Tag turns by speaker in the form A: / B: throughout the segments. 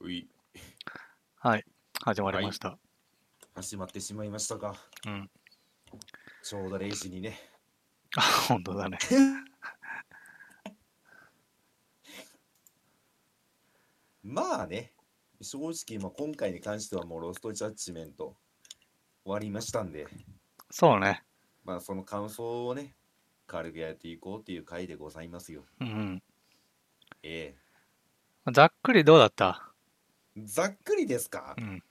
A: うい、
B: はい、始まりました。
A: 始まってしまいましたが、
B: うん。
A: ちょうど0時にね、
B: あ、本当だね。
A: まあね、正直、まあ、今回に関してはもうロストジャッジメント終わりましたんで、
B: そうね。
A: まあその感想をね、軽くやっていこうっていう回でございますよ。
B: うん。
A: え
B: ざっくりどうだった
A: えざっくりですか
B: うん。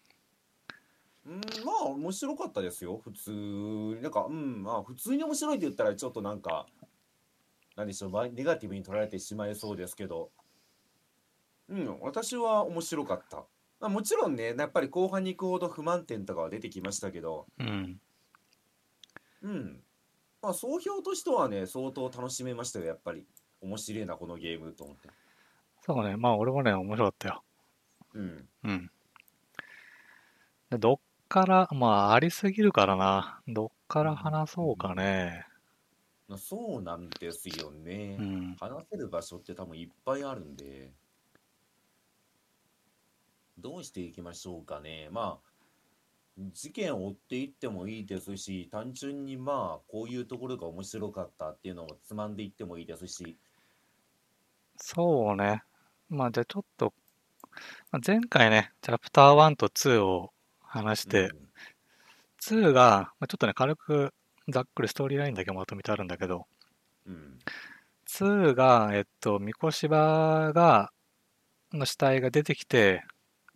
A: うん、まあ面白かったですよ、普通に。なんか、うん、まあ普通に面白いって言ったらちょっとなんか、何でしょう、まあネガティブに取られてしまいそうですけど、うん、私は面白かった。まあ、もちろんね、やっぱり後半に行くほど不満点とかは出てきましたけど、
B: うん。
A: うん、まあ総評としてはね、相当楽しめましたよ、やっぱり。面白いな、このゲームと思って。
B: そうね。まあ、俺もね、面白かったよ。
A: うん、
B: うん。でどっから、まあ、ありすぎるからな。どっから話そうかね。
A: まあそうなんですよね。
B: うん。
A: 話せる場所って多分いっぱいあるんで、どうしていきましょうかね。まあ、事件を追っていってもいいですし、単純にまあ、こういうところが面白かったっていうのをつまんでいってもいいですし、
B: そうね。まあ、じゃあちょっと、まあ前回ね、チャプター1と2を話して、
A: うん
B: 2が、まあ、ちょっとね、軽くざっくりストーリーラインだけまとめてあるんだけど、
A: うん、
B: 2が、えっと、三越場が、の死体が出てきて、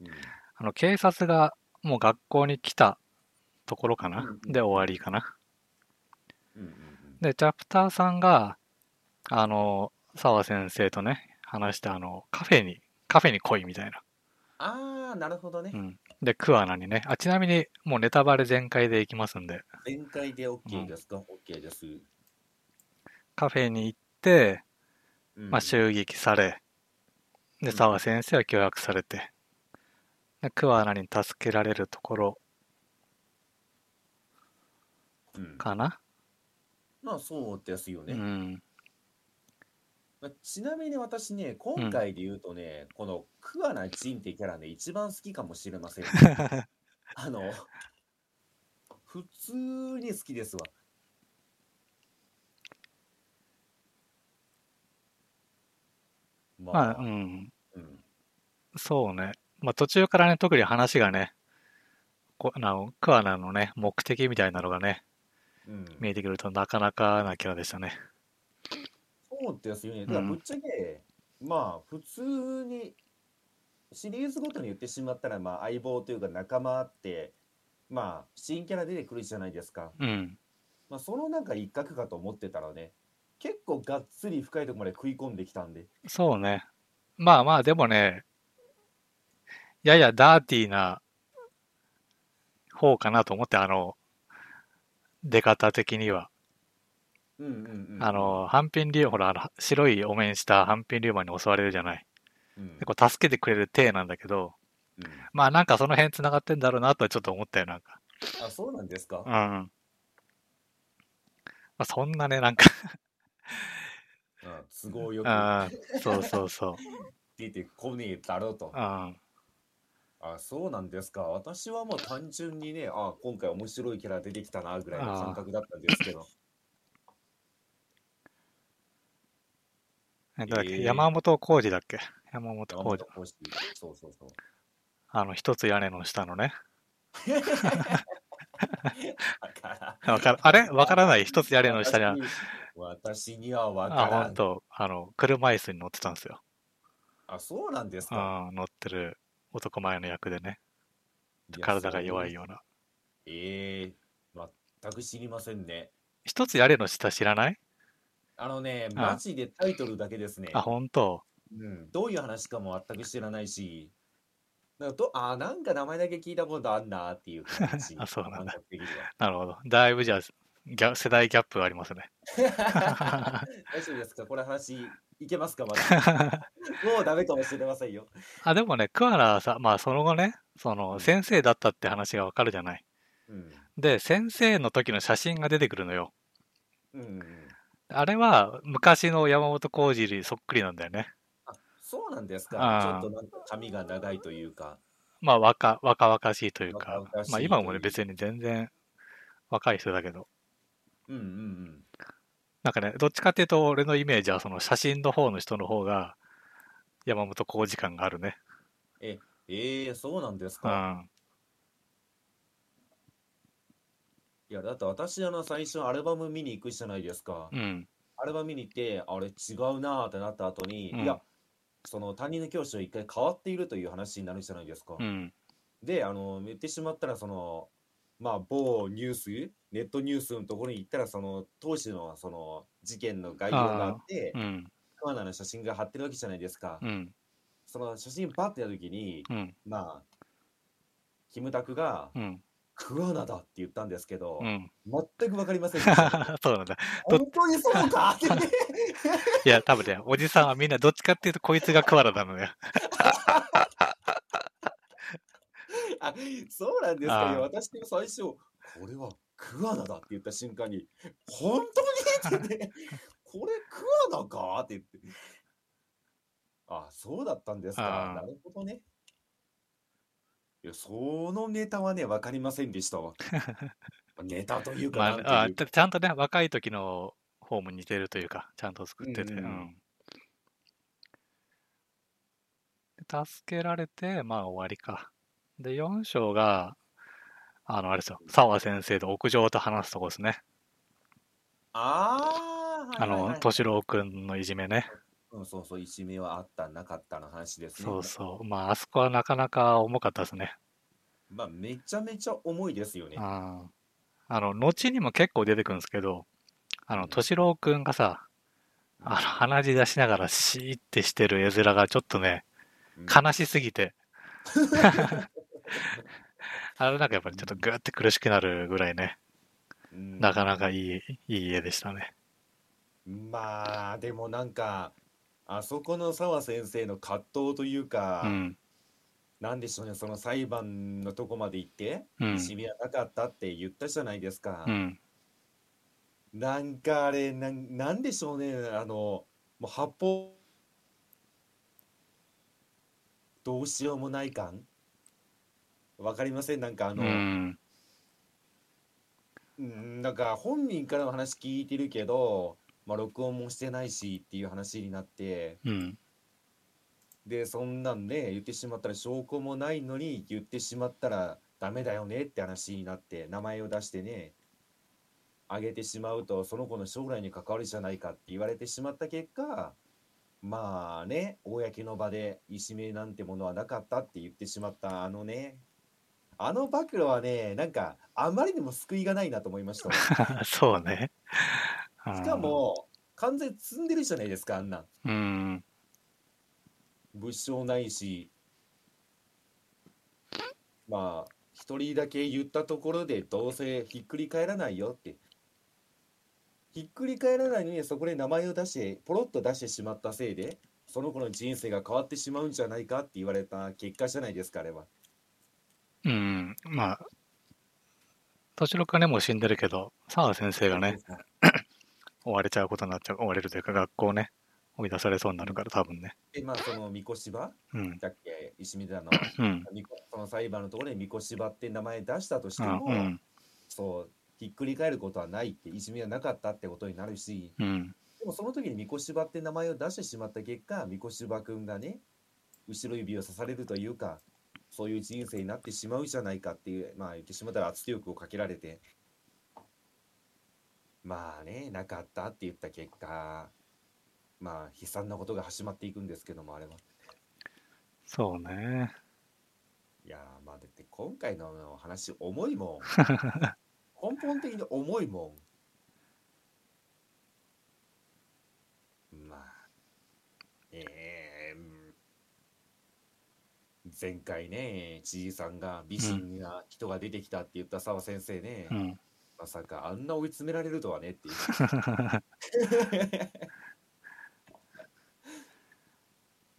A: うん
B: あの、警察がもう学校に来たところかな。
A: うん
B: で、終わりかな。
A: うん、うん
B: で、チャプターさんが、あの、澤先生とね、話したあの、カフェに、カフェに来いみたいな。
A: あー、なるほどね
B: う。ん。で、桑名にね、あ、ちなみに、もうネタバレ全開でいきますんで、
A: 全開で OK ですか、?OK です。
B: カフェに行って、
A: うん
B: まあ、襲撃され、で、
A: うん
B: 沢先生は脅迫されて、で、桑名に助けられるところ
A: うん
B: かな。
A: まあ、そうですよ
B: う
A: ね。
B: ん。
A: まあちなみに私ね、今回で言うとね、この桑名仁ってキャラね、一番好きかもしれま せん。あの、普通に好きですわ。ま
B: まあ、うん。
A: うん、
B: そうね。まあ、途中からね、特に話がね、こあの桑名のね、目的みたいなのがね、
A: うん、
B: 見えてくるとなかなかなキャラでしたね。
A: そうですよね。だからぶっちゃけ、まあ普通にシリーズごとに言ってしまったら、まあ相棒というか仲間って、まあ新キャラ出てくるじゃないですか。
B: うん。
A: まあ、そのなんか一角かと思ってたらね、結構がっつり深いところまで食い込んできたんで、
B: そうね。まあまあ、でもね、ややダーティーな方かなと思って、あの、出方的には。
A: うんうんうん、
B: あ、の、ハンピンリュほら、あの白いお面したハンピンリューマンに襲われるじゃない。
A: うん
B: でこう助けてくれる体なんだけど、
A: うん
B: まあなんかその辺繋がってんだろうなとはちょっと思ったよ、なんか。
A: あそうなんですか
B: うん。、まあ、そんなね、なんか、
A: うん、都合よく
B: うん、そうそうそう。
A: 出てこねえだろうと
B: う。ん、
A: あそうなんですか。私はもう単純にね、あ今回面白いキャラ出てきたなぐらいの感覚だったんですけ ど、
B: なんだっけ
A: えー
B: 山本浩二だっけ山本
A: 山
B: 浩
A: 本
B: 二。
A: 浩二そうそうそう。
B: あの、一つ屋根の下のね。
A: だから
B: わかるあれわからない一つ屋根の下にある。
A: 私に私には分か
B: あ、
A: ら
B: ほ
A: ん
B: ん。と、あの、車椅子に乗ってたんですよ。
A: あ、そうなんです
B: う
A: か。
B: ん、乗ってる男前の役でね。
A: いや
B: 体が弱い。ような。
A: ええ全く知りませんね。
B: 一つ屋根の下知らない
A: あのね、
B: あ
A: マジでタイトルだけですね。
B: あ、ほんと。。
A: うん、どういう話かも全く知らないし、なんかどあーなんか名前だけ聞いたことあんなっていう感じ
B: あ そうなん
A: 感
B: だ
A: 覚的には。
B: なるほど。だいぶじゃあ、ギャ世代ギャップあります ね。
A: 大丈夫ですかこれ話いけますかまだ。もうダメかもしれませんよ。
B: あ、でもね、桑名はさ、まあその後ね、そうの
A: ん
B: 先生だったって話がわかるじゃない。
A: うん。
B: で、先生の時の写真が出てくるのよ。
A: うんうんうん。
B: あれは昔の山本浩二よりそっくりなんだよね。
A: あ、そうなんですか。
B: あ
A: ち
B: ー
A: ょっとなんか髪が長いというか。
B: まあ若、若々しいというか
A: 若々し、い
B: まあ今
A: と
B: も
A: い
B: ね
A: う
B: 別に全然若い人だけど、
A: うんうんうん。
B: なんかね、どっちかっていうと俺のイメージはその写真の方の人の方が山本浩二感があるね。
A: ええそうなんです
B: う
A: か。
B: ん。
A: いや、だって私、あの、最初アルバム見に行くじゃないですか
B: う。ん。
A: アルバム見に行って、あれ違うなーってなった後に、
B: うん
A: いや、その担任の教師は一回変わっているという話になるじゃないですか
B: う。ん。
A: で、あの、言ってしまったら、その、まあ、某ニュース、ネットニュースのところに行ったら、その、当時の、その、事件の概要があって
B: う、ん。
A: 桑名の写真が貼ってるわけじゃないですか
B: う。ん。
A: その写真バッてやるときに、
B: うん。
A: まあ、キムタクが、
B: うん。
A: 桑名だって言ったんですけど
B: う、ん。
A: 全くわかりませんでした。
B: そうなんだ。
A: 本当にそうかってね。
B: いや、多分ね、おじさんはみんなどっちかっていうとこいつが桑原なのよ。
A: あ そうなんですか
B: あ
A: ね。
B: あ
A: 私も最初、これは桑名だって言った瞬間に、本当にって ね、これ桑名かって言って。あ、そうだったんです
B: ああ
A: か。なるほどね。いや、そのネタはね、わかりませんでした わ。ネタというか、
B: ま
A: なんていう
B: あ、あ
A: か
B: ちゃちゃんとね、若い時の方も似てるというか、ちゃんと作ってて。
A: うんうんう
B: うん助けられて、まあ終わりか。で、4章が、あの、あれですよ、澤先生と屋上と話すとこですね。
A: ああ、
B: あ
A: はいはい
B: の
A: は、い
B: 敏郎くんのいじめね。
A: うん、そうそう、いじめはあった、なかったの話ですね。
B: そうそう。まあ、あそこはなかなか重かったですね。
A: まあ、めちゃめちゃ重いですよね。
B: ああの、後にも結構出てくるんですけど、あの、敏郎くんがさ、あの、鼻血出しながらシーってしてる絵面がちょっとね、
A: うん
B: 悲しすぎて。 あれなんかやっぱりちょっとグーって苦しくなるぐらいね、
A: うん
B: なかなかいい、いい絵でしたね。
A: まあでもなんかあそこの澤先生の葛藤というか、
B: うん。
A: なんでしょうねその裁判のとこまで行って
B: う
A: 「い
B: ん。
A: じめはなかった」って言ったじゃないですか、
B: うん。
A: なんかあれなんなんでしょうねあのもう発砲どうしようもない感わかりませんなんかあ
B: う
A: の、
B: ん。
A: うん、なんか本人からの話聞いてるけど、まあ、録音もしてないしっていう話になって。
B: うん。
A: でそんなんで言ってしまったら証拠もないのに言ってしまったらダメだよねって話になって名前を出してねあげてしまうとその子の将来に関わるじゃないかって言われてしまった結果まあね公の場でいじめなんてものはなかったって言ってしまったあのねあの暴露はねなんかあまりにも救いがないなと思いました
B: そうね。
A: しかも完全に積んでるじゃないですかあんなん
B: うん、うん。
A: 物証ないしまあ一人だけ言ったところでどうせひっくり返らないよってひっくり返らないのにそこで名前を出してポロッと出してしまったせいでその子の人生が変わってしまうんじゃないかって言われた結果じゃないですかあれは
B: うん。まあ、敏郎くんね、もう死んでるけど、澤先生がね、追われちゃうことになっちゃう追われるというか学校ね追い出されそうになるから多分ね
A: でまあその「みこしば
B: うん」
A: だっけ石見 寺の
B: うん
A: みこその裁判のところで「みこしば」って名前出したとして
B: あ
A: も、
B: うん
A: そうひっくり返ることはないっていじめはなかったってことになるし
B: うん
A: でもその時に「みこしば」って名前を出してしまった結果みこしばくんがね後ろ指を刺されるというかそういう人生になってしまうじゃないかっていうまあ言ってしまったら圧力をかけられてまあねなかったって言った結果まあ悲惨なことが始まっていくんですけどもあれは。
B: そうね
A: いやーまあだって今回の話重い もん根本的に重いもんまあえーうん前回ね知事さんが美人な人が出てきたって言った澤先生ね、
B: うん
A: まさかあんな追い詰められるとはねっていう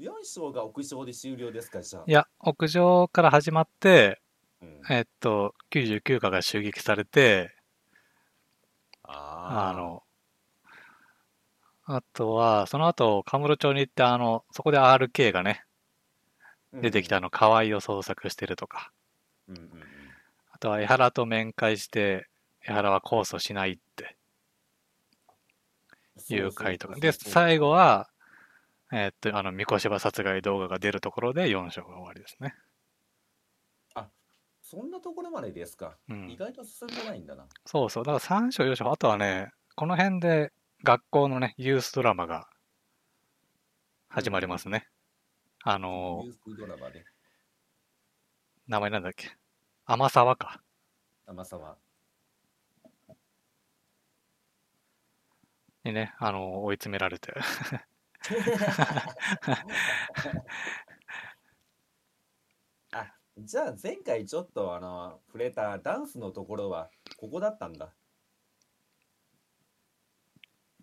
A: 4章が屋上で終了ですかじゃあ
B: いや屋上から始まって
A: うん
B: えっと99課が襲撃されて
A: あ
B: あ
A: ー
B: のあとは、その後、カムロ町に行って、あの、そこで RK がね、
A: うん
B: 出てきたあ。の、河合を捜索してるとか、
A: うんうんうん。
B: あとは江原と面会して、江原は控訴しないっていう回とか。で、最後は、えーっと、あの、三越場殺害動画が出るところで4章が終わりですね。
A: そんなところまでですか。
B: う
A: 意
B: ん。
A: 外と進んでないんだな。
B: そうそう。だから3章、4章、あとはね、この辺で学校のね、ユースドラマが始まりますね。あのー
A: ニュースドラマで、
B: 名前なんだっけ天沢か。
A: 甘さは。
B: にね、あのー追い詰められて。
A: じゃあ前回ちょっとあの触れたダンスのところはここだったんだ。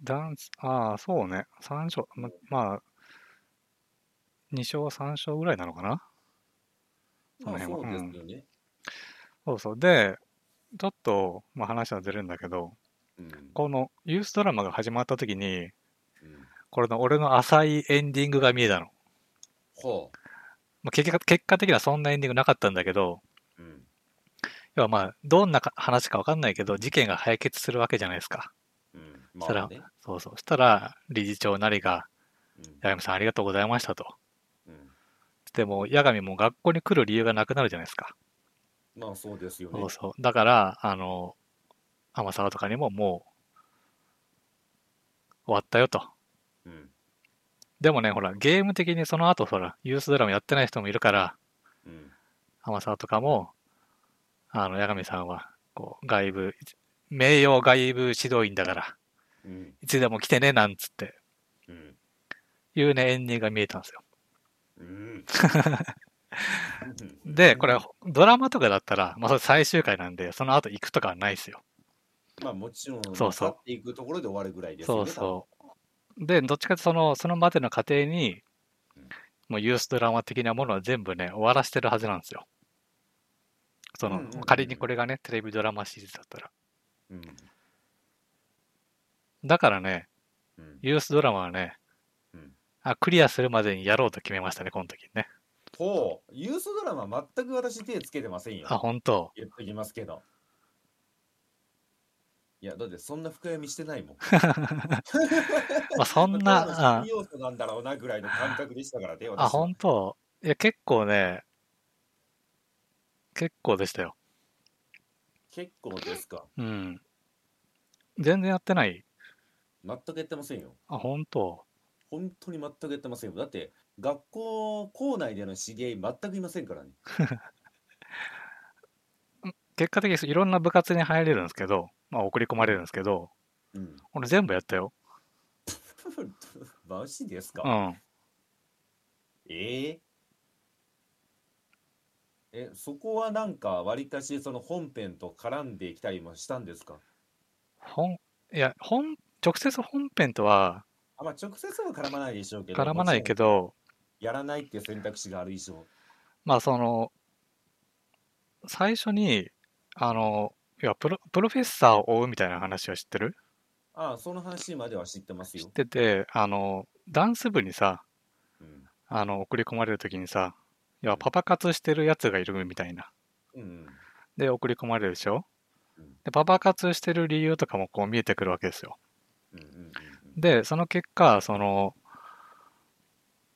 B: ダンス、ああ、そうね。3章、ま、まあ、2章、3章ぐらいなのかな
A: まあ
B: その
A: そう
B: 辺
A: で
B: は
A: すよね。
B: そうそう。で、ちょっと、まあ、話はずれるんだけど、
A: うん。
B: このユースドラマが始まった時に、
A: うん
B: これの俺の浅いエンディングが見えたの。
A: ほ
B: まあ、結果結果的にはそんなエンディングなかったんだけど、
A: う。うん。
B: 要はまあ、どんなか話かわかんないけど、事件が解決するわけじゃないですか。
A: うん。
B: そ
A: ま
B: ら
A: あね。
B: そうそう。したら、理事長なりが、八神さんありがとうございましたと。
A: うん。うん
B: でも、八神も学校に来る理由がなくなるじゃないですか。
A: まあそうですよね
B: そう。そう。だから、あの、天沢とかにももう、終わったよと。
A: うん。
B: でもね、ほら、ゲーム的にその後、ほら、ユースドラマやってない人もいるから、
A: うん。
B: 天沢とかも、あの、八神さんは、こう、外部、名誉外部指導員だから、
A: うん。
B: いつでも来てね、なんつって、
A: うん。
B: いうね、エンディングが見えたんですよ。
A: うん。
B: で、これ、ドラマとかだったら、まあ、それ最終回なんで、その後行くとかはないですよ。
A: まあもちろん、
B: そうそう
A: 去っていくところで終わるぐらいです
B: そ
A: よ
B: う
A: ね。
B: そう。で、どっちかというとその、そのまでの過程に
A: うん、
B: もうユースドラマ的なものは全部ね、終わらしてるはずなんですよ。そ
A: う
B: の、
A: んうんうん
B: 仮にこれがね、テレビドラマシリーズだったら。
A: 多分。
B: だからね、
A: うん。うん。
B: ユースドラマはね、
A: うん
B: あクリアするまでにやろうと決めましたね、この時にね。
A: ほう。ユースドラマ全く私手つけてませんよ
B: あ、。本当
A: 言っときますけど。いや、だってそんな深読みしてないもん。
B: まあ、そんな、あ
A: 新要素なんだろうなぐらいの感覚でしたからね、私は
B: あ、本当いや、結構ね、結構でしたよ。
A: 結構ですか。
B: うん。全然やってない。
A: 全くやってませんよ。
B: あ、本当
A: 本当に全くやってませんよ。だって、学校校内での知り合い全くいませんからね。
B: 結果的にいろんな部活に入れるんですけど、まあ、送り込まれるんですけど、
A: うん。
B: 俺全部やったよ。
A: マジですか、
B: うん。
A: えええ、そこはなんか、わりかしその本編と絡んできたりもしたんですか
B: 本、いや、本、直接本編とは
A: あ、まあ、直接は絡まないでしょうけど、
B: 絡まないけ
A: ど、
B: ど、
A: やらないっていう選択肢がある以上。
B: まあその、最初に、あの、いやプロ、プロフェッサーを追うみたいな話は知ってる
A: ああ、その話までは知ってます
B: 知っ
A: よ。
B: てて、あの、ダンス部にさ、
A: うん。
B: あの、送り込まれるときにさ、いや、パパ活してるやつがいるみたいな。
A: うん。
B: で、送り込まれるでしょ
A: うん
B: で、パパ活してる理由とかもこう見えてくるわけですよ。
A: うん。うん。
B: で、その結果、その、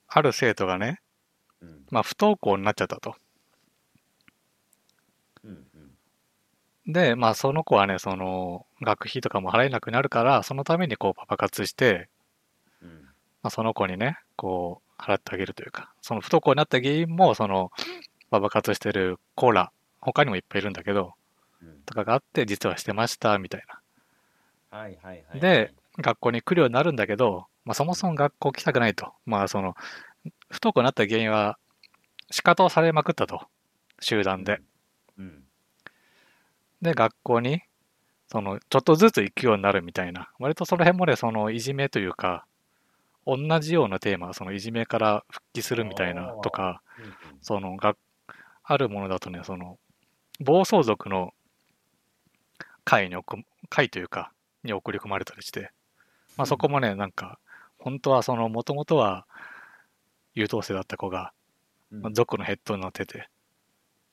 B: ある生徒がね、
A: うん。うん。
B: まあ、不登校になっちゃったと。
A: うん。うん。
B: で、まあ、その子はね、その、学費とかも払えなくなるから、そのためにこう、パパ活して、
A: うん。
B: まあ、その子にね、こう、払ってあげるというか、その不登校になった原因も、その、パパ活してるコーラ、他にもいっぱいいるんだけど、
A: うん。
B: とかがあって、実はしてました、みたいな。
A: はいはいはい。
B: で、学校に来るようになるんだけど、まあ、そもそも学校来たくないと。まあ、その、不登校になった原因は、仕方をされまくったと。集団で。
A: うん。
B: で、学校に、その、ちょっとずつ行くようになるみたいな。割とその辺もね、その、いじめというか、同じようなテーマ、その、いじめから復帰するみたいなとか、
A: うん。うん。
B: その、が、あるものだとね、その、暴走族の会に送、会というか、に送り込まれたりして、まあ、そこもね、なんか、本当はその、もともとは優等生だった子が、
A: うん
B: まあ族のヘッドになってて、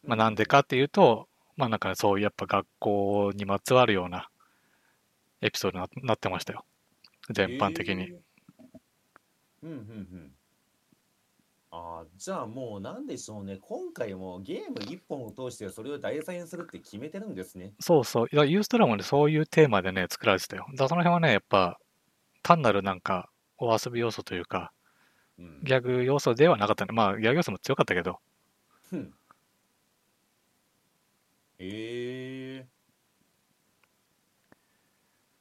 B: まあ、なんでかっていうと、まあ、なんかそういうやっぱ学校にまつわるようなエピソードにななってましたよ。全般的に。
A: えーうんうんうん。ああ、じゃあもうなんでしょうね。今回もゲーム一本を通してそれを題材にするって決めてるんですね。
B: そうそう。いや、ユーストラもね、そういうテーマでね、作られてたよ。だからその辺はね、やっぱ、単なるなんか、お遊び要素というか、
A: うん
B: ギャグ要素ではなかったね。まあ、ギャグ要素も強かったけど、
A: うんええ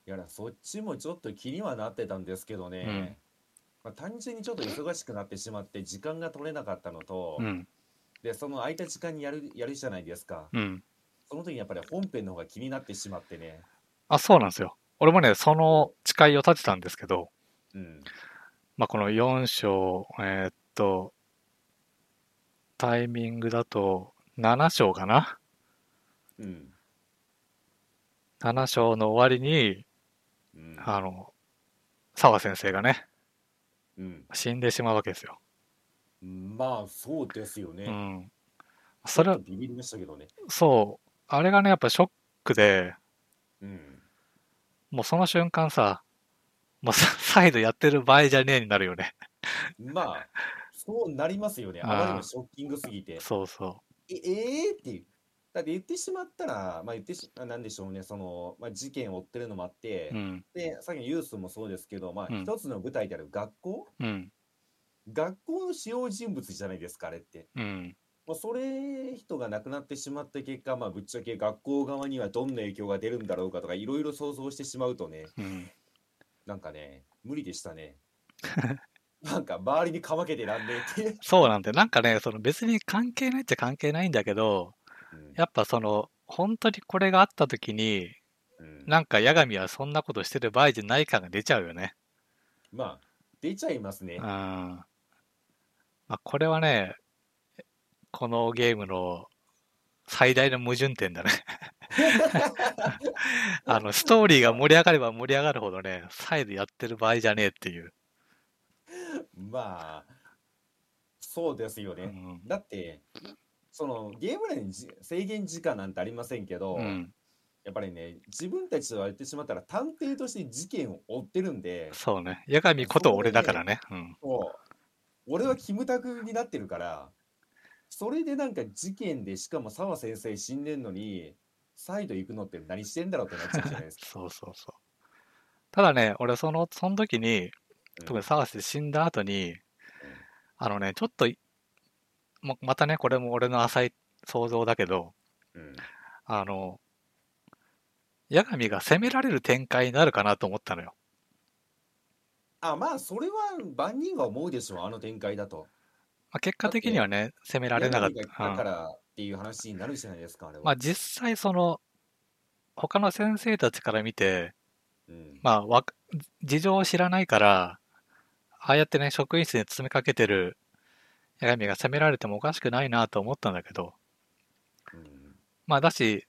A: いやそっちもちょっと気にはなってたんですけどね、まあ、単純にちょっと忙しくなってしまって時間が取れなかったのと、
B: うん、
A: でその空いた時間にやるやるじゃないですか
B: うん。
A: その時にやっぱり本編の方が気になってしまってね
B: あ、そうなんですよ。俺もね、その誓いを立てたんですけど、
A: うん
B: まあ、この4章、えーっと、タイミングだと7章かな
A: うん、
B: ?7 章の終わりに、
A: うん
B: あの、澤先生がね、
A: うん、
B: 死んでしまうわけですよ。
A: まあそうですよね、
B: うん。
A: ちょ
B: そ
A: っ
B: れは
A: と、ビビりましたけどね
B: そう、あれがね、やっぱショックで、
A: うん
B: もうその瞬間さ、もうさ再度やってる場合じゃねえになるよね。
A: まあそうなりますよねあまりにもショッキングすぎて
B: そうそ
A: ええーっていう。だって言ってしまったら、まあ、言ってし、あなんでしょうね、その、まあ、事件を追ってるのもあって、
B: う。うん、
A: で、さっきのユースもそうですけど、まあ、
B: うん
A: 一つの舞台である学校、
B: うん、
A: 学校の主要人物じゃないですか、あれって。
B: うん。
A: もうそれ人が亡くなってしまった結果、まあ、ぶっちゃけ学校側にはどんな影響が出るんだろうかとか、いろいろ想像してしまうとね、
B: うん、
A: なんかね、無理でした ね。なんか、周りにかまけてらんねえっていう。
B: そうなんで、なんかね、その別に関係ないっちゃ関係ないんだけど、
A: うん
B: やっぱその、本当にこれがあった時に、
A: うん
B: なんか八神はそんなことしてる場合じゃない感が出ちゃうよね。
A: まあ、出ちゃいます
B: う
A: ね
B: ん。。まあ、これはね、このゲームの最大の矛盾点 だね。あの、ストーリーが盛り上がれば盛り上がるほどね、再度やってる場合じゃねえっていう。
A: まあ、そうですよ
B: う
A: ね。
B: ん。
A: だって、そのゲーム内にじ制限時間なんてありませんけど、
B: うん、
A: やっぱりね、自分たちは言ってしまったら探偵として事件を追ってるんで、
B: そうね。八神こと俺だからね。うん。
A: もう俺はキムタクになってるから、それでなんか事件でしかも澤先生死んでんのに、再度行くのって何してんだろうってなっちゃうじゃないですか。
B: そうそうそう。ただね、俺その、その時に、
A: うん
B: 特にサースで死んだ後に、あのね、ちょっとい、ままたね、これも俺の浅い想像だけど、
A: うん
B: あの、八神が攻められる展開になるかなと思ったのよ。
A: あ、まあ、それは万人が思うでしょう、あの展開だと。
B: まあ、結果的にはね、攻められなかっ
A: 柳が来
B: た。うん
A: たからっていう話になるじゃないですか、あれは。
B: まあ実際その、他の先生たちから見て、
A: うん
B: まあわか、事情を知らないから、ああやってね、職員室に詰めかけてる八神が責められてもおかしくないなと思ったんだけど、
A: うん
B: まあだし、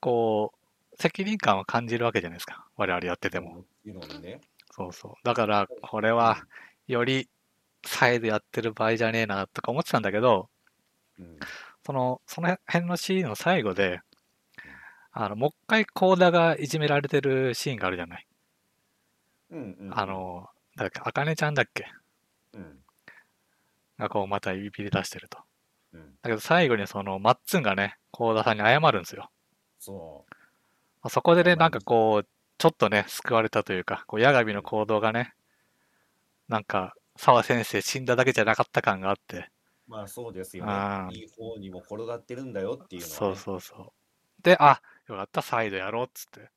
B: こう、責任感を感じるわけじゃないですか。我々やってても。
A: もちろんね。
B: そうそう。だから、これは、より、再度やってる場合じゃねえな、とか思ってたんだけど、
A: うん
B: その、その辺のシーンの最後で、あの、もう一回コーダがいじめられてるシーンがあるじゃない。
A: うんうん
B: あ、の、だっけ、あかねちゃんだっけ
A: うん
B: がこう、またビビり出してると。
A: うん、
B: だけど最後にその、マッツンがね、コーダさんに謝るんですよ。
A: そ
B: まあそこでね、
A: ま
B: な
A: あ
B: んかこう、ちょっとね、救われたというか、こう、ヤガビの行動がね、なんか、沢先生死んだだけじゃなかった感があって、
A: う。まあそうですよ
B: あー
A: ね。いい方にも転がってるんだよっていうのは、ね。
B: そうそうそう。で、あ、よかった、再度やろうっつって。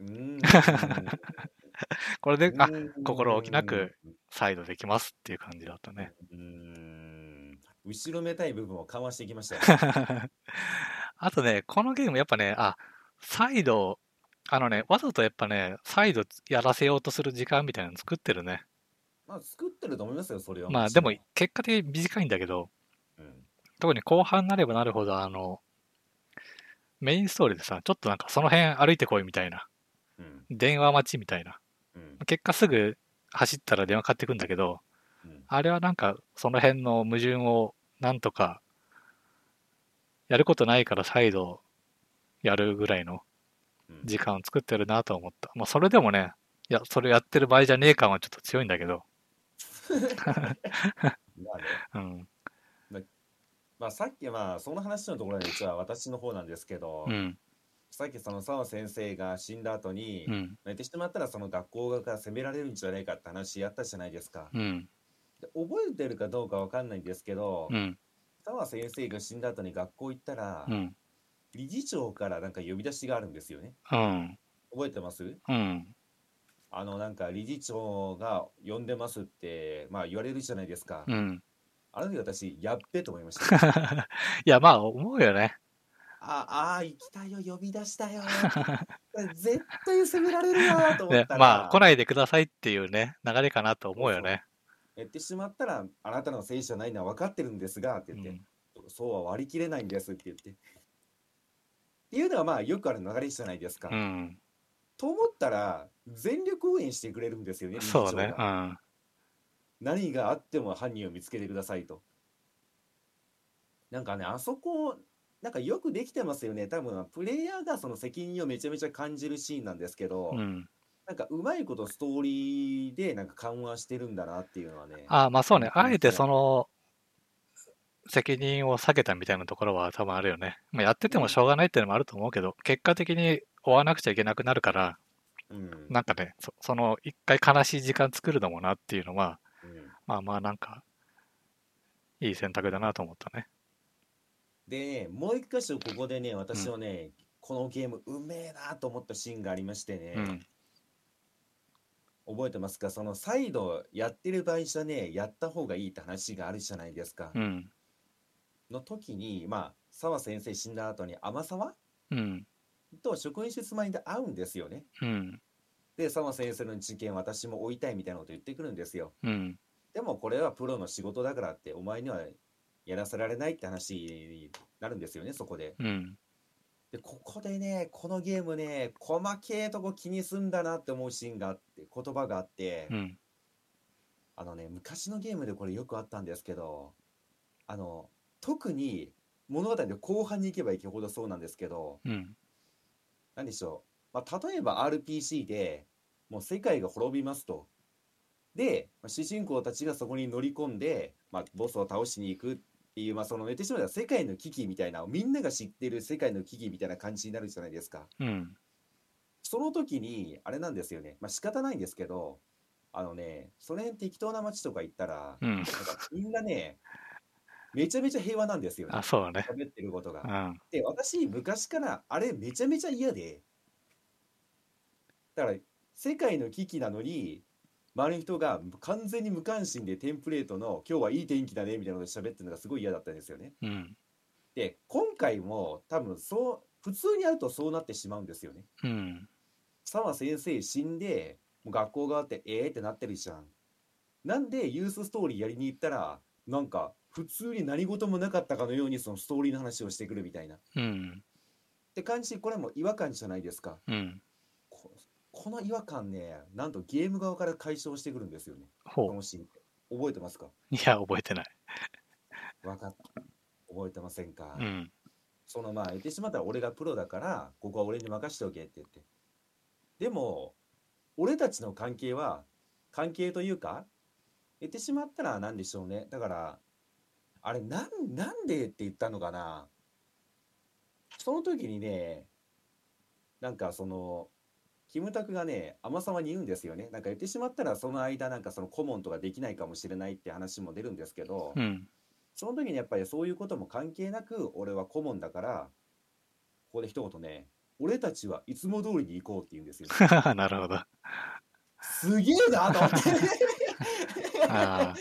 A: うー ん。
B: これで、あ
A: う、ーん
B: 心置きなく。再度できますっていう感じだったね。
A: うーん。後ろめたい部分をかわしていきま したよ。
B: あとね、このゲームやっぱね、あ、再度、あのね、わざとやっぱね、再度やらせようとする時間みたいなの作ってるね。
A: まあ作ってると思いますよ、それは。
B: まあでも、結果的に短いんだけど、
A: うん、
B: 特に後半になればなるほど、あの、メインストーリーでさ、ちょっとなんかその辺歩いてこいみたいな、
A: うん。
B: 電話待ちみたいな、
A: うん
B: 結果すぐ走ったら電話かかってくんだけど、
A: うん
B: あれはなんかその辺の矛盾をなんとかやることないから再度やるぐらいの
A: うん
B: 時間を作ってるなとは思った。まあそれでもね、いや、それやってる場合じゃねえ感はちょっと強いんだけど、
A: まあね
B: うん、
A: まあさっきまあその話のところで実は私の方なんですけど、
B: うん、
A: さっきその澤先生が死んだ後に、
B: うん、
A: 泣いてしまったらその学校側から責められるんじゃないかって話やったじゃないですか。
B: うん、
A: で覚えてるかどうかわかんないんですけど、
B: うん、
A: 澤先生が死んだ後に学校行ったら、
B: うん、
A: 理事長からなんか呼び出しがあるんですよね。
B: うん、
A: 覚えてます
B: うん、
A: あのなんか理事長が呼んでますって、まあ、言われるじゃないですか。
B: うん。
A: あの時私やっべと思いました。
B: いや、まあ思うよね。
A: ああー、行きたいよ、呼び出した よ。絶対責められるよと思っ
B: ね
A: たら、
B: まあ来ないでくださいっていうね、流れかなと思うよね。
A: 言ってしまったら、あなたのせいじゃないのは分かってるんですがって言って、
B: うん
A: そうは割り切れないんですって言って。っていうのはまあよくある流れじゃないですか。
B: うん、
A: と思ったら全力応援してくれるんですよね。理事長
B: そうね、う
A: が
B: ん、
A: 何があっても犯人を見つけてくださいと。なんかねあそこなんかよくできてますよね。多分プレイヤーがその責任をめちゃめちゃ感じるシーンなんですけど、
B: うん。
A: なんかうまいことストーリーでなんか緩和してるんだなっていうのはね。
B: ああ、まあそうね、
A: うん
B: あえてその、責任を避けたみたいなところは多分あるよね。まあ、やっててもしょうがないっていうのもあると思うけど、結果的に追わなくちゃいけなくなるから、
A: うん。
B: なんかね、そその一回悲しい時間作るのもなっていうのは、
A: うん
B: まあまあなんか、いい選択だなと思ったね。
A: でね、もう一箇所ここでね、私はね、このゲームうめえなと思ったシーンがありましてね、
B: うん、
A: 覚えてますかその再度やってる場合じゃねえ、やった方がいいって話があるじゃないですか。
B: うん、
A: の時に、まあ、澤先生死んだ後に天沢
B: うん、
A: と職員室前で会うんですよね。
B: うん、
A: で、澤先生の事件私も追いたいみたいなこと言ってくるんですよ。
B: うん、
A: でもこれはプロの仕事だからって、お前にはやらせられないって話になるんですよね、そこで。
B: うん、
A: でここでねこのゲームね細けえとこ気にすんだなって思うシーンがあって言葉があって、
B: うん、
A: あのね昔のゲームでこれよくあったんですけどあの特に物語の後半に行けば行くほどそうなんですけど
B: うん、
A: 何でしょう、まあ、例えば RPG でもう世界が滅びますと。でまあ主人公たちがそこに乗り込んで、まあ、ボスを倒しに行くっていう、まあ、その言ってしまえば世界の危機みたいなみんなが知ってる世界の危機みたいな感じになるじゃないですか。
B: うん、
A: その時に、あれなんですよね。まあ仕方ないんですけど、あのね、その辺適当な街とか行ったら、
B: うん。
A: なんかみんなね、めちゃめちゃ平和なんですよね
B: あ、。そうだね。
A: 喋ってること
B: う
A: が。
B: ん、
A: で、私、昔からあれめちゃめちゃ嫌で、だから、世界の危機なのに、周りの人が完全に無関心でテンプレートの今日はいい天気だねみたいなことで喋ってるのがすごい嫌だったんですよね。
B: うん、
A: で、今回も多分そう、普通に会うとそうなってしまうんですよね。
B: うん、
A: 澤先生死んでもう学校があってええー、ってなってるじゃん。なんでユースストーリーやりに行ったらなんか普通に何事もなかったかのようにそのストーリーの話をしてくるみたいな。っ
B: うん、
A: て感じこれも違和感じゃないですか。
B: うん。
A: ここの違和感ねなんとゲーム側から解消してくるんですよね。こ
B: ほう。
A: のシーンって覚えてますか
B: いや、覚えてない。
A: 分かった覚えてませんか、
B: うん、
A: そのまあ言ってしまったら俺がプロだからここは俺に任しておけって言ってでも俺たちの関係は関係というか言ってしまったら何でしょうねだからあれなんなんでって言ったのかなその時にねなんかそのキムタクがね天様に言うんですよねなんか言ってしまったらその間なんかその顧問とかできないかもしれないって話も出るんですけど、
B: うん、
A: その時にやっぱりそういうことも関係なく俺は顧問だからここで一言ね俺たちはいつも通りに行こうって言うんですよ
B: なるほど。あ
A: すげえなと 思って
B: あ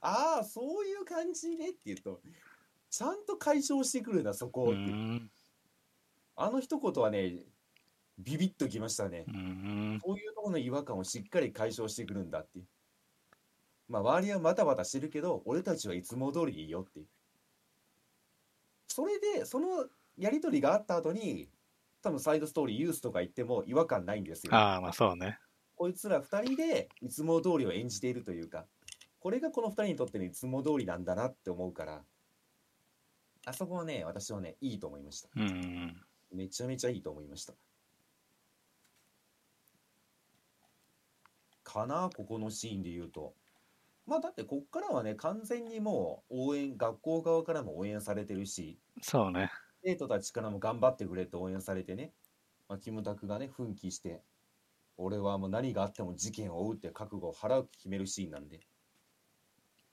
A: ああそういう感じねって言うとちゃんと解消してくるなそこ
B: ー、
A: を
B: う
A: っていう
B: ーん、
A: あの一言はねビビッときましたね
B: うーん、
A: こういうところの違和感をしっかり解消してくるんだっていうまあ周りはバタバタしてるけど俺たちはいつも通りでいいよっていうそれでそのやり取りがあった後に多分サイドストーリーユースとか言っても違和感ないんですよ
B: ああ、まあそうね。
A: こいつら2人でいつも通りを演じているというかこれがこの2人にとってのいつも通りなんだなって思うからあそこはね私はねいいと思いました
B: うん。
A: めちゃめちゃいいと思いましたかなここのシーンで言うとまあだってこっからはね完全にもう応援学校側からも応援されてるし
B: そうね。
A: 生徒たちからも頑張ってくれって応援されてね、まあ、キムタクがね奮起して俺はもう何があっても事件を追うって覚悟を払う決めるシーンなんで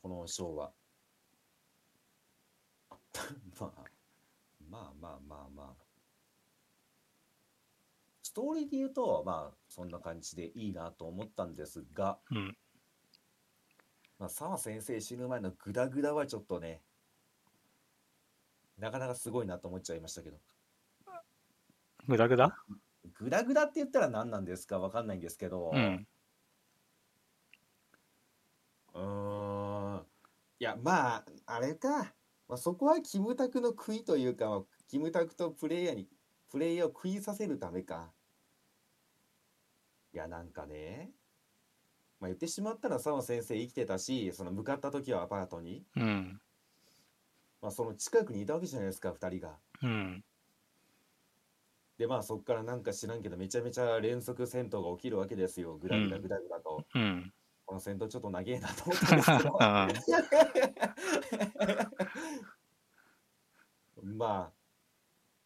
A: このショーは まあまあまあまあまあストーリーで言うとまあそんな感じでいいなと思ったんですが、
B: うん。
A: まあ、澤先生死ぬ前のグダグダはちょっとねなかなかすごいなと思っちゃいましたけど
B: グダグダ
A: グダグダって言ったら何なんですかわかんないんですけど、
B: うん。
A: うーんいやまああれか、まあ、そこはキムタクの食いというかまあキムタクとプレイヤーにプレイヤーを食いさせるためかいやなんかね、まあ、言ってしまったら澤先生生きてたしその向かった時はアパートに、
B: うん。
A: まあ、その近くにいたわけじゃないですか2人が。
B: うん。
A: でまあそっからなんか知らんけどめちゃめちゃ連続戦闘が起きるわけですよグダグダグダグダと。
B: うん。
A: この戦闘ちょっと長えなと思ったんですけどまあ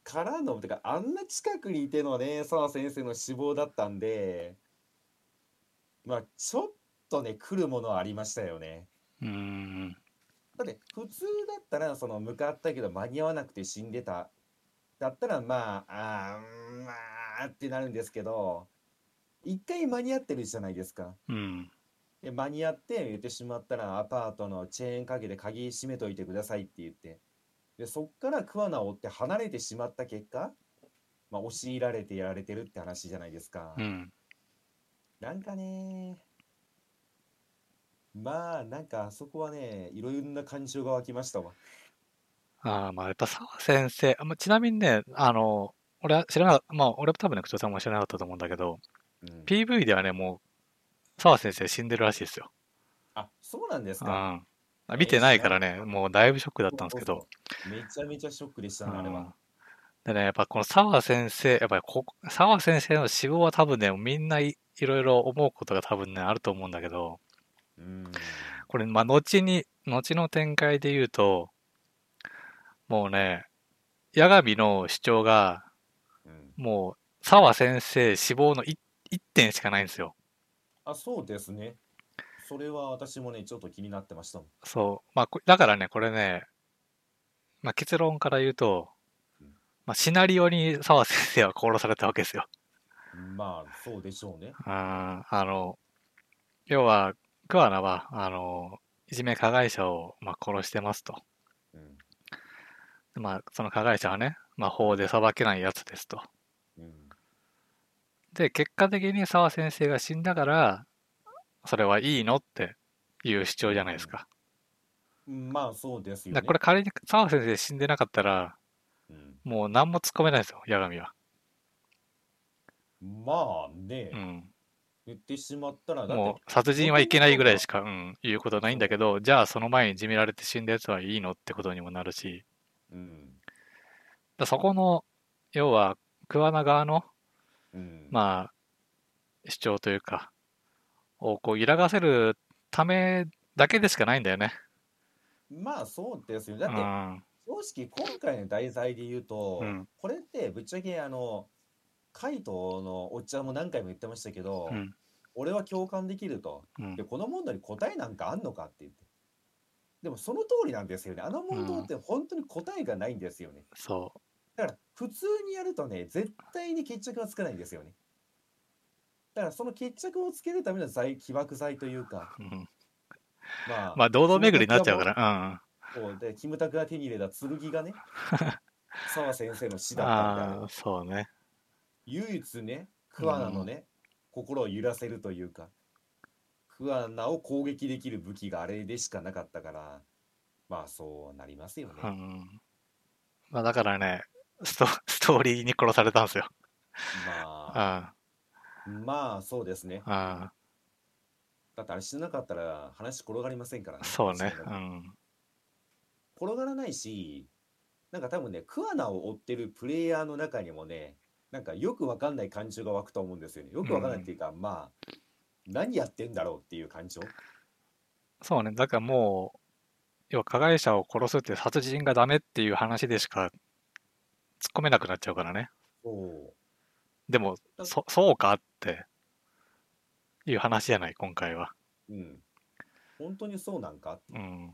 A: からのてかあんな近くにいてのね澤先生の死亡だったんでまあちょっとね来るものはありましたよね。
B: うん。
A: だって普通だったらその向かったけど間に合わなくて死んでただったらまああーうーんまあってなるんですけど一回間に合ってるじゃないですか。
B: うん。
A: で間に合って言ってしまったらアパートのチェーンかけて鍵閉めといてくださいって言ってでそっから桑名を追って離れてしまった結果、まあ、押し入られてやられてるって話じゃないですか、
B: うん。
A: なんかねまあなんかあそこはねいろんな感情が湧きましたわ
B: ああ、まあ、やっぱ澤先生、あまあ、ちなみにね、あの、俺は知らなかった、まあ、俺は多分ね、口調さんも知らなかったと思うんだけど、
A: うん
B: PV ではね、もう、澤先生死んでるらしいですよ。
A: あそうなんです
B: う
A: か
B: ん。見てないからね、もうだいぶショックだったんですけど。
A: めちゃめちゃショックでしたねあれ
B: うん
A: は
B: でね、やっぱこの澤先生、やっぱりここ澤先生の死亡は多分ね、みんないいろいろ思うことが多分ね、あると思うんだけど、
A: うん
B: これ、まあ、後に、後の展開で言うと、もうね、八神の主張が、
A: うん
B: もう、澤先生死亡の 1, 点しかないんですよ。
A: あそうですねそれは私もねちょっと気になってましたもん
B: そう。まあ、こだからね、これね、まあ、結論から言うと
A: うん、
B: まあ、シナリオに澤先生は殺されたわけですよ。
A: まあそうでしょうね。
B: あーあの、要は、桑名は、あの、いじめ加害者を、まあ、殺してますと。
A: うん
B: まあ、その加害者はね、まあ、法で裁けないやつですと。
A: うん
B: で、結果的に沢先生が死んだから、それはいいのっていう主張じゃないですか。
A: うん、まあそうですよ
B: だ
A: ね。
B: からこれ仮に沢先生死んでなかったら、
A: うん
B: もう何も突っ込めないですよ、八神は。
A: まあね、
B: うん。
A: 言ってしまったらだっ
B: も
A: て
B: う殺人はいけないぐらいしか、うん、言うことないんだけど、じゃあその前にいじめられて死んだやつはいいのってことにもなるし、
A: うん
B: だそこの要は桑名側の、
A: うん
B: まあ、主張というかをこう揺らがせるためだけでしかないんだよね。
A: まあそうですよ。
B: う
A: だって
B: ん
A: 正直今回の題材で言うと、
B: うん
A: これってぶっちゃけあのカイトのおっちゃんも何回も言ってましたけど、
B: うん
A: 俺は共感できると。
B: うん
A: でこの問題に答えなんかあんのかって言って。でもその通りなんですよね。あの問答って本当に答えがないんですよね。
B: そ
A: だから普通にやるとね絶対に決着はつかないんですよねだからその決着をつけるための罪起爆剤というか
B: う、うん
A: まあ、
B: まあ堂々巡りになっちゃうから、
A: こうでキムタクが手に入れた剣が ね澤先生の死
B: うん、
A: だったみたい
B: あ
A: な
B: あそうね
A: 唯一ね桑名のね、心を揺らせるというか桑名を攻撃できる武器があれでしかなかったからまあそうなりますよね、
B: うんまあ、 だからねストストーリーに殺されたんですよ、
A: ま
B: うん、
A: あ
B: だ
A: まあそうですね。
B: あ
A: だってあれしなかったら話転がりませんから
B: あ、
A: ね。
B: そうね
A: し。な
B: う
A: がら
B: ん。
A: 転がらないし、なんか多分ね、クアナを追ってるプレイヤーの中にもね、なんかよくわかんない感情が湧くと思うんですよね。よくわかんないっていうか、まあ、何やってんだろうっていう感情。
B: そうね。だからもう、要は加害者を殺すって殺人がダメっていう話でしか突っ込めなくなっちゃうからね。
A: そう
B: でも、そ、そうかっていう話じゃない、今回は。
A: うん。本当にそうなんかっていうう。
B: ん。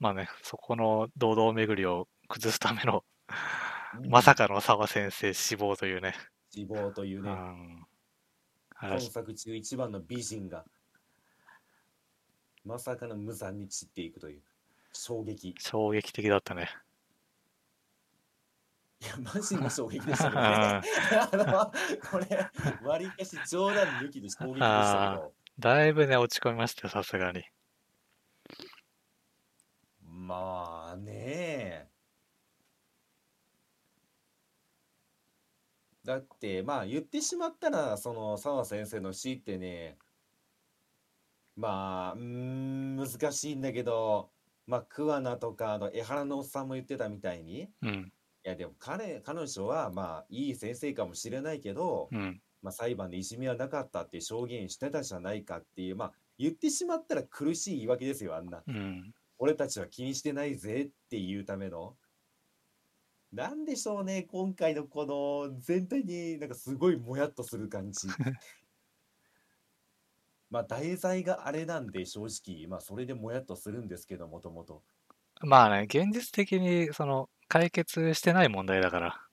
B: まあね、そこの堂々巡りを崩すための、まさかの澤先生死亡というね。
A: 希望という
B: う
A: ね、
B: ん。
A: 今
B: 話
A: 作中一番の美人が、まさかの無残に散っていくという、衝撃。い
B: 衝撃的だったね。
A: や、マジの衝撃で したけどね。あの、これ、割りかし冗談抜きで衝撃でしたけど、
B: だいぶね、落ち込みましたよ、さすがに。
A: まあねだって、まあ言ってしまったら、その澤先生の死ってね、まあ、うーん、難しいんだけど、まあ、桑名とか、あの、江原のおっさんも言ってたみたいに、い
B: うん、
A: や、でも彼、彼女は、まあ、いい先生かもしれないけど、
B: うん、
A: まあ、裁判でいじめはなかったって証言してたじゃないかっていう、まあ、言ってしまったら苦しい言い訳ですよ、あんな。
B: うん。
A: 俺たちは気にしてないぜっていうための。なんでしょうね、今回のこの全体になんかすごいもやっとする感 じ。まあ題材があれなんで正直、まあそれでもやっとするんですけど、もともと。
B: まあね、現実的に、その、解決してない問題だから、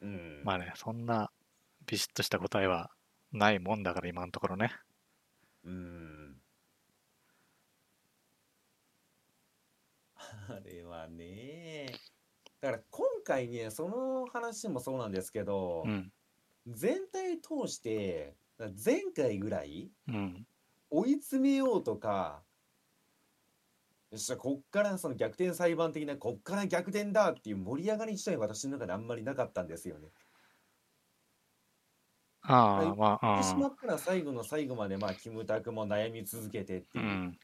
A: うん。
B: まあね、そんな、ビシッとした答えはないもんだから、今のところね。
A: うん。 あれはね、だから今回ね、その話もそうなんですけど
B: う、ん、
A: 全体通して、だから前回ぐらい、
B: うん、
A: 追い詰めようとか、よっしゃ、こっからその逆転裁判的な、こっから逆転だっていう盛り上がり自体、私の中であんまりなかったんですよね。
B: あ
A: は
B: あ、
A: い
B: まあ、
A: でし
B: うん
A: ま。ったら最後の最後まで、まあ、キムタクも悩み続けてって
B: う
A: いう。
B: ん、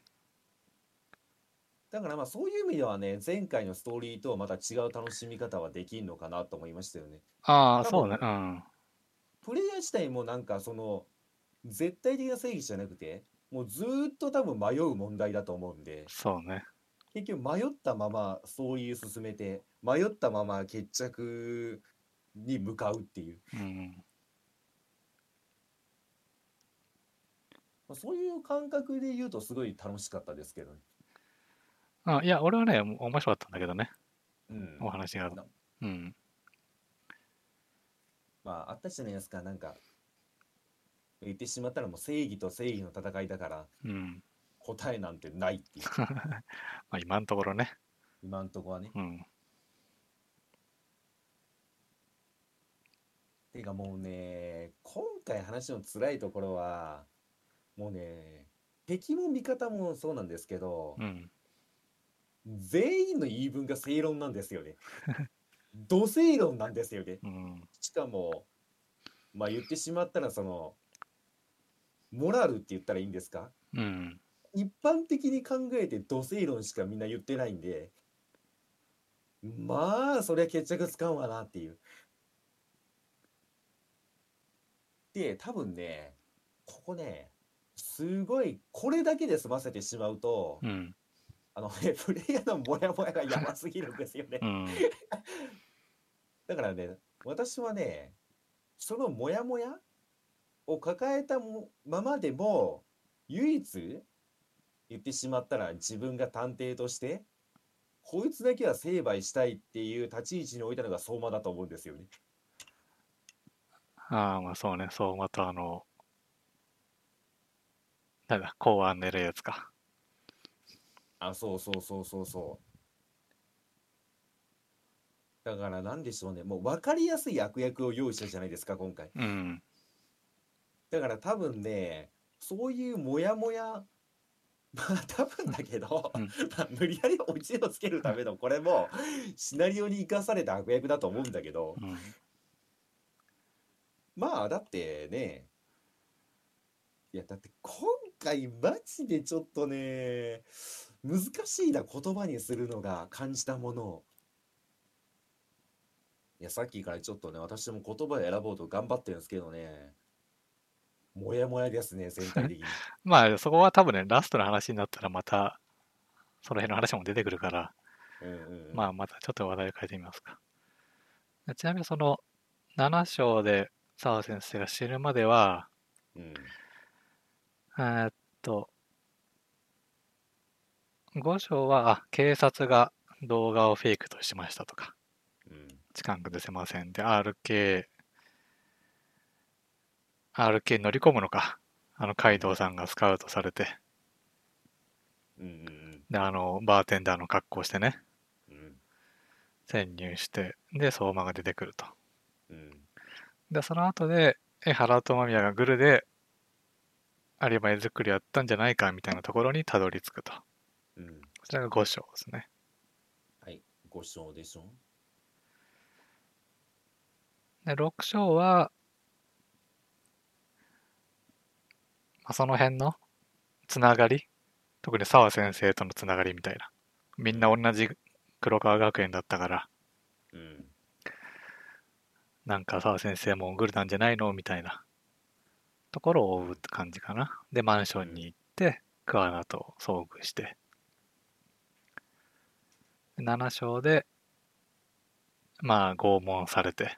A: だからまあ、そういう意味ではね、前回のストーリーとはまた違う楽しみ方はできんのかなと思いましたよね。
B: ああ、
A: 多分
B: そうね、うん、
A: プレイヤー自体もなんか、その、絶対的な正義じゃなくて、もうずーっと多分迷う問題だと思うんで。
B: そうね、
A: 結局迷ったままそういう進めて迷ったまま決着に向かうっていう、
B: うん、
A: まあ、そういう感覚で言うとすごい楽しかったですけどね、
B: あ。いや、俺はね、面白かったんだけどね、
A: うん
B: お話が
A: な。
B: うん、
A: まああったじゃないですかなんか言ってしまったらもう正義と正義の戦いだから
B: うん。
A: 答えなんてないっていう
B: まあ、今のところね、
A: 今んとこは ね
B: うん、
A: てかもうね今回話の辛いところはもうね敵も味方もそうなんですけど、
B: うん、
A: 全員の言い分が正論なんですよね。土正論なんですよね。
B: うん、
A: しかも、まあ言ってしまったらその、モラルって言ったらいいんですか
B: うん、
A: 一般的に考えて土正論しかみんな言ってないんで、まあ、そりゃ決着つかんわなっていう。で、多分ね、ここね、すごい、これだけで済ませてしまうと、
B: うん、
A: あのね、 プレイヤーのモヤモヤがやばすぎるんですよね
B: う。ん、
A: だからね、私はね、そのモヤモヤを抱えたもままでも、唯一言ってしまったら自分が探偵として、こいつだけは成敗したいっていう立ち位置に置いたのが相馬だと思うんですよね。
B: ああ、まあ、そうね、そう、またあの、なんだ、公安狙うやつか。
A: あ、そうそうそうそうそう。だからなんでしょうね、もう分かりやすい悪役を用意したじゃないですか、今回。
B: うん、
A: だから多分ね、そういうモヤモヤ、まあ多分だけど、
B: うん
A: まあ無理やりオチをつけるためのこれもシナリオに生かされた悪役だと思うんだけど
B: う、ん、
A: まあだってねいやだって今回マジでちょっとね難しいな言葉にするのが感じたものをいやさっきからちょっとね私も言葉を選ぼうと頑張ってるんですけどねもやもやですね全体的に
B: まあそこは多分ね、ラストの話になったらまた、その辺の話も出てくるから、
A: うんうんうん
B: まあまたちょっと話題を変えてみますか。ちなみにその7章で澤先生が死ぬまでは、
A: うん
B: えーっと、5章は、あ、警察が動画をフェイクとしましたとか、
A: うん
B: 近くでせませんで、RK、RK に乗り込むのか。あの、カイドウさんがスカウトされて、
A: うんうん
B: で、あの、バーテンダーの格好してね、
A: うん
B: 潜入して、で、相馬が出てくると。
A: うん
B: で、その後で、え、原と間宮がグルで、アリバイ作りやったんじゃないか、みたいなところにたどり着くと。こ
A: うん
B: ちらが5章ですね。
A: はいご視聴でしょ
B: で、6章は、まあ、その辺のつながり、特に澤先生とのつながりみたいな。みんな同じ黒川学園だったから、
A: うん
B: なんか澤先生もグルなんじゃないのみたいなところを追うって感じかな。で、マンションに行って、クワナと遭遇して。7章で、まあ拷問されて、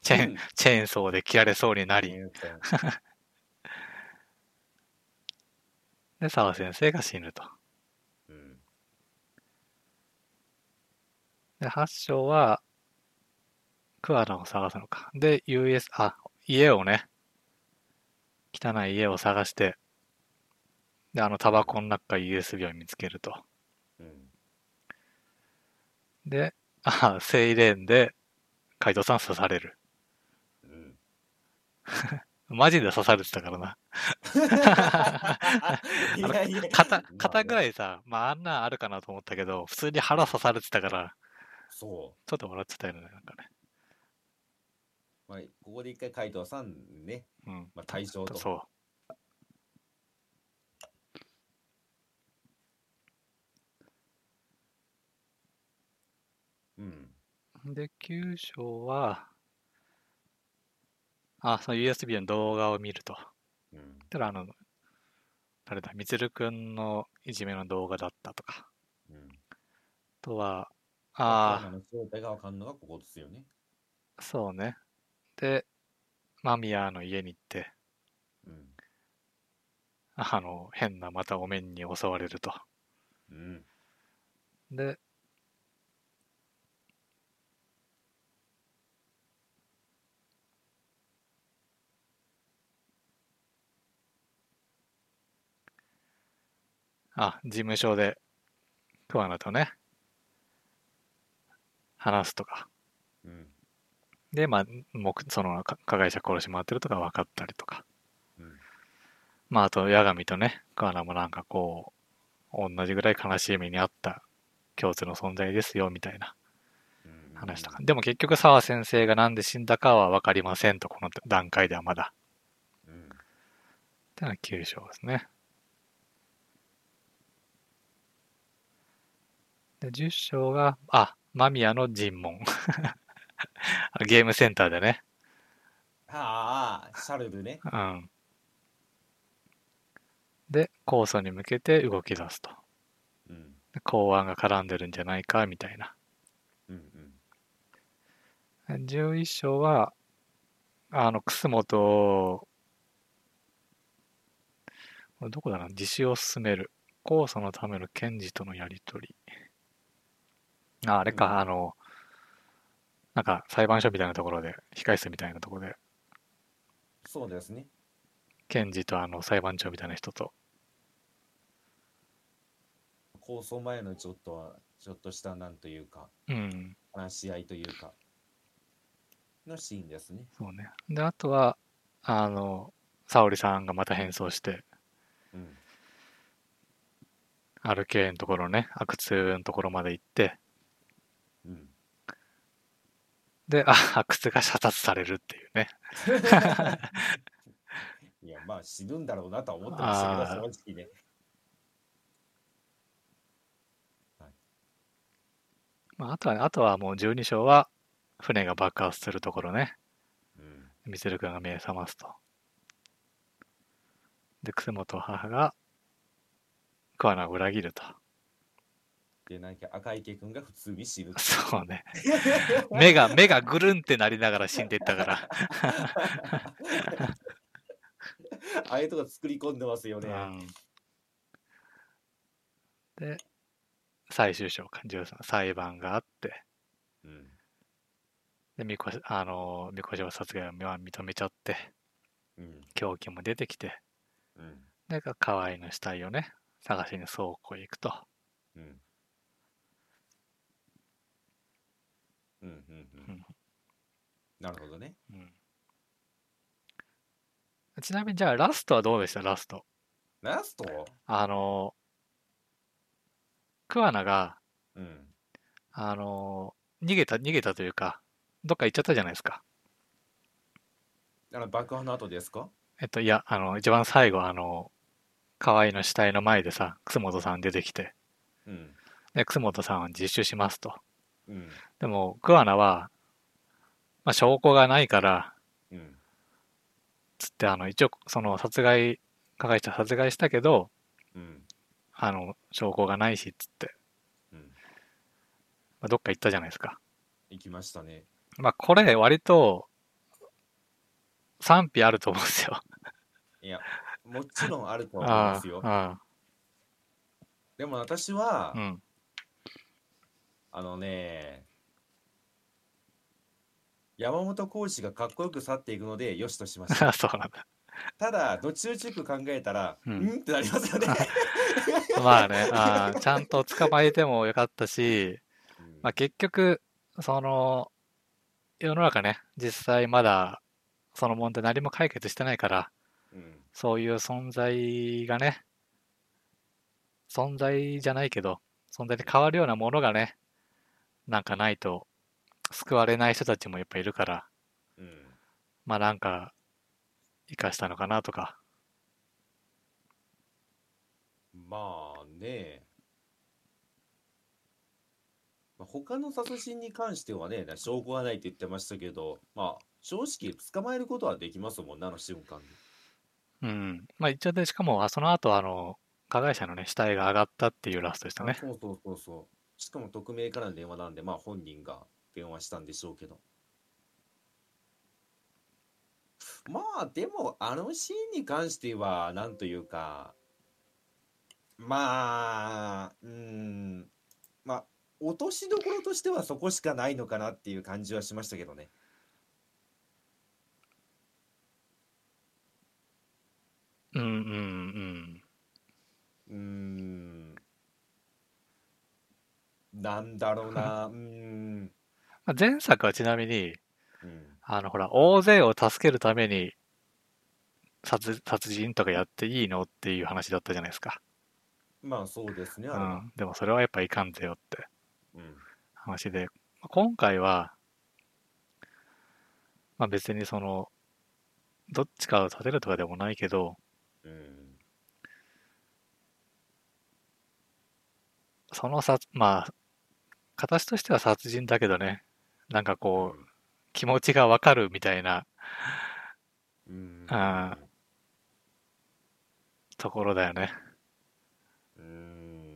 B: チェーン、
A: うん
B: チェーンソーで切られそうになり、
A: えーっと
B: で、沢先生が死ぬと。
A: うん
B: で、八章は、クアラを探すのか。で、US、あ、家をね、汚い家を探して、で、あの、タバコの中から USB を見つけると。
A: うん
B: で、あ、セイレーンで、カイドウさん刺される。
A: うん
B: マジで刺されてたからな。
A: いやいや
B: 肩、
A: まあね
B: 肩ぐらいさ、まあ、あんなんあるかなと思ったけど、普通に腹刺されてたから、
A: そ
B: ちょっと笑っちゃったよね、なんかね。
A: う、まあ、ここで一回海藤さんね、
B: うん。
A: まあ、対象と
B: そう。
A: うん
B: で、9章は、あ、その USB の動画を見ると。
A: うん
B: たら、あの、誰だ、みつるくんのいじめの動画だったとか。
A: うん
B: あとは、
A: コロナ
B: あ
A: の正体がわかんのがここですよね
B: あ、そうね。で、マミヤの家に行って、
A: うん
B: あの、変なまたお面に襲われると。
A: うん
B: で、あ、事務所で、桑名とね、話すとか。
A: うん
B: で、まあ、目そのか加害者殺し回ってるとか分かったりとか。
A: うん
B: まあ、あと、八神とね、桑名もなんかこう、同じぐらい悲しい目にあった共通の存在ですよ、みたいな。
A: うん
B: 話したか。でも結局澤先生がなんで死んだかは分かりませんと、この段階ではまだ。
A: うん
B: ってのは9章ですね。で、10章が、あ、間宮の尋問。 あのゲームセンターでね。
A: ああシャルルね
B: うん。で、控訴に向けて動き出すと。
A: うん
B: で公安が絡んでるんじゃないか、みたいな。
A: うんうん
B: 11章は、あの、楠本、これどこだな自首を進める。控訴のための検事とのやりとり。あ、あれ
A: う
B: か、
A: ん
B: あの、なんか裁判所みたいなところで、控室みたいなところで、
A: そうですね
B: 検事とあの裁判長みたいな人と、
A: 構想前のちょっとはちょっとしたなんというか
B: うん、
A: 話し合いというかのシーンですね
B: そうね。で、あとは、あの、沙織さんがまた変装して、
A: うん
B: アルケーンのところね、阿久津のところまで行って、
A: うん
B: で、あ、阿久津が射殺されるっていうね。
A: いや、まあ死ぬんだろうなとは思ってましたけど、
B: あー
A: 正直ね。
B: まあ、あとは、あとはもう12章は、船が爆発するところね。
A: うん
B: ミツル君が目覚ますと。で、楠本母が、桑名を裏切ると。。
A: で、なんか赤池くんが普通に死ぬ
B: そうね。 目が、目がぐるんってなりながら死んでいったから。
A: ああいうとこ作り込んでますよね。
B: うん、で最終章か13裁判があって
A: うん
B: でみこしあのみこしを殺害をまあ認めちゃって
A: うん
B: 凶器も出てきて
A: うん
B: でか河合の死体をね探しに倉庫へ行くと
A: うんうんうんう
B: うんん
A: なるほどね。
B: うんちなみにじゃあラストはどうでしたラスト
A: ラスト
B: あの桑名が
A: うん
B: あの逃げた逃げたというかどっか行っちゃったじゃないですか
A: あの爆破の後ですか
B: えっと、いや、あの、一番最後、あの、河合の死体の前でさ、楠本さん出てきて、
A: うん
B: で、楠本さんは実習しますと。
A: うん
B: でも、桑名は、まあ、証拠がないから、
A: うん
B: つって、あの、一応、その、殺害、加害者殺害したけど、
A: うん
B: あの、証拠がないし、つって、
A: うん
B: まあ、どっか行ったじゃないですか。
A: 行きましたね。
B: まあ、これ、割と、賛否あると思うんですよ。
A: いやもちろんあるとは思い
B: あ
A: ますよ。
B: あ、
A: でも私は、
B: あ あうん。
A: あのね山本浩二がかっこよく去っていくのでよしとしま した。
B: そうなんだ。
A: ただ後々よく考えたら、う、
B: うんん
A: ってなりますよね。
B: まあね、ああちゃんと捕まえてもよかったし、
A: うん
B: まあ、結局、その、世の中ね、実際まだその問題何も解決してないから、
A: うん
B: そういう存在がね、存在じゃないけど、存在で変わるようなものがね、なんかないと救われない人たちもやっぱいるから、
A: うん
B: まあなんか、生かしたのかなとか、
A: まあね、まあ、他の殺人に関してはね、証拠がないって言ってましたけど、まあ、正直捕まえることはできますもんな、あの瞬間に。
B: うん。まあ一応で、しかも、あその後、あの、加害者のね、死体が上がったっていうラストでしたね。
A: そうそうそうそう。しかも匿名からの電話なんで、まあ本人が電話したんでしょうけど。まあでも、あのシーンに関しては、なんというか、まあ、うん、まあ、落としどころとしてはそこしかないのかなっていう感じはしましたけどね。
B: うんうん
A: う
B: うん。
A: ん。なんだろうな、うん。
B: まあ前作はちなみに、
A: うん
B: あの、ほら、大勢を助けるために殺、殺人とかやっていいのっていう話だったじゃないですか。
A: まあそうですね、
B: う
A: あれは
B: ん。でもそれはやっぱいかんぜよって
A: うん
B: 話で、今回は、まあ別にその、どっちかを立てるとかでもないけど、
A: うん
B: その殺、まあ、形としては殺人だけどね、なんかこう、気持ちがわかるみたいな
A: うん
B: あところだよね。
A: うん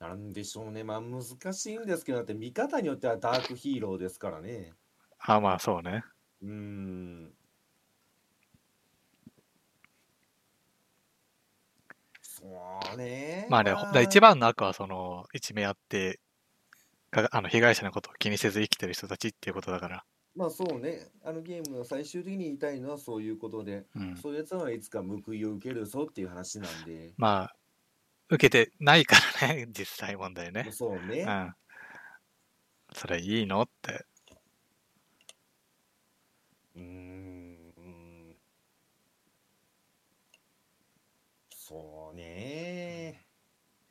A: なんでしょうねまあ難しいんですけどだって見方によってはダークヒーローですからね
B: あ、まあそうね。
A: うんそうね
B: まあね、
A: まあ
B: だ一番の悪はその一命あってかあの被害者のことを気にせず生きてる人たちっていうことだから、
A: まあそうねあのゲームの最終的に言いたいのはそういうことで
B: うん、
A: そういうやつはいつか報いを受けるぞっていう話なんで
B: まあ受けてないからね 実際問題ね、
A: そう
B: う
A: ね
B: ん、それいいのって
A: うーんそうね。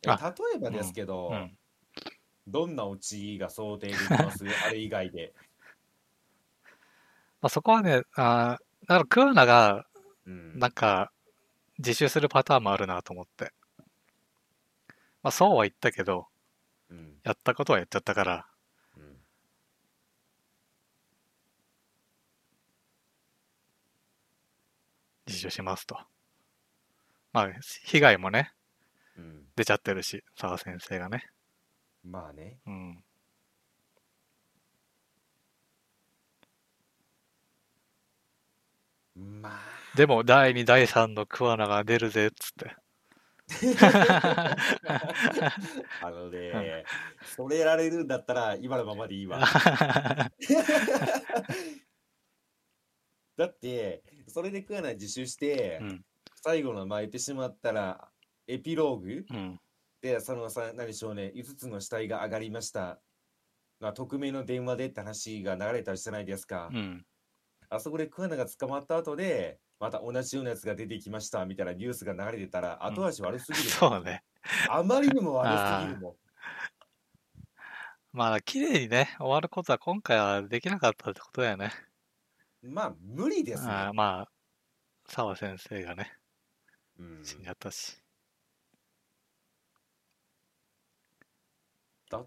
A: え
B: あ
A: 例えばですけど、
B: うん
A: どんなオチが想定できますあれ以外 で。
B: まあ、そこはね、あーだからクアナが
A: うん
B: なんか自習するパターンもあるなと思って。まあ、そうは言ったけど、
A: うん
B: やったことはやっちゃったから、
A: うん
B: 自習しますと。まあ、被害もね、
A: うん
B: 出ちゃってるし、澤先生がね。
A: まあね。
B: うん。
A: まあ。
B: でも、第2、第3のクアナが出るぜ、っつ って。
A: あのね、それられるんだったら今のままでいい わ。だって、それで食わない自習して、
B: うん。
A: 最後の巻いてしまったら、エピローグ
B: うん。
A: で、そのさ、何でしょうね、5つの死体が上がりました。まあ、匿名の電話でって話が流れたりじゃないですか。
B: うん。
A: あそこでクアナが捕まった後で、また同じようなやつが出てきましたみたいなニュースが流れてたら、
B: うん
A: 後味悪すぎる。
B: そうね。
A: あまりにも悪すぎる もん。
B: まあ、綺麗にね、終わることは今回はできなかったってことだよね。
A: まあ、無理です
B: あ
A: ね
B: ー。まあ、澤先生がね、
A: うん
B: 死んじゃったし。
A: っ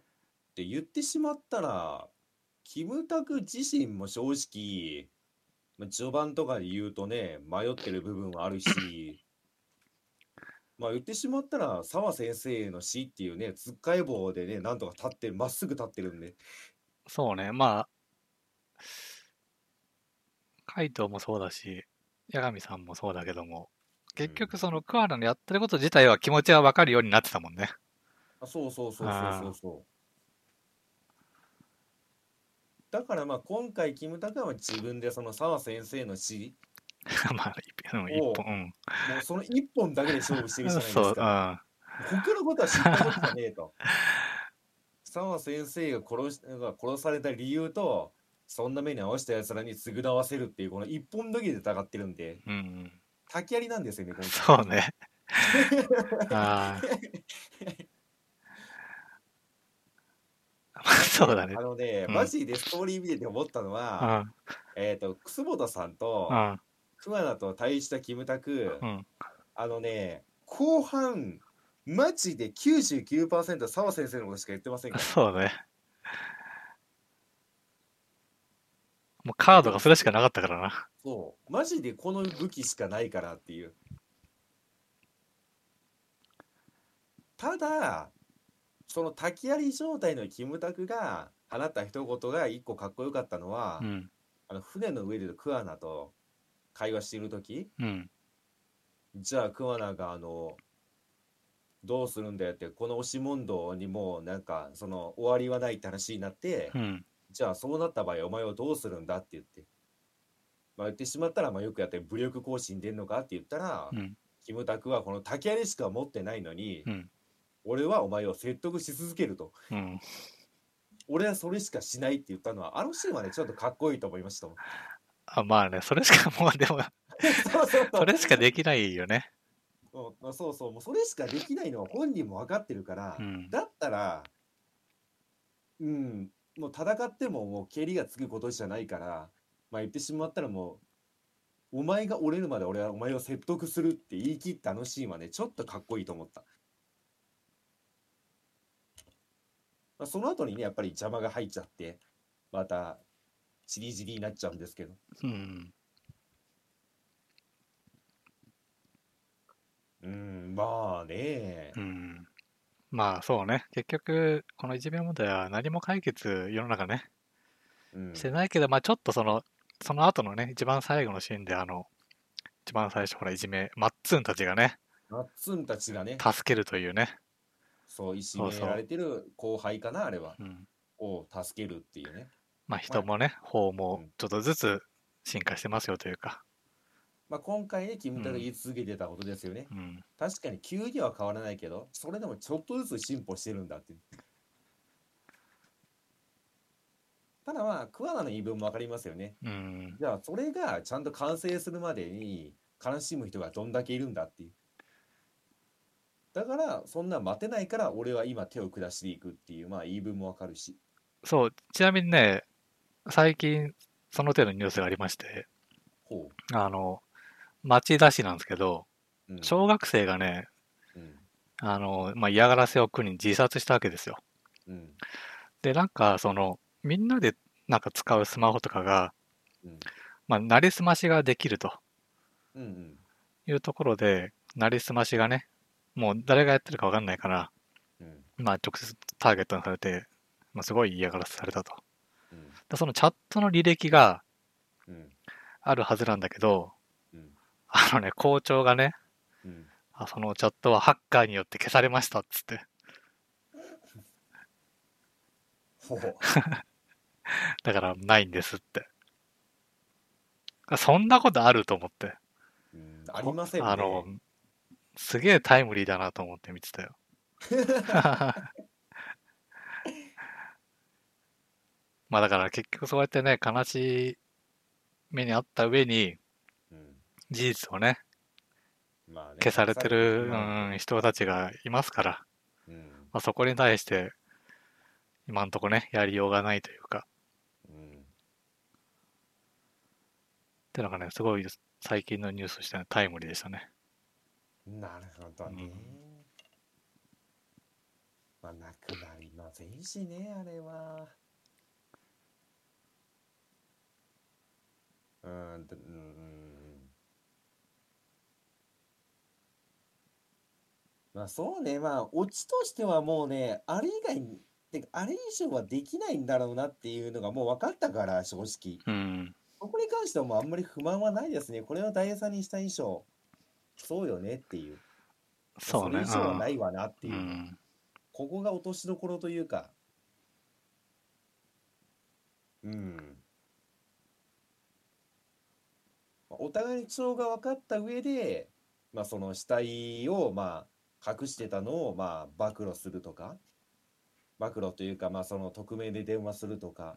A: て言ってしまったら、キムタク自身も正直、まあ序盤とかで言うとね、迷ってる部分はあるし、まあ言ってしまったら、澤先生の死っていうね、つっかえ棒でね、なんとか立ってる、まっすぐ立ってるんで、
B: そうね、まあ、カイトもそうだし、八神さんもそうだけども、結局そのクアラのやってること自体は気持ちはわかるようになってたもんね。
A: あそうそうそうそう
B: あー
A: そうそう。だからまあ今回キムタクは自分でその澤先生の死
B: まあ、一うん一
A: おう
B: 本、
A: もうその一本だけで勝負して
B: う
A: るじゃ
B: ん。
A: ないですか。
B: そう、うん。
A: 他のことは知ったことがねえと。澤先生が殺しが殺された理由とそんな目に遭わせた奴らに償わせるっていうこの一本だけで戦ってるんで
B: うん
A: 竹やりなんですよね今
B: うん。
A: 回。
B: そう ね。ああ。 そうだね
A: あ。のね、
B: うん
A: マジでストーリー見てて思ったの
B: う
A: は、
B: ん。
A: えっ、と楠本さんと
B: うん。
A: 熊田と対したキムタク、
B: うん。
A: あのね、後半、マジで99%澤先生のことしか言ってませんから。
B: そうね。もうカードがそれしかなかったからな。
A: そう。マジでこの武器しかないからっていう。ただ、その滝槍状態のキムタクが放った一言が一個かっこよかったのは、
B: うん。
A: あの船の上でクアナと会話している時
B: うん。
A: じゃあクアナがあのどうするんだよってこの押し問答にもうなんかその終わりはないって話になって、
B: うん。
A: じゃあそうなった場合お前はどうするんだって言って、まあ、言ってしまったらまあよくやって武力行使に出んのかって言ったら、
B: うん。
A: キムタクはこの竹槍しか持ってないのに、
B: うん。
A: 俺はお前を説得し続けると
B: うん。
A: 俺はそれしかしないって言ったのはあのシーンはねちょっとかっこいいと思いましたも ん
B: あまあね、それしかもう、 でも、
A: そうそうそ
B: そうれしかできないよね。
A: うんまあそうそうもうそれしかできないのは本人も分かってるから、
B: うん。
A: だったらうんもう戦ってももう蹴りがつくことじゃないからまあ言ってしまったらもうお前が折れるまで俺はお前を説得するって言い切ったあのシーンはねちょっとかっこいいと思った、まあ、その後にねやっぱり邪魔が入っちゃってまたチリジリになっちゃうんですけど
B: うん。
A: うんまあね
B: うん。まあそうね、結局、このいじめ問題は何も解決、世の中ね、
A: うん
B: してないけど、まあちょっとその、その後のね、一番最後のシーンで、あの、一番最初、ほら、いじめ、マッツンたちがね、
A: マッツンたちがね
B: 助けるというね、
A: そういじ
B: そう
A: め
B: そう
A: られてる後輩かなあれは
B: うん、
A: を助けるっていうね
B: まあ人もね、法も
A: うん
B: ちょっとずつ進化してますよというか、
A: まあ、今回ね、キムタク
B: う
A: が
B: ん
A: 言い続けてたことですよね。
B: うん、
A: 確かに急には変わらないけど、それでもちょっとずつ進歩してるんだって。ただまあ、クアナの言い分もわかりますよね。
B: うん、
A: じゃあ、それがちゃんと完成するまでに悲しむ人がどんだけいるんだっていう。だからそんな待てないから俺は今手を下していくっていうまあ言い分もわかるし
B: そう、ちなみにね、最近、その程度のニュースがありまして、
A: ほ
B: あの、町田市なんですけど、
A: う、うん
B: 小学生がね、
A: うん
B: あの、まあ、嫌がらせを苦に自殺したわけですよ。
A: うん
B: で、なんか、その、みんなでなんか使うスマホとかが、
A: うん
B: まあ、なりすましができると
A: うんうん
B: いうところで、なりすましがね、もう誰がやってるかわかんないから、
A: うん
B: まあ、直接ターゲットにされて、まあ、すごい嫌がらせされたと。
A: うん
B: でそのチャットの履歴が
A: うん
B: あるはずなんだけど、
A: うん
B: あのね、校長がね、
A: うん
B: あそのチャットはハッカーによって消されましたっつって。
A: ほ う
B: だからないんですって。あそんなことあると思って。
A: うんありませんね
B: あの、すげえタイムリーだなと思って見てたよ。まあだから結局そうやってね、悲しい目にあった上
A: う
B: に、
A: ん
B: 事実をね、
A: まあね
B: 消されてる、
A: 消されてる
B: うん人たちがいますから、
A: うん
B: まあ、そこに対して、今んとこね、やりようがないというか、
A: うん
B: ってのがね、すごい最近のニュースとしてはタイムリーでしたね。
A: なるほどね。
B: うん
A: まあ、なくなりませんしね、あれは。うーん、でうんうん。まあ、そうね、まあ、オチとしてはもうね、あれ以外に、てかあれ以上はできないんだろうなっていうのがもう分かったから、正直。
B: うん。
A: ここに関してはもうあんまり不満はないですね。これを大さんにした以上、そうよねっていう。
B: そうね。
A: れ以上はないわなって
B: う
A: いう、
B: ん。
A: ここが落としどころというかうんまあお互いに主張が分かった上で、まあ、その死体をまあ隠してたのをまあ暴露するとか暴露というかまあその匿名で電話するとか、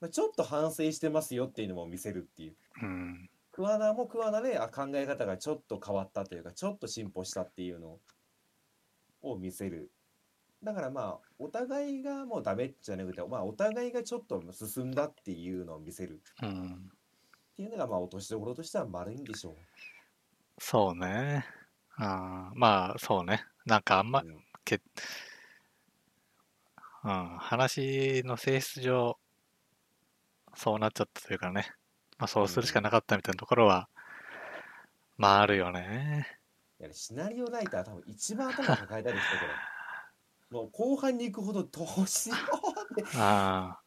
A: まあ、ちょっと反省してますよっていうのも見せるっていう
B: うん。
A: クワナもクワナであ考え方がちょっと変わったというかちょっと進歩したっていうのを見せるだからまあお互いがもうダメじゃなくて、まあ、お互いがちょっと進んだっていうのを見せる
B: うん。
A: っていうのがまあ落としどころとしては丸いんでしょ
B: そうね。あーまあ、そうね。なんかあん
A: う、
B: ま、
A: うん
B: うん、話の性質上、そうなっちゃったというかね。まあ、そうするしかなかったみたいなところは、まあ、あるよね。
A: いやシナリオライター多分一番頭抱えたりしたけどもう後半に行くほどどうしようって
B: あ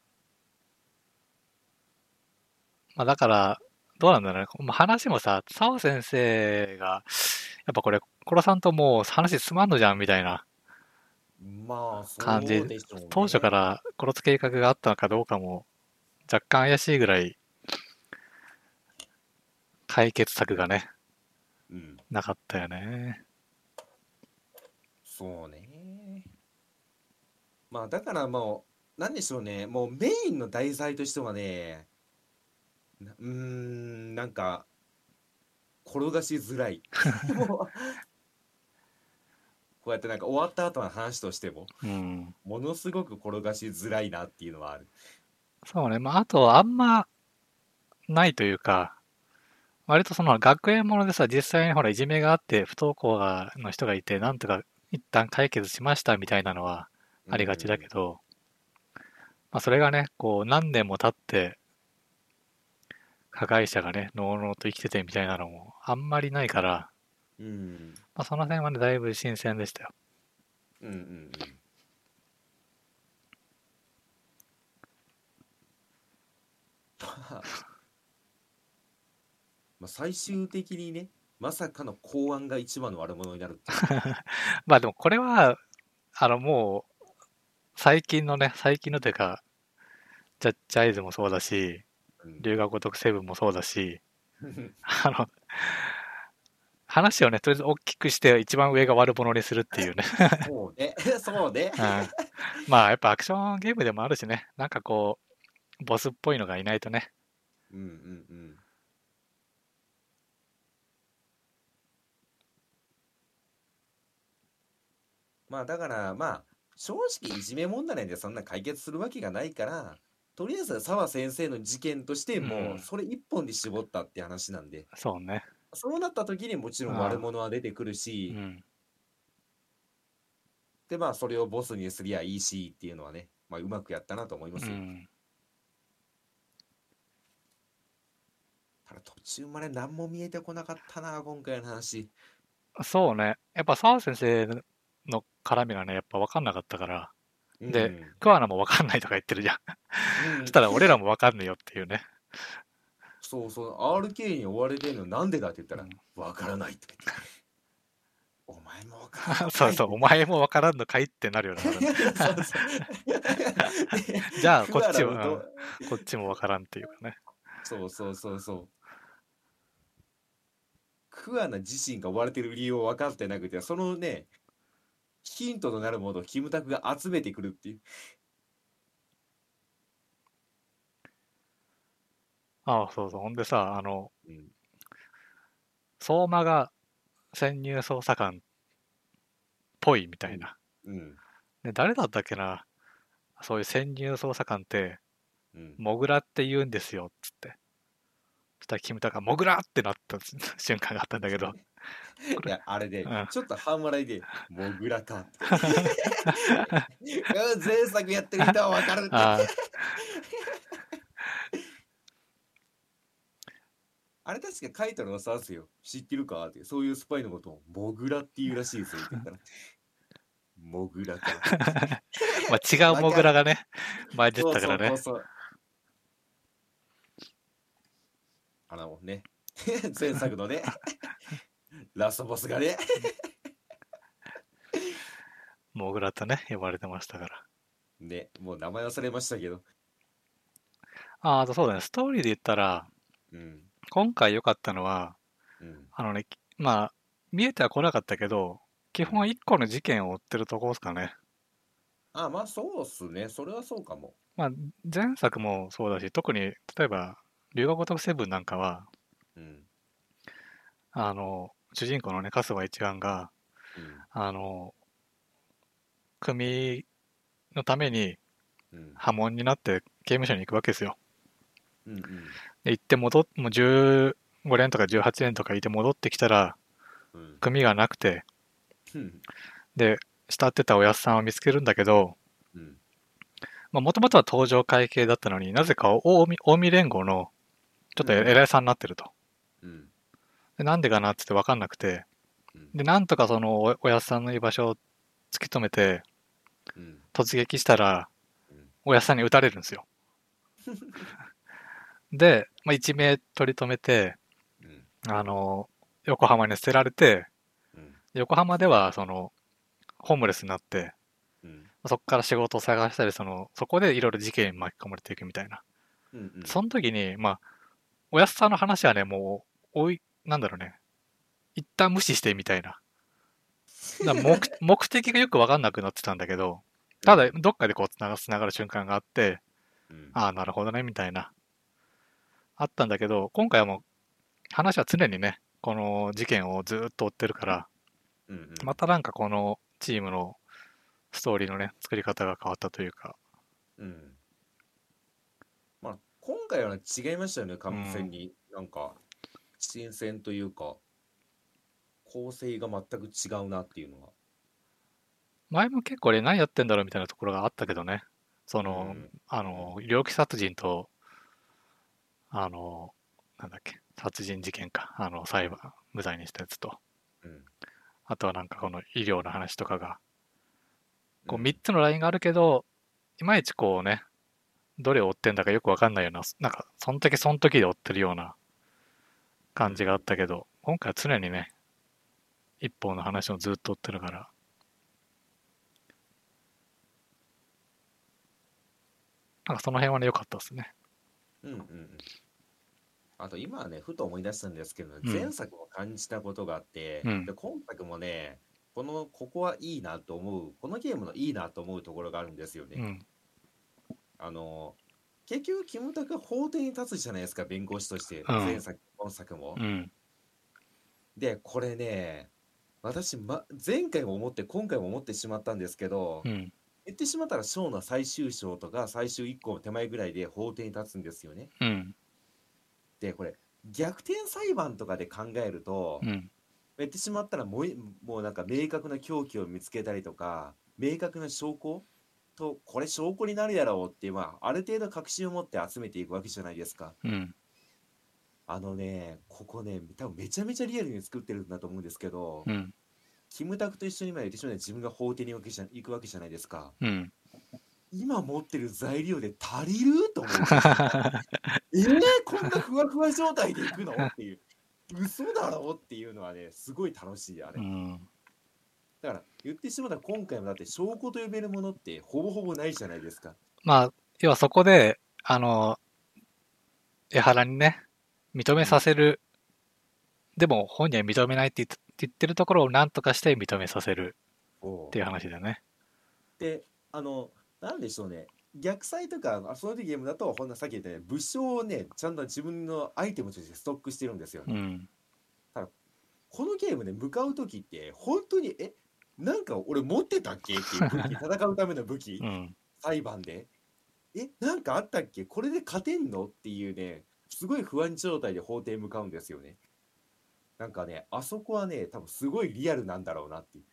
B: ーまあ、だから、どうなんだろうね。まあ話もさ、澤先生が、やっぱこれ、コロさんともう話すまんのじゃんみたいな、
A: まあそう
B: 感じ
A: でしょう、ね、
B: 当初かららコロつ計画があったのかどうかも、若干怪しいぐらい、解決策がね、
A: うん
B: なかったよね。
A: そうね。まあだからもう、なんでしょうね、もうメインの題材としてはね、なうーん、なんか、転がしづ らい。もうこうやってなんか終わった後の話としても、
B: うん。
A: ものすごく転がしづらいなっていうのはある。
B: そうね。まあ、あと、あんま、ないというか、割とその学園ものでさ、実際にほら、いじめがあって、不登校がの人がいて、なんとか一旦解決しましたみたいなのはありがちだけど、まあ、それがね、こう、何年も経って、加害者がね、のうのうと生きててみたいなのもあんまりないから、
A: うん。うん。
B: まあ、その辺はね、だいぶ新鮮でしたよ。
A: うんうんうん。 まあまあ最終的にね、まさかの公安が一番の悪者になるっていう。
B: まあでもこれは、あのもう、最近のね、最近のというか、ジャッジアイズもそうだし、
A: うん
B: 留学ごとくセブンもそうだし、あの、話をね、とりあえず大きくして一番上が悪者にするっていうね。
A: そうね、 そうね。
B: うんまあやっぱアクションゲームでもあるしね、なんかこう、ボスっぽいのがいないとね。
A: うんうんうん。まあだからまあ正直いじめ問題なんてそんな解決するわけがないからとりあえず澤先生の事件としても
B: うん
A: うそれ一本で絞ったって話なんで、
B: そうね。
A: そうなった時にもちろん
B: ああ
A: 悪者は出てくる
B: う
A: し、
B: ん。
A: でまあそれをボスにすりゃいいしっていうのはね、まあ、うまくやったなと思いま
B: う
A: すよ、
B: ん。
A: ただ途中まで何も見えてこなかったな今回の話
B: そうね。やっぱ澤先生の絡みがね、やっぱ分かんなかったから、で
A: うん
B: 桑名も分かんないとか言ってる じゃん。
A: うん
B: そしたら俺らも分かんねえよっていうね。
A: そうそう RK に追われてるのなんでだって言ったら
B: うん
A: 「わからない」って言って「お前もわからない」
B: そうそう、お前も分からんのかいってなるよね。
A: そうそう
B: じゃあこっちは
A: クアラのど
B: こっちも分からんっていうかね。
A: そうそうそうそうクアナ自身が追われてる理由を分かってなくてそのねヒントとなるものをキムタクが集めてくるっていう
B: ああ、そうそう。ほんでさ、あの、
A: うん
B: 相馬が潜入捜査官っぽいみたいな。
A: うん
B: で誰だったっけなそういう潜入捜査官って、
A: うん
B: モグラって言うんですよ、つって。そしたらキムタクが、モグラってなった 瞬間があったんだけど、
A: いやあれで
B: うん
A: ちょっと半笑いで「モグラか」って うん前作やってる人は分かるって
B: あ
A: あれ確か書いたのはさすよ。知ってるかって。そういうスパイのことをモグラっていうらしいですよ。って言ったら。モグラか。
B: ーまあ、違うモグラがね、混じっ
A: そう
B: たからね。
A: そうそうそうあらもうね。 前作のね。 ラストボスがね。
B: モグラとね、呼ばれてましたから。
A: ね、もう名前忘れましたけど。
B: あーあとそうだね、ストーリーで言ったら、
A: うん。
B: 今回良かったのは、
A: うん。
B: あのね、きまあ、見えてはこなかったけど、基本は1個の事件を追ってるとこですかね。
A: あ、まあそうっすね。それはそうかも。
B: まあ、前作もそうだし、特に、例えば、留学ごとくセブンなんかは、
A: うん。
B: あの、主人公のね、春日一丸が、
A: う
B: あの、組のために
A: ん。うん。
B: 波紋になって刑務所に行くわけですよ。
A: うん。
B: で、行って戻っ、もう15連とか18連とかいて戻ってきたら、
A: うん。
B: 組がなくて、
A: うん。
B: で、慕ってたおやっさんを見つけるんだけど、
A: うん。
B: まあ、もともとは登場会系だったのになぜか近江近江連合のちょっと偉いさんになってると。
A: うん。
B: でなんでかなってって分かんなくて
A: うん。
B: でなんとかそのおおやっさんの居場所を突き止めて
A: うん。
B: 突撃したら
A: うん
B: おやっさんに撃たれるんです よ。で、まあ、一命取り留めて
A: うん。
B: あの横浜に捨てられて
A: うん。
B: 横浜ではそのホームレスになって
A: うん。
B: そこから仕事を探したりそのそこでいろいろ事件に巻き込まれていくみたいな。
A: うん。うん。
B: その時に、まあ、おやっさんの話はね、もう、おい、なんだろうね、一旦無視してみたいな。だか ら目目的がよく分かんなくなってたんだけど、ただ、どっかでこうつなが、つながる瞬間があって、
A: うん。
B: ああ、なるほどね、みたいな。あったんだけど、今回はもう、話は常にね、この事件をずっと追ってるから、
A: うんうん
B: またなんかこのチームのストーリーのね、作り方が変わったというか、
A: うんまあ今回は違いましたよね完全に、なんか新鮮というか構成が全く違うなっていうのが
B: 前も結構ね、何やってんだろうみたいなところがあったけどね、その、
A: うん
B: あの、猟奇殺人と、あの、なんだっけ、殺人事件か、あの、裁判、無罪にしたやつと、
A: うん
B: あとはなんかこの医療の話とかが、こう
A: うん
B: 3つのラインがあるけど、いまいちこうね、どれを追ってんだかよくわかんないような、なんか、その時その時で追ってるような感じがあったけど、今回は常にね、一本の話をずっと追ってるから、なんかその辺はね、良かったですね。
A: うんうんうんあと今はねふと思い出したんですけど、
B: ん
A: 前作も感じたことがあって、
B: うん
A: で今作もねこのここはいいなと思うこのゲームのいいなと思うところがあるんですよね、
B: うん。
A: あの結局キムタクは法廷に立つじゃないですか弁護士として、
B: ん
A: 前作今作も、
B: うん。
A: でこれね、ま私、ま、前回も思って今回も思ってしまったんですけど、
B: うん。
A: 言ってしまったらショーの最終章とか最終1個手前ぐらいで法廷に立つんですよね。
B: うん。
A: でこれ逆転裁判とかで考えると、
B: うん。
A: 言ってしまったらもういもうなんか明確な凶器を見つけたりとか明確な証拠とこれ証拠になるやろうっていう、まあ、ある程度確信を持って集めていくわけじゃないですか。
B: うん。
A: あのねここね多分めちゃめちゃリアルに作ってるんだと思うんですけど、
B: うん。
A: キムタクと一緒にまあ言ってしまったら自分が法廷に行くわけじゃ行くわけじゃないですか。
B: うん。
A: 今持ってる材料で足りる と思う。えー、こんなふわふわ状態でいくのっていう。嘘だろっていうのはね、すごい楽しい、あれ
B: う。ん。
A: だから、言ってしまったら今回もだって証拠と呼べるものってほぼほぼないじゃないですか。
B: まあ、要はそこで、あの、江原にね、認めさせる。でも、本人は認めないって言って言ってるところを何とかして認めさせる
A: おう
B: っていう話だよね。
A: で、あの、なんでしょうね。逆サとか、あそういうゲームだと、ほんなさっき言ったように、武将をね、ちゃんと自分のアイテムとしてストックしてるんですよ。
B: うん。
A: このゲームで向かう時って、本当に、え、なんか俺持ってたっけっていう 武器、戦うための武器。
B: うん。
A: 裁判でえなんかあったっけこれで勝てんのっていうねすごい不安状態で法廷へ向かうんですよねなんかねあそこはね多分すごいリアルなんだろうなっていう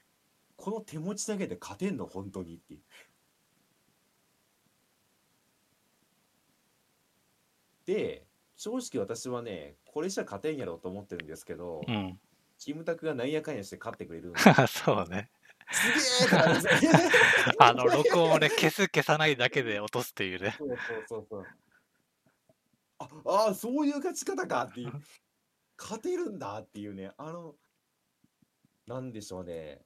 A: この手持ちだけで勝てんの本当にっていうで正直私はねこれじゃ勝てんやろうと思ってるんですけど、
B: うん。
A: キムタクがなんやかんやして勝ってくれるんで
B: そうね。
A: すげえってなるんですよ
B: あの、録音をね、消す消さないだけで落とすっていうね。
A: そうそうそうそう。ああーそういう勝ち方かっていう勝てるんだっていうねあのなんでしょうね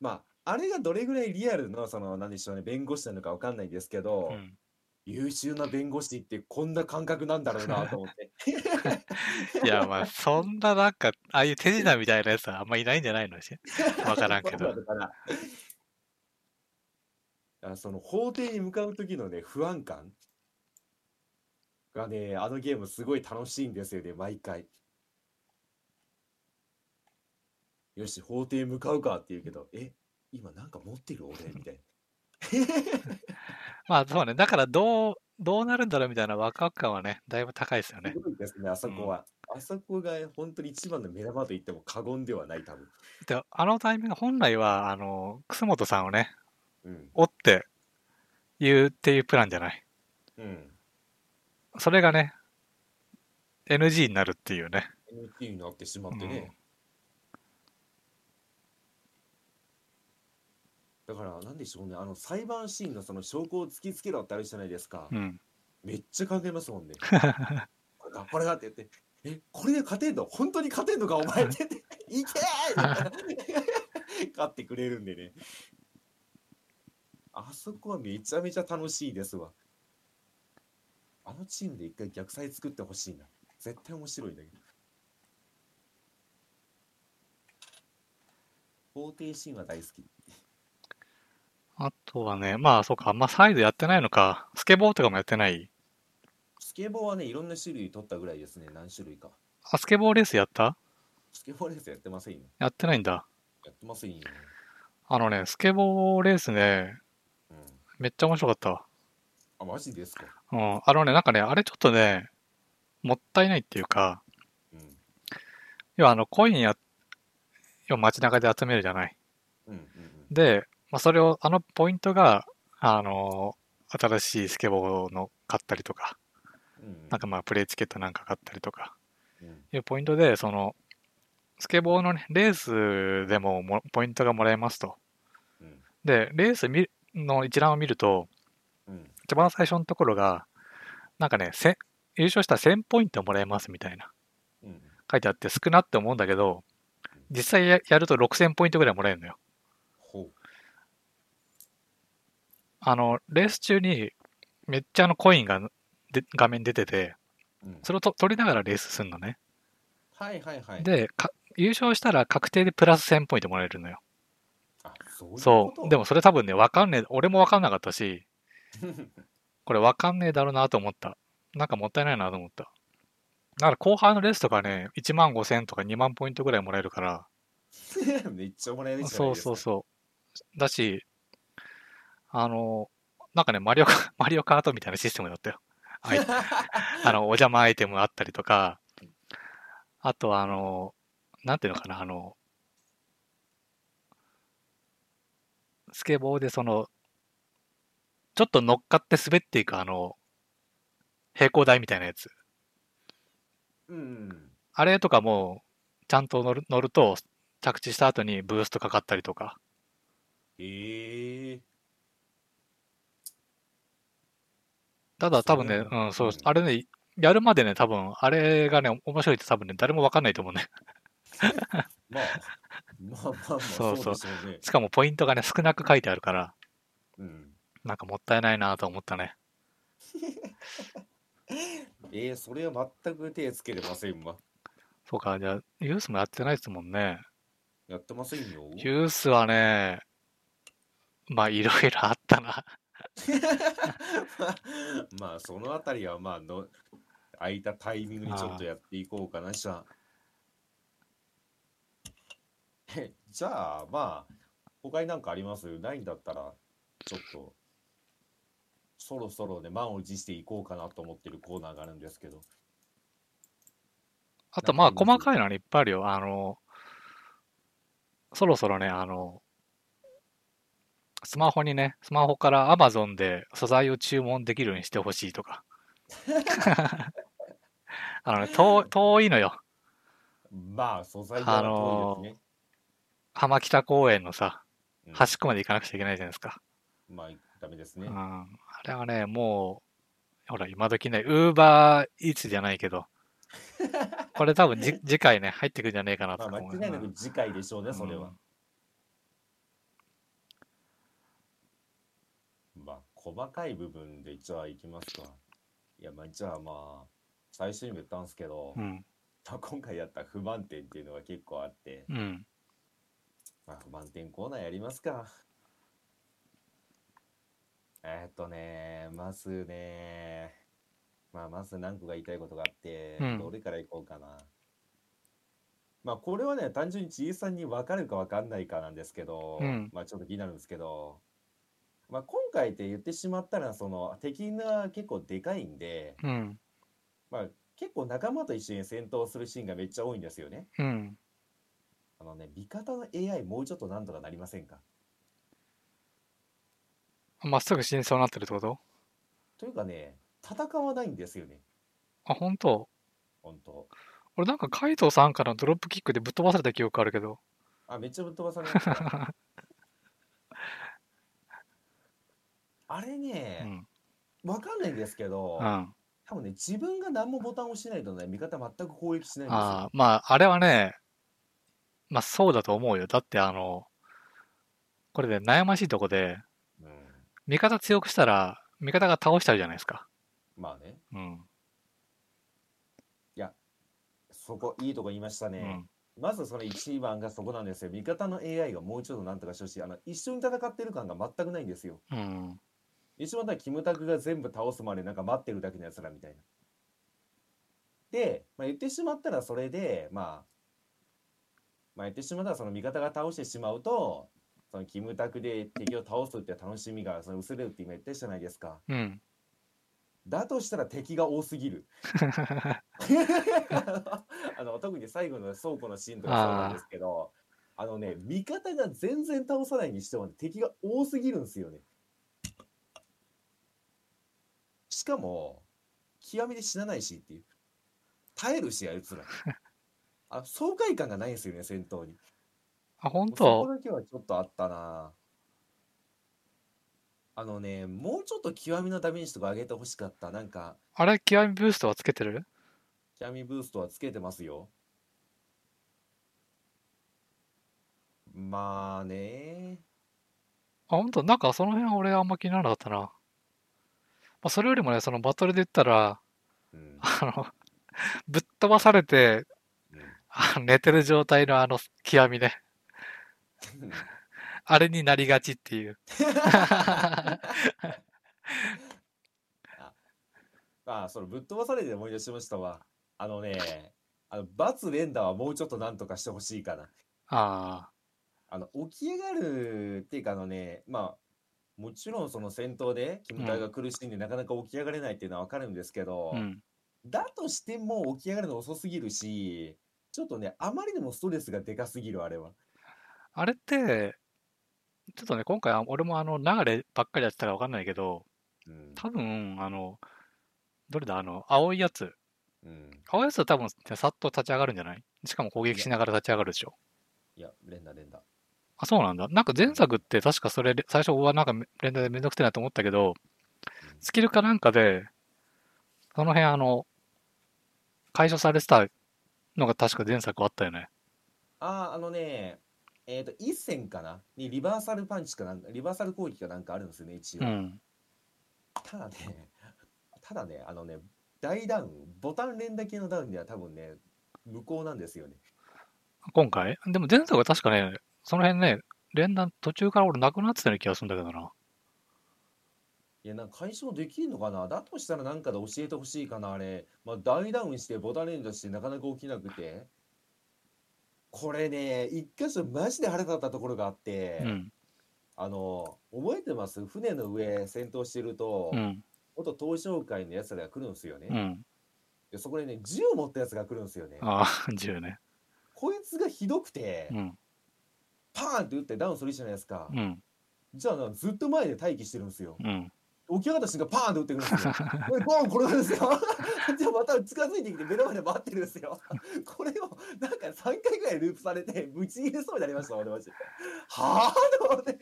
A: まああれがどれぐらいリアルのそのなんでしょうね弁護士なのかわかんないですけど、
B: うん。
A: 優秀な弁護士ってこんな感覚なんだろうなと思って
B: いや、まあ、そんななんか、ああいう手品みたいなやつはあんまいないんじゃないのし。わからんけ ど
A: わ。かんないからあその法廷に向かう時のね不安感がねあのゲームすごい楽しいんですよね毎回よし法廷に向かうかって言うけどえ今なんか持って る俺みたいな
B: まあ、そうね。だから、どう、どうなるんだろうみたいなワクワク感はね、だいぶ高いですよね
A: す。ごいですねあそこは、あそこが本当に一番の目玉と言っても過言ではない多分
B: で、あのタイミング、本来は、あの、楠本さんをね、
A: うん
B: 追って言うっていうプランじゃない。
A: うん
B: それがね、NG になるっていうね。
A: NT になってしまってね、だからなんでしょうねあの裁判シーンのその証拠を突きつけろってあるじゃないですか、
B: うん。
A: めっちゃ考えますもんねこれだこれだって言ってえこれで勝てんの本当に勝てんのかお前って言って「いけー!」勝って くれるんでねあそこはめちゃめちゃ楽しいですわあのチームで一回逆サイ作ってほしいな絶対面白いんだけど法廷シーンは大好き
B: あとはね、まあ、そうか、あんまサイドやってないのか。スケボーとかもやってない。
A: スケボーはねいろんな種類取ったぐらいですね何種類か
B: あ、スケボーレースやった
A: スケボーレースやってませんよ
B: やってないんだ。
A: やってませんよ、
B: あのね、スケボーレースね、
A: うん、
B: めっちゃ面白かったわ。
A: あマジですか
B: うん、あのね、なんかね、あれちょっとね、もったいないっていうか、
A: うん
B: 要はあの、コインや、要は街中で集めるじゃない。
A: うんうん
B: で、まあ、それを、あのポイントが、あの、新しいスケボーの買ったりとか、
A: うん
B: なんかまあ、プレイチケットなんか買ったりとか、
A: うん
B: いうポイントで、その、スケボーのね、レースでももポイントがもらえますと。
A: うん
B: で、レース見の一覧を見ると、
A: うん
B: 一番最初のところが、なんかね、せ優勝したら1000ポイントもらえますみたいな。
A: うん
B: 書いてあって少なって思うんだけど、実際ややると6000ポイントぐらいもらえるのよ。
A: ほう
B: あの、レース中にめっちゃあのコインがで画面に出てて、
A: うん
B: それをと取りながらレースするのね。
A: はいはいはい
B: で、か優勝したら確定でプラス1000ポイントもらえるのよ。
A: あそういう
B: そ
A: こと
B: う。でもそれ多分ね、わかんねえ、俺もわかんなかっ たし、これわかんねえだろうなと思った。なんかもったいないなと思った。だから後半のレースとかね、1万5000とか2万ポイントぐらいもらえるから、
A: めっちゃおもらえるじゃない
B: そう
A: ですか。
B: そうそう。だし、あの、なんかね、マリオカ、 マリオカートみたいなシステムだったよ。 はい。あの、お邪魔アイテムあったりとか、あとはあの、なんていうのかな、あの、スケボーでその、ちょっと乗っかって滑っていくあの、平行台みたいなやつ。
A: うんうん。
B: あれとかも、ちゃんと乗る乗ると、着地した後にブーストかかったりとか、
A: ええ
B: ただ多分ね、
A: それ
B: うん、そうう、
A: ん
B: あれね、やるまでね、多分、あれがね、面白いって多分ね、誰もわかんないと思うね。
A: まあ、まあまあまあ、
B: そ
A: そうう
B: そう
A: でしょうね。
B: しかもポイントがね、少なく書いてあるから、
A: うん。
B: なんかもったいないなと思ったね。
A: ええそれは全く手つけれませんわ。
B: そうか、じゃあ、ユースもやってないですもんね。
A: やってませんよ。
B: ユースはね、まあ、いろいろあったな。
A: まあ、そのあたりは、まあの、空いたタイミングにちょっとやっていこうかな、じゃあ。えじゃあ、まあ、他になんかありますないんだったら、ちょっと、そろそろね、満を持していこうかなと思ってるコーナーがあるんですけど。
B: あと、まあ、
A: なんか
B: 細かいのはいっぱいあるよ。あの、そろそろね、あの、スマホにね、スマホから Amazon で素材を注文できるようにしてほしい とか。あのね、遠遠いのよ。
A: まあ、素材が多いですね。
B: 浜北公園のさ、
A: うん
B: 端っこまで行かなくちゃいけないじゃないですか。
A: まあ、ダメです
B: う
A: ね。
B: ん。あれはね、もう、ほら、今時ね、ウーバーイーツじゃないけど、これ多分 じ次回ね、入ってくるんじゃねえかなと
A: まあ、
B: か
A: 間
B: 思う。
A: 違いなく次回でしょう
B: う
A: ね、
B: ん
A: それは。まあ、細かい部分で、じゃあ行きますか。いや、まあ、じゃあまあ、最初にも言ったんですけど、
B: うん。
A: まあ 今回やった不満点っていうのが結構あって、
B: うん。
A: まあ、不満点コーナーやりますか。えーっとね、まずね、まあ、まず何個か言いたいことがあって、
B: うん
A: どれからいこうかな。まあ、これはね、単純にじいさんに分かるか分かんないかなんですけど、
B: うん
A: まあ、ちょっと気になるんですけど、まあ、今回って言ってしまったら、その、敵が結構でかいんで、
B: うん。
A: まあ、結構仲間と一緒に戦闘するシーンがめっちゃ多いんですよね。
B: うん。
A: あのね、味方の AI もうちょっとなんとかなりませんか
B: まっすぐ死にそうになってるってこと
A: というかね、戦わないんですよね、
B: あ、本当
A: 本当。
B: 俺なんかカイトさんからドロップキックでぶっ飛ばされた記憶あるけど。
A: あ、めっちゃぶっ飛ばされました。 あれ
B: う
A: ね、
B: ん。
A: わかんないんですけど
B: う、ん。
A: 多分ね、自分が何もボタンを押してないとね、味方全く攻撃しないんです
B: ああ
A: よ。、
B: まあ、あれはね、まあそうだと思うよ。だってあの、これで悩ましいとこで、
A: うん
B: 味方強くしたら、味方が倒しちゃうじゃないですか。
A: まあね、
B: うん。
A: そこ、いいとこ言いました
B: う
A: ね
B: ん。。
A: まずその一番がそこなんですよ。味方の AI がもうちょっとなんとかしてほしい。あの、一緒に戦ってる感が全くないんですよ。
B: うん。
A: 一番だからキムタクが全部倒すまでなんか待ってるだけのやつらみたいな。で、まあ、言ってしまったらそれで、まあ、まあ、言ってしまったらその味方が倒してしまうとそのキムタクで敵を倒すっていう楽しみがその薄れるって今言ったじゃないですか。
B: うん。
A: だとしたら敵が多すぎ る。あの 特に最後の倉庫のシーンとかそうなんですけどあのね味方が全然倒さないにしても敵が多すぎるんですよね。しかも極めて死なないしっていう耐えるしあいつ らあ爽快感がないんですよね戦闘に。
B: あ、本
A: そこ
B: 当
A: だけはちょっとあったなあのねもうちょっと極みのダメージとか上げてほしかったなんか
B: あれ、極みブーストはつけてる
A: 極みブーストはつけてますよまあね
B: あ、本当なんかその辺は俺あんま気にならなかったな。まあ、それよりもね、そのバトルで言ったら、
A: うん、
B: あの、ぶっ飛ばされて、あの寝てる状態のあの極みね。
A: うん
B: あれになりがちっていう。
A: あそのぶっ飛ばされて思い出しましたわあのねあの罰連打はもうちょっとなんとかしてほしいかな
B: あ
A: あの起き上がるっていうかあのねまあもちろんその戦闘でキムタイが苦しんでなかなか起き上がれないっていうのはわかるんですけど、
B: あ、うん。
A: だとしても起き上がるの遅すぎるしちょっとねあまりにもストレスがでかすぎるあれは。
B: あれって、ちょっとね、今回は俺もあの流ればっかりやってたらわかんないけど、
A: うん
B: 多分、あの、どれだ、あの、青いやつ。
A: うん、
B: 青いやつは多分、さっと立ち上がるんじゃないしかも攻撃しながら立ち上がるでしょ。
A: いや連打連打。
B: あ、そうなんだ。なんか前作って確かそれ、最初はなんかめ連打でめんどくせえなと思ったけど、スキルかなんかで、その辺あの、解消されてたのが確か前作あったよね。
A: あああのねえっ、と一戦かなにリバーサルパンチかなんかリバーサル攻撃かなんかあるんですよね一応。
B: うん。
A: ただねただねあのね大ダウンボタン連打系のダウンでは多分ね無効なんですよね。
B: 今回でも前作は確かね、その辺ね、連弾途中から俺なくなってたような気がするんだけどな。
A: いやなんか解消できるのかなだとしたらなんかで教えてほしいかなあれ、まあ、大ダウンしてボタン連打してなかなか起きなくてこれね一箇所マジで腹立ったところがあって、
B: うん。
A: あの覚えてます船の上戦闘してると、
B: うん。
A: 元東商会のやつらが来るんですよね、
B: うん。
A: でそこでね銃を持ったやつが来るんですよね
B: ああ、10ね。
A: こいつがひどくて、
B: うん。
A: パーンって打ってダウンするじゃないですか、
B: うん。
A: じゃあなずっと前で待機してるんですよ
B: うん。
A: 起き上がった瞬間パーンって打ってくるん ですよ。これボン転がるんですよ。 じゃあまた近づいてきて目の前で待ってるんですよ。これをなんか3回ぐらいループされてぶち切れそうになりました俺マジ。はぁと思って。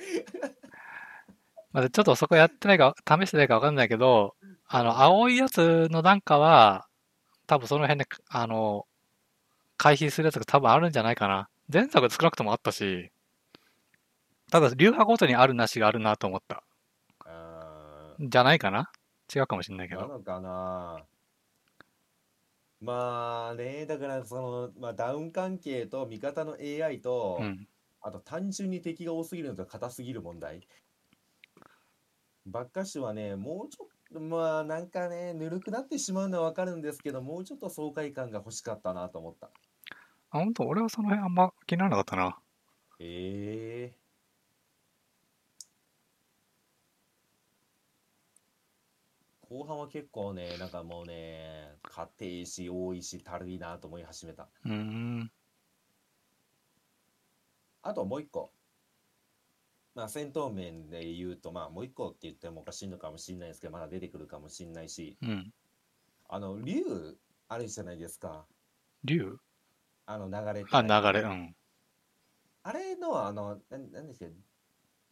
B: まあ、ちょっとそこやってないか、試してないか分かんないけど、あの、青いやつのなんかは、多分その辺で、あの、回避するやつが多分あるんじゃないかな。前作少なくともあったし、ただ、流派ごとにあるなしがあるなと思った。
A: あ
B: じゃないかな違うかもしんない
A: ー
B: け
A: な
B: ど。
A: のかな。まあねだからその、まあ、ダウン関係と味方の AI と、
B: うん。
A: あと単純に敵が多すぎるのと硬すぎる問題。ばっかしはね、もうちょっと、まあなんかね、ぬるくなってしまうのはわかるんですけど、もうちょっと爽快感が欲しかったなと思った。
B: あ、本当俺はその辺あんま気にならなかったな。
A: ええ後半は結構ね、なんかもうね、硬いし、多いし、たるいなと思い始めた。
B: うーん。
A: あともう一個。まあ戦闘面で言うと、まあもう一個って言ってもおかしいのかもしれないですけど、まだ出てくるかもしれないし、
B: うん。
A: あの、竜あるじゃないですか。
B: 竜
A: あの流れって
B: あ、流れ。うん。
A: あれの、あの、なんなんですけど、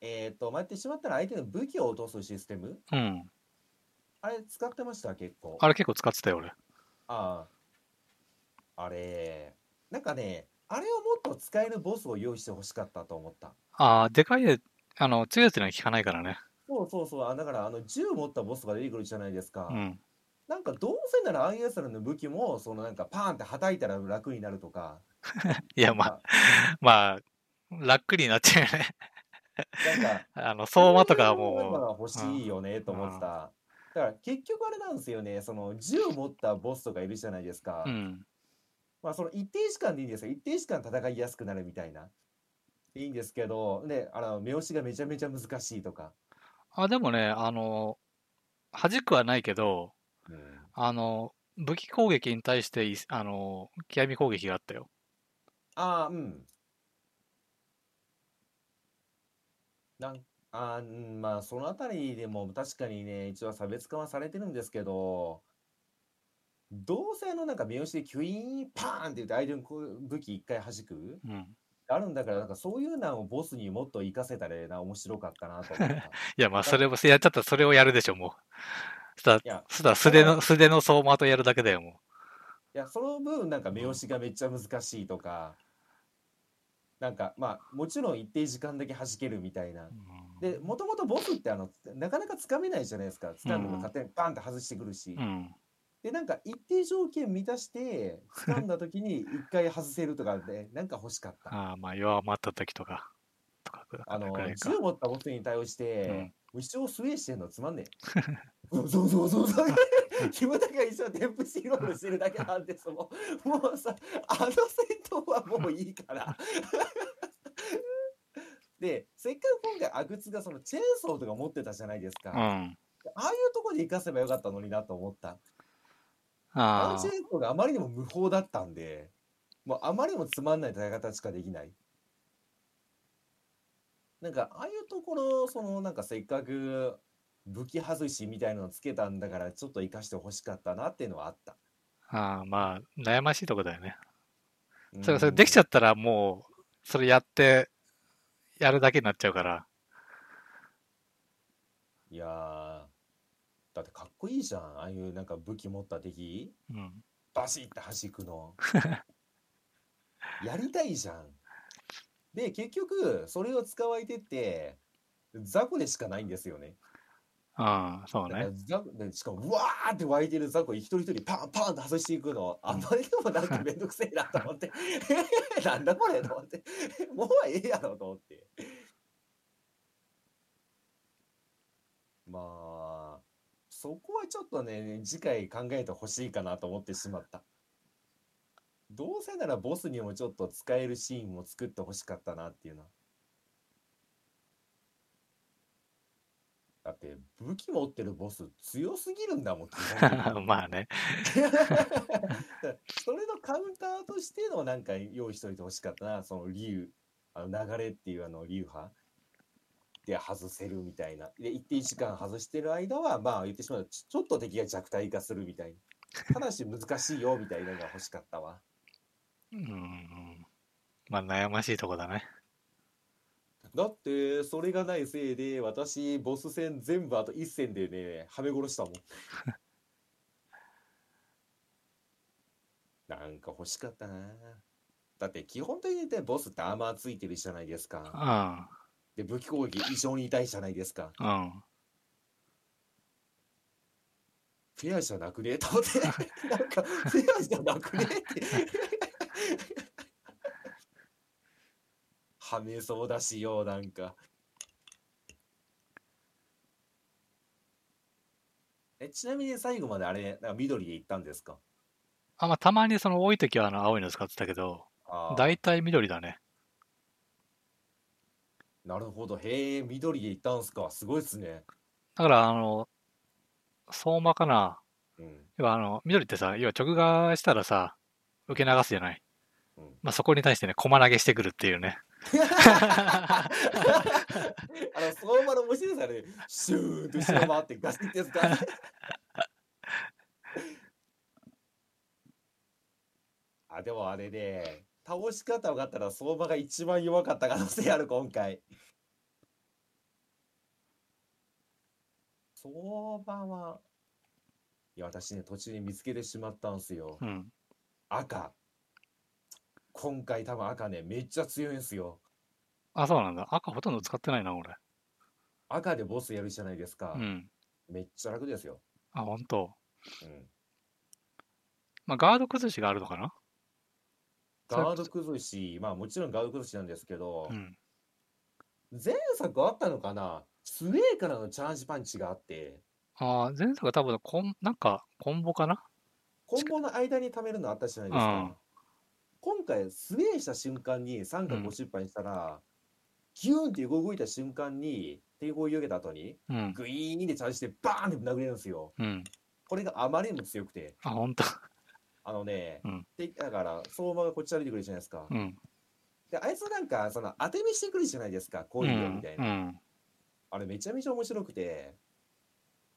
A: えっ、と、待ってしまったら相手の武器を落とすシステム
B: うん。
A: あれ使ってました、結構。
B: あれ結構使ってたよ、俺。
A: ああ。あれ、なんかね、あれをもっと使えるボスを用意してほしかったと思った。
B: ああ、でかいや、あの、強いやつには効かないからね。
A: そうそうそう、あだからあの銃持ったボスが出てくるじゃないですか。
B: うん。
A: なんかどうせならああいうやつらの武器もそのなんかパーンって叩いたら楽になるとか
B: いや、まあ、まあ、楽になっちゃうよね。
A: なんか
B: あの、相馬とかは
A: そういうの
B: も
A: が欲しいよねと思ってただから結局あれなんですよねその銃持ったボスとかいるじゃないですか、
B: う、うん。
A: まあその一定時間でいいんですよ一定時間戦いやすくなるみたいないいんですけどねあの目押しがめちゃめちゃ難しいとか、
B: あ、でもね、あの、弾くはないけど、あの、武器攻撃に対してい、あの、極み攻撃があったよ。
A: ああうんなんあーうんまあそのあたりでも確かにね一応差別化はされてるんですけどどうせあのなんか目押しでキュイーンパーンって言って相手のこう武器一回弾く
B: うん。
A: あるんだからなんかそういうのをボスにもっと活かせたらええな面白かったなと思ったい
B: いや、まあ、それを、やっちゃったらそれをやるでしょ、もう。したら、
A: や
B: そしたら素手の、素手の相馬とやるだけだよ、も
A: いやその分なんか目押しがめっちゃ難しいとかなんかまあもちろん一定時間だけ弾けるみたいな
B: う。うん
A: でもともとボスってあのなかなかつかめないじゃないですかつかむのが勝手にパンって外してくるし、
B: うん。
A: でなんか一定条件満たしてつかんだ時に一回外せるとかでなんか欲しかった
B: ああ、まあ、弱まった時とか、とかぐらい
A: あの
B: ぐらいか
A: 銃。持ったボスに対応して、
B: うん
A: もう一生スウェーしてんのつまんねそうそうそうそうそう。キムタクが一生デンプシーロールしてるだけなんですもん。もうさ、あの戦闘はもういいから。 で、せっかく今回アグツがそのチェーンソーとか持ってたじゃないですか。
B: う
A: あ
B: ん。
A: あいうとこで生かせばよかったのになと思った。あの
B: あ
A: チェーンソーがあまりにも無法だったんで、もうあまりにもつまんない戦い方しかできない。なんか、ああいうところ、その、なんかせっかく武器外しみたいなのつけたんだから、ちょっと生かしてほしかったなっていうのはあった。
B: あ。ああ、まあ、悩ましいとこだよね。
A: うん
B: それそれできちゃったらもう、それやって、やるだけになっちゃうから。
A: いやーだってかっこいいじゃんああいうなんか武器持った敵
B: うん。
A: バシッて弾くのやりたいじゃんで結局それを使われてって雑魚でしかないんですよね
B: ああ、そう
A: だから
B: ね。
A: 雑魚でしかもうわーって湧いてる雑魚一人一人パンパンって外していくの あんまりでもなんかめんどくせえなと思って なんだこれと思って もうええやろと思ってまあそこはちょっとね次回考えてほしいかなと思ってしまったどうせならボスにもちょっと使えるシーンも作ってほしかったなっていうのはだって武器持ってるボス強すぎるんだもん基本的に
B: まあね。
A: それのカウンターとしてのなんか用意しといてほしかったなその竜あの流れっていうあの流派で外せるみたいなで一定時間外してる間はまあ言ってしまうとちちょっと敵が弱体化するみたいなただし難しいよみたいなのが欲しかったわ
B: うん。まあ、悩ましいとこだね。
A: だってそれがないせいで私ボス戦全部あと1戦でねはめ殺したもんなんか欲しかったなだって基本的にねボスってアーマーついてるじゃないです
B: う
A: か
B: ん。
A: で武器攻撃異常に痛いじゃないですか
B: うん。
A: フェアじゃなくねと思ってなんかフェアじゃなくねってはめそうだしよなんかえちなみに最後まであれなんか緑で行ったんですか
B: あ、まあ、たまにその多い時はあの青いの使ってたけど、
A: あー
B: 大体緑だね。
A: なるほどへえ緑で行ったんすかすごいっすね
B: だから、あの、相馬かな。
A: うん
B: 要は、あの、緑ってさ、要は直画したらさ、受け流すじゃない。
A: うん
B: まあ、そこに対してね、駒投げしてくるっていう ね。
A: あの相場の面白さで、シューンと後ろ回ってガシッてやつか。 あ、でもあれね、倒し方分かったら相場が一番弱かった可能性ある、今回。相場は、いや、私ね、途中に見つけてしまったんすよ
B: う。ん。
A: 赤。今回多分赤ね、めっちゃ強いんすよ。
B: あ、そうなんだ。赤ほとんど使ってないな、俺。
A: 赤でボスやるじゃないですか。
B: うん。
A: めっちゃ楽ですよ。
B: あ、本当。
A: うん、
B: まあ、ガード崩しがあるのかなそう
A: ガード崩し、まあもちろんガード崩しなんですけど
B: う、ん。
A: 前作あったのかなスウェーからのチャージパンチがあって、
B: ああ、前作は多分コン、なんか、コンボかな
A: コンボの間に貯めるのあったじゃないです
B: うん
A: か。今回、スウェーした瞬間に三角を失敗したら、ギューンって動いた瞬間に、抵抗を避けた後に、
B: うん。
A: グイーンでチャージして、バーンって殴れるんですよ。
B: うん。
A: これがあまりにも強くて、
B: あ、本当。あ
A: あのね、
B: うん
A: でだから、相馬がこっち歩いてくるじゃないですか。
B: うん。
A: で、あいつなんか、その、当て身してくるじゃないですか、こ
B: う
A: ういうのみ
B: ん
A: たいな。。
B: うん。
A: あれめちゃめちゃ面白くて、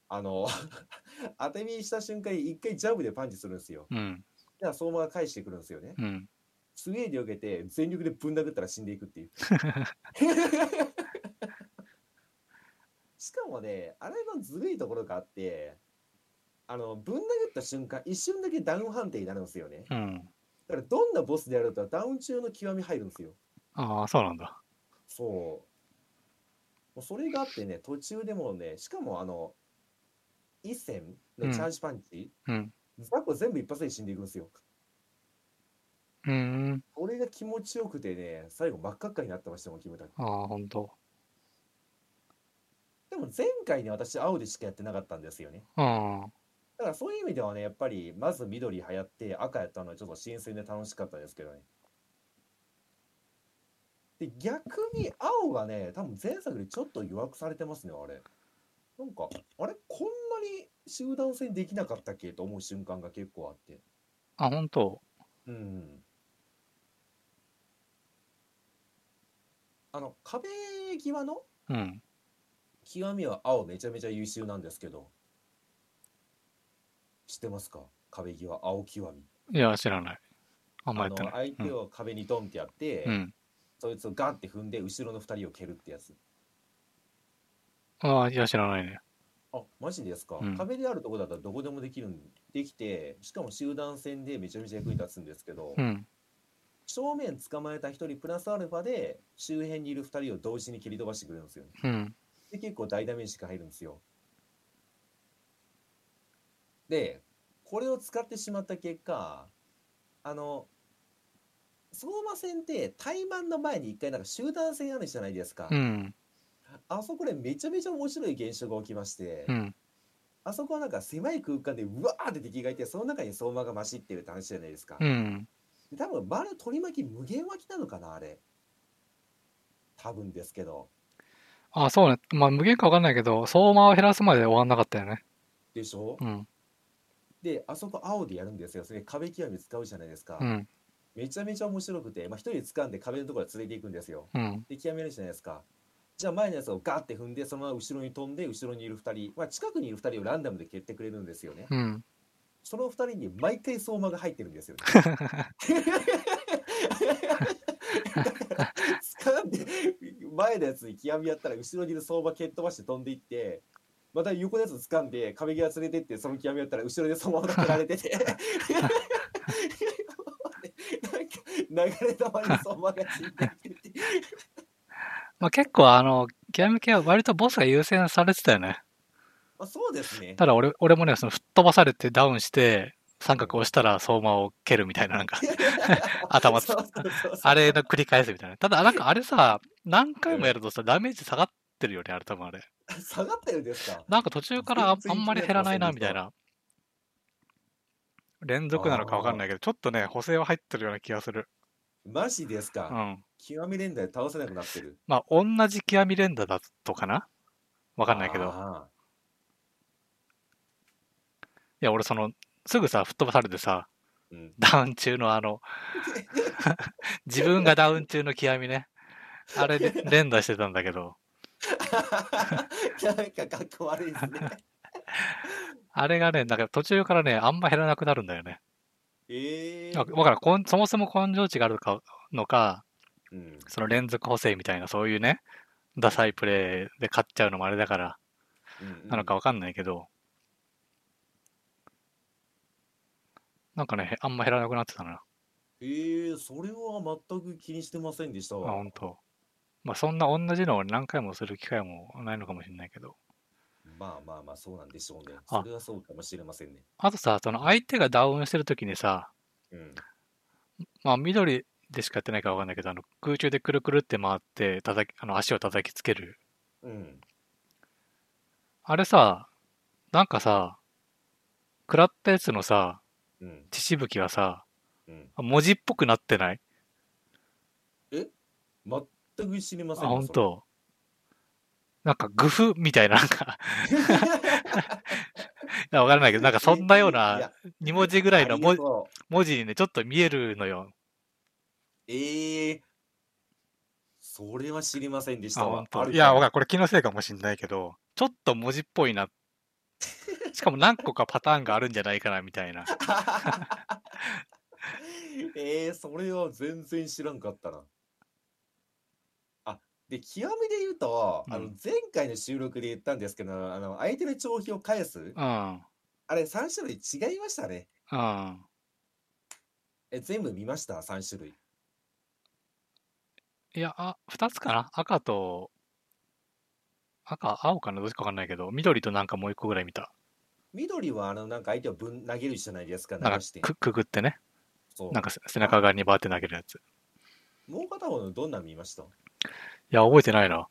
A: あの、 当て身した瞬間に一回ジャブでパンチするんですよ。
B: うん。
A: じゃあ相馬が返してくるんですよね。
B: うん。
A: スウェーデンを受けて全力でぶん殴ったら死んでいくっていう。しかもね、あれのずるいところがあって、あの、ぶん殴った瞬間、一瞬だけダウン判定になるんですよね。
B: うん。
A: だからどんなボスでやるとダウン中の極み入るんですよ。
B: ああ、そうなんだ。
A: そう。もうそれがあってね、途中でもね、しかもあの、一戦のチャージパンチ、
B: うん。
A: ザコ全部一発で死んでいくんですよ。
B: うーん。
A: これが気持ちよくてね、最後真っ赤っかになってましたもん、キムタク。
B: ああ、本当。
A: でも前回ね、私、青でしかやってなかったんですよね。
B: あ
A: だからそういう意味ではね、やっぱり、まず緑流行って、赤やったのはちょっと新鮮で楽しかったですけどね。で、逆に青がね、多分前作よりちょっと弱くされてますね、あれ。なんか、あれこんなに集団戦できなかったっけと思う瞬間が結構あって。
B: あ。あ、本当。
A: うん。あの、壁際の
B: うん。
A: 極みは青めちゃめちゃ優秀なんですけど知ってますか壁際青極み
B: いや、知らない。あん
A: あ
B: まやっ
A: の
B: てない。
A: 相手を壁にドンってやって、
B: うん。
A: そいつをガンって踏んで後ろの2人を蹴るってやつ
B: ああ、いや、知らないね。
A: あマジですか、
B: うん
A: 壁であるとこだったらどこでもできるんできてしかも集団戦でめちゃめちゃ役に立つんですけど、
B: うん。
A: 正面捕まえた1人プラスアルファで周辺にいる2人を同時に蹴り飛ばしてくれるんですよね
B: うん。
A: で結構大ダメージが入るんですよ。でこれを使ってしまった結果あの相馬戦って対マンの前に一回なんか集団戦あるじゃないですか、
B: うん。
A: あそこでめちゃめちゃ面白い現象が起きまして、
B: うん。
A: あそこはなんか狭い空間でうわーって敵がいてその中に相馬が混じってるって話じゃないですか、
B: うん。
A: で多分丸取り巻き無限巻きなのかなあれ多分ですけど
B: あ、そうね。まあ、無限かわかんないけど、相馬を減らすまで終わんなかったよね。
A: でしょ、
B: うん。
A: であそこ青でやるんですよそれで壁極め使うじゃないですか、
B: うん。
A: めちゃめちゃ面白くて、まあ、一人掴んで壁のところへ連れていくんですよ。
B: うん。
A: で、極めるじゃないですか。じゃあ前のやつをガーって踏んで、そのまま後ろに飛んで、後ろにいる2人、まあ、近くにいる2人をランダムで蹴ってくれるんですよね。
B: うん。
A: その2人に毎回相馬が入ってるんですよね。だから掴んで、前のやつに極みやったら、後ろにいる相馬蹴っ飛ばして飛んでいって、また横のやつ掴んで、壁際連れてって、その極みやったら、後ろで相馬が蹴られてて。なんか流れ玉に相馬がついてきてて
B: まあ、結構、あの、極め系は割とボスが優先されてたよね。
A: まあ、そうですね。
B: ただ俺、俺もね、その、吹っ飛ばされてダウンして、三角押したら相馬を蹴るみたいな、なんか、頭つ
A: そうそうそうそう
B: あれの繰り返すみたいな。ただ、なんかあれさ、何回もやるとさ、ダメージ下がってるよね、あれ多分あれ。
A: 下がってるんですか。
B: なんか途中からあ
A: 全然
B: あんまり減らないな、みたい
A: 気
B: な。連続なのかわかんないけど、ちょっとね、補正は入ってるような気がする。
A: マジですか。
B: うん。
A: 極み連打で倒せなくなってる。
B: まあ、同じ極み連打だとかなわかんないけど。
A: あ
B: いや、俺その、すぐさ、吹っ飛ばされてさ、
A: ー。うん。
B: ダウン中のあの、自分がダウン中の極みね。あれ、連打してたんだけど、
A: なんかかっこ悪 いですね。
B: あれがね、なんか途中からね、あんま減らなくなるんだよね。
A: ええ
B: わわからんこん、そもそも根性値があるかのか、
A: うん。
B: その連続補正みたいな、そういうね、ダサいプレーで勝っちゃうのもあれだから、
A: うん
B: なのか。わかんないけど、なんかね、へあんま減らなくなってたな。
A: ええそれは全く気にしてませんでした
B: ま
A: わ
B: あ、ほ。んと。まあ、そんな同じのを何回もする機会もないのかもしれないけど。
A: まあまあまあ、そうなんでしょうね。
B: あ
A: それはそうかもしれませんね。
B: あとさ、その相手がダウンしてるときにさ、
A: うん。
B: まあ、緑でしかやってないからわかんないけど、あの空中でくるくるって回って叩き、あの足を叩きつける。
A: うん。
B: あれさ、なんかさ、食らったやつのさ、
A: うん。
B: 血しぶきはさ、
A: うん。
B: 文字っぽくなってない
A: 全く知りま
B: あ、
A: せん
B: ほん。と。なんか、グフみたいな、なんか
A: それ
B: いや、わ からないけど、なんかそんなよ う
A: いや
B: な、2文字ぐらいの
A: ありが
B: 文
A: とう
B: 文字にね、ちょっと見えるのよ。
A: ええそれは知りませんでし
B: あ、
A: た
B: ほ
A: わ
B: ん。と。
A: る
B: いや、
A: か
B: わかる。これ気のせいかもしんないけど、ちょっと文字っぽ いな。しかも何個かパターンがあるんじゃないかな、みたいな。
A: えー、それは全然知らんかったな。あで極みで言うと、あ
B: う
A: の
B: ん
A: 前回の収録で言ったんですけどあの相手の帳費を返す
B: うん。
A: あれ3種類違いましたね。
B: うん。
A: え全部見ました3種類。
B: いや、あ、二つかな赤と、赤、青かなどっちかわかんないけど、緑となんかもう一個ぐらい見た。
A: 緑はあのなんか相手をぶん投げるじゃないですか流
B: なんか
A: して。
B: く、くぐってね。
A: そう
B: なんかせ背中側にバーって投げるやつ。い
A: もう片方のどんなん見ました
B: や、覚えてないな。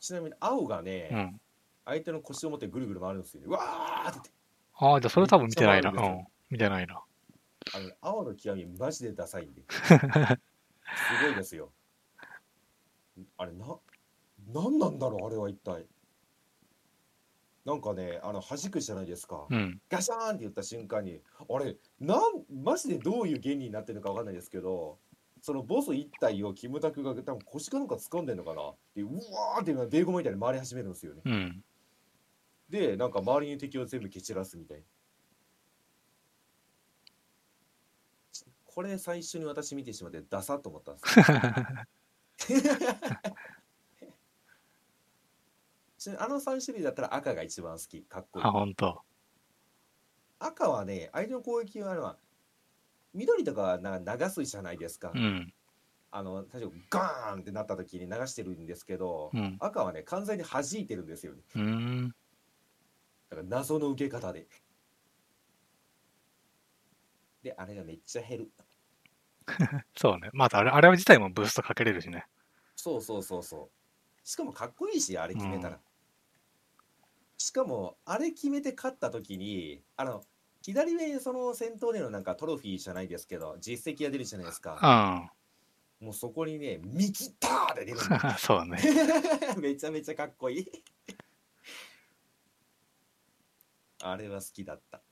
A: ちなみに青がね、
B: うん。
A: 相手の腰を持ってぐるぐる回るんですよね。うわーって
B: ああ、じゃあそれ多分見てないな。う
A: めっちゃ回るん
B: ん。見てないな。
A: あのね青の極みマジでダサいんですごいですよあれな何なんだろうあれは一体なんかねあの弾くじゃないですか、
B: うん。
A: ガシャーンって言った瞬間にあれなんマジでどういう原理になってるのかわかんないですけどそのボス一体をキムタクが多分腰かなんか掴んでんのかなってうわーってベーゴマみたいに回り始めるんですよね
B: うん。
A: でなんか周りに敵を全部蹴散らすみたいなこれ最初に私見てしまってダサっと思ったんですよ ちなみにあの3種類だったら赤が一番好きかっこいい
B: あ、ほんと。
A: 赤はね相手の攻撃はあれは緑とかはな流すじゃないですか、
B: うん。
A: あの最初ガーンってなった時に流してるんですけど、
B: うん。
A: 赤はね完全に弾いてるんですよね
B: うーん。
A: だから謎の受け方で。で、あれがめっちゃ減る。
B: そうね。またあれ、あれ自体もブーストかけれるしね。
A: そうそうそうそう。しかもかっこいいし、あれ決めたら。しかも、あれ決めて勝った時に、あの、左上にその戦闘でのなんかトロフィーじゃないですけど、実績が出るじゃないです
B: う
A: か。
B: ん。
A: もうそこにね、見切ったーで出るんだ
B: そうだね。
A: めちゃめちゃかっこいい。あれは好きだった。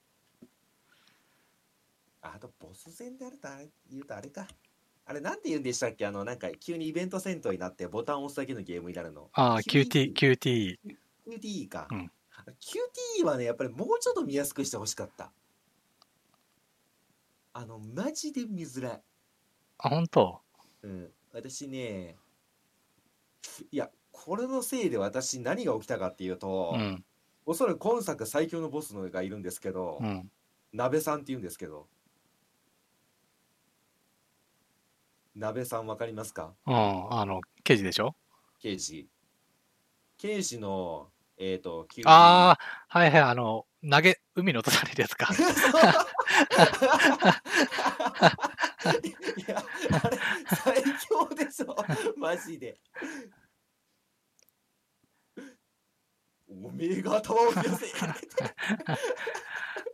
A: あと、ボス戦であるとあれ、言うとあれか。あれ、なんて言うんでしたっけあの、なんか、急にイベント戦闘になって、ボタンを押すだけのゲームになるの。
B: ああ、QT、QT。
A: QTE か。
B: うん
A: QTE はね、やっぱりもうちょっと見やすくしてほしかった。あの、マジで見づらい。
B: あ、ほんと。
A: うん、私ねいやこれのせいで私何が起きたかっていうと、
B: うん。
A: おそらく今作最強のボスのがいるんですけど、
B: うん。
A: 鍋さんっていうんですけど鍋さんわかりますか
B: うん。あの、刑事でしょ
A: 刑事刑事のえっ、と急
B: ああ、はいはい、あの、投げ、海に落とされるやつか。
A: いやあれ最強でしょマジでおめえが頭を冷 やせ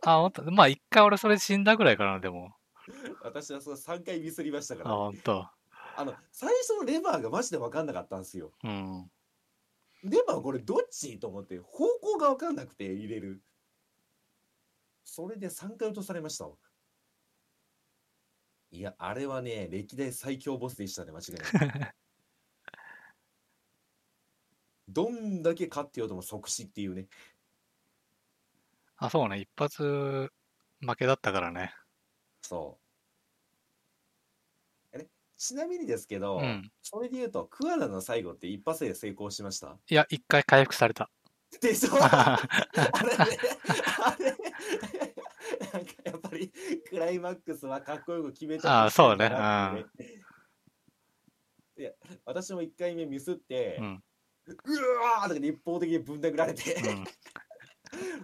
B: あ、ほんと。まあ、一回俺それ死んだぐらいかな、でも。
A: 私はその3回ミスりましたか
B: あ、
A: ら
B: ほんと。
A: あの最初のレバーがマジで分かんなかったんですよ
B: うん。
A: レバーこれどっちと思って方向が分かんなくて入れるそれで3回落とされましたわいやあれはね歴代最強ボスでしたね間違いなく どんだけ勝ってようとも即死っていうね
B: あ、そうね。一発負けだったからね。
A: そうあれちなみにですけど、
B: うん。
A: それで言うとクアラの最後って一発で成功しました
B: いや、一回回復された。
A: でしょあれねあれなんかやっぱりクライマックスはかっこよく決めちゃ
B: あーそうね
A: うねいや私も1回目ミスって、
B: う。
A: うんわーとかで一方的にぶん殴られて、
B: うん。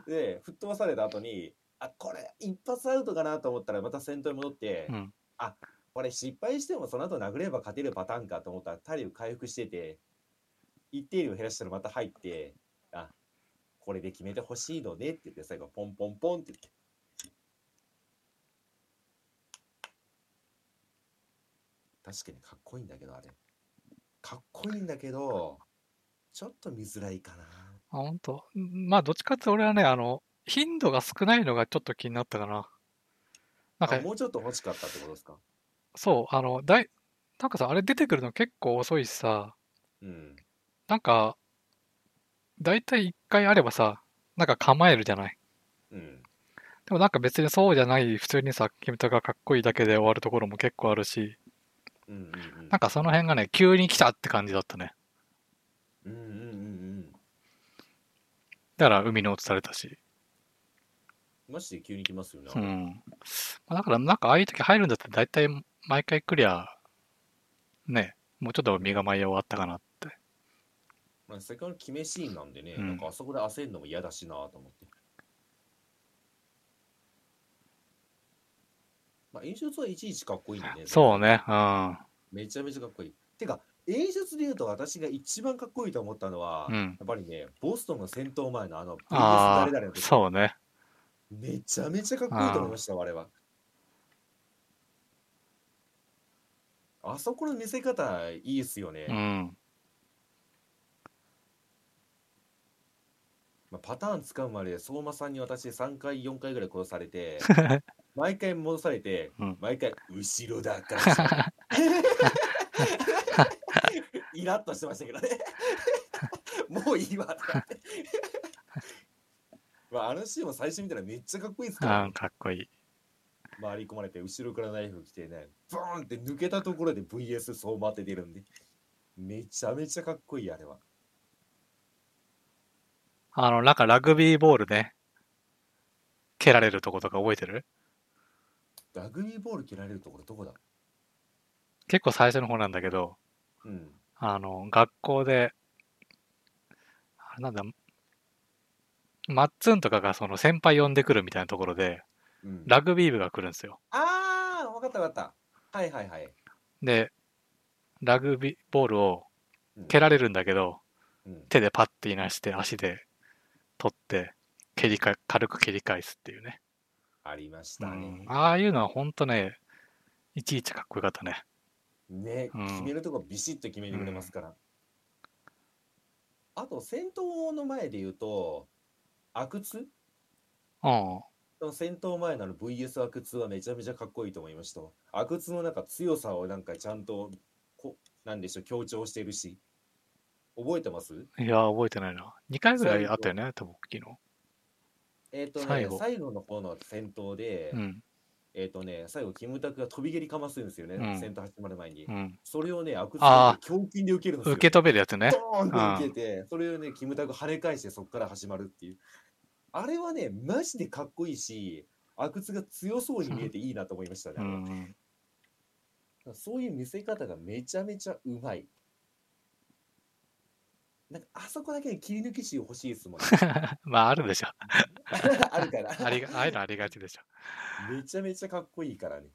A: で吹っ飛ばされた後にあこれ一発アウトかなと思ったらまた先頭に戻って、
B: うん。
A: これ失敗してもその後殴れば勝てるパターンかと思ったら体力回復してて一定量減らしたらまた入ってあこれで決めてほしいのねって言って最後ポンポンポンって言って確かにかっこいいんだけどあれかっこいいんだけどちょっと見づらいかな
B: あ、ほんと。まあ、どっちかって俺はね、あの、頻度が少ないのがちょっと気になったかな。なん
A: あ
B: か、
A: もうちょっと欲しかったってことですか
B: そう、あの、だい、なんかさ、あれ出てくるの結構遅いしさ、
A: うん
B: なんか、だいたい一回あればさ、なんか構えるじゃない。
A: うん
B: でもなんか別にそうじゃない、普通にさ、キムタクがかっこいいだけで終わるところも結構あるし、
A: うんうんうん
B: なんかその辺がね、急に来たって感じだったね。
A: うんうんうん
B: だから海に落とされたし。
A: うんマジで急に来ますよね、あ
B: う
A: れ
B: ん。まあだからなんかああいう時入るんだったら大体毎回クリア、ね、もうちょっと身構え終わったかなって。
A: まあ、先ほどの決めシーンなんでね、
B: うん
A: なんかあそこで焦るのも嫌だしなと思って。まあ、演出はいちいちかっこいいんでね。
B: そうね、うん。
A: めちゃめちゃかっこいい。てか、演出でいうと私が一番かっこいいと思ったのは、
B: う
A: や
B: ん。
A: っぱりねボストンの戦闘前のあの VS
B: あ
A: 誰々の
B: あ、
A: 時
B: そうね。
A: めちゃめちゃかっこいいと思いました我はあそこの見せ方いいっすよね、
B: うん。
A: まあ、パターンつかむまで相馬さんに私3回4回ぐらい殺され て毎回戻されて
B: うん。
A: 毎回後ろだから イラッとしてましたけどね もういいわとかってまああのシーンも最初見たらめっちゃかっこいいですけど
B: ああ、かっこいい。
A: 回り込まれて後ろからナイフ来てねボーンって抜けたところで VS 相馬って出るんでめちゃめちゃかっこいいあれは
B: あの、なんかラグビーボールね、蹴られるとことか覚えてる
A: ラグビーボール蹴られるところどこだ
B: 結構最初の方なんだけど、
A: うん
B: あの、学校で、あれなんだ、マッツンとかがその先輩呼んでくるみたいなところで、
A: うん
B: ラグビー部が来るんですよ。
A: ああ分かった分かったはいはいはい
B: で、ラグビーボールを
A: うん
B: 蹴られるんだけど、
A: うん
B: 手でパッていなして、足で取って、蹴りか、軽く蹴り返すっていうね。
A: ありまし
B: う
A: た
B: ん
A: ね、
B: ああいうのはほんとね、いちいちかっこよかったね。
A: ね
B: うん
A: 決めるとこビシッと決めてくれますから、あと戦闘の前で言うと阿久津
B: うん。
A: その戦闘前なの VS アクツはめちゃめちゃかっこいいと思いました。アクツのなんか強さをなんかちゃんとこなんでしょう強調してるし覚えてます
B: いや、覚えてないな。2回ぐらいあったよね、多分、昨日。
A: えっ、とね
B: 最
A: 最
B: 後
A: 後の方の戦闘で、
B: うん。
A: えっ、とね最後キムタクが飛び蹴りかますんですよね、
B: うん
A: 戦闘始まる前に、
B: うん。
A: それをねアクツ
B: あ
A: が胸筋で受けるんですよ、
B: 受け止めるやつね。
A: ドーンって受けてそれをねキムタク跳ね返してそこから始まるっていうあれはねマジでかっこいいしアクツが強そうに見えていいなと思いましたね、
B: う
A: あれは
B: ん。
A: そういう見せ方がめちゃめちゃうまい。なんかあそこだけで切り抜き集欲しいですもん、 ね。
B: まあ、あるでしょ。
A: あるから。
B: ありが、ああいうのありがちでしょ。
A: めちゃめちゃかっこいいからね。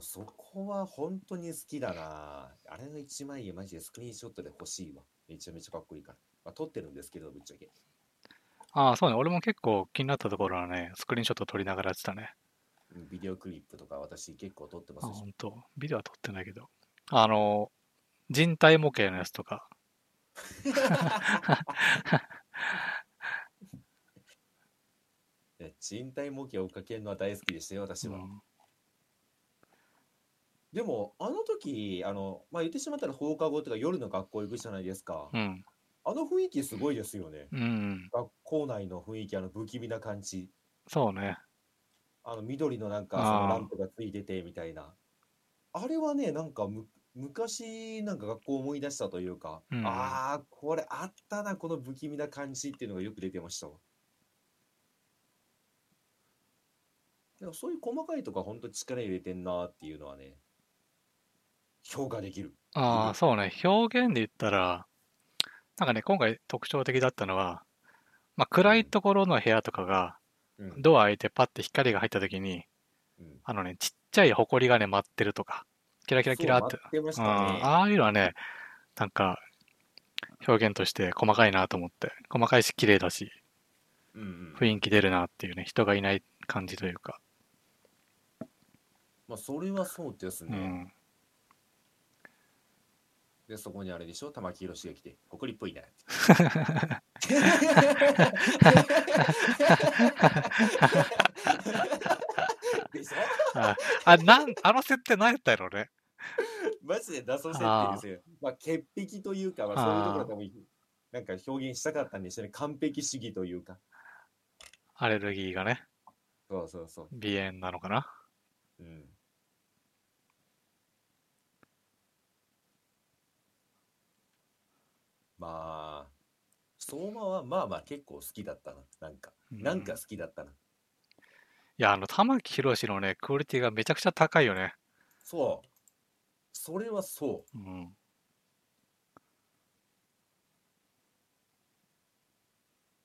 A: そこは本当に好きだな。あれの一枚絵マジでスクリーンショットで欲しいわ。めちゃめちゃかっこいいから。まあ、撮ってるんですけど、ぶっちゃけ。
B: ああ、そうね。俺も結構気になったところはね、スクリーンショット撮りながらやってたね。
A: うんビデオクリップとか私結構撮ってま
B: あ、
A: すし
B: ほ。んと。ビデオは撮ってないけど。あの、人体模型のやつとか。
A: いや賃貸模型をかけるのは大好きでしたよ、
B: う
A: 私は。
B: ん、
A: でも、あの時、あの、まあ、言ってしまったら放課後とか夜の学校行くじゃないですか。
B: うん。
A: あの雰囲気すごいですよね。
B: うん。
A: 学校内の雰囲気、あの不気味な感じ。
B: そうね。
A: あの緑のなんか、そ
B: あ
A: の
B: ー
A: ランプがついててみたいな。あれはね、なんかむ、昔、なんか学校を思い出したというか、
B: うん
A: ああ、これあったな、この不気味な感じっていうのがよく出てましたわ。でもそういう細かいとか、本当力入れてんなっていうのはね、評価できる。
B: あ
A: う
B: あ、
A: ん
B: そうね。表現で言ったら、なんかね、今回特徴的だったのは、まあ、暗いところの部屋とかが、
A: うん
B: ドア開いてパッて光が入った時に、
A: うん
B: あのね、ちっちゃい埃がね、舞ってるとか、キラキラキラって。
A: そう待ってまし
B: う
A: た
B: ん、
A: ね。
B: ああいうのはね、なんか、表現として細かいなと思って、細かいし、綺麗だし、
A: うんうん
B: 雰囲気出るなっていうね、人がいない感じというか、
A: まあ、それはそうです
B: う
A: ね。
B: ん、
A: で、そこにあれでしょ、玉木宏が来て、誇りっぽい なって。でしょ
B: ああ、なん、あの設定何やったやろうね。
A: マジで謎設定ですよ。まあ、潔癖というか、まあ、そういうところがもうなんか表現したかったんでしょうね。完璧主義というか。
B: アレルギーがね、
A: そうそうそう。
B: 鼻炎なのかな。
A: うん。まあ、相馬はまあまあ結構好きだったな。なんか、
B: う
A: なんか好きだったな。
B: いや、あの、玉木宏のね、クオリティがめちゃくちゃ高いよね。
A: そう。それは そう。
B: うん。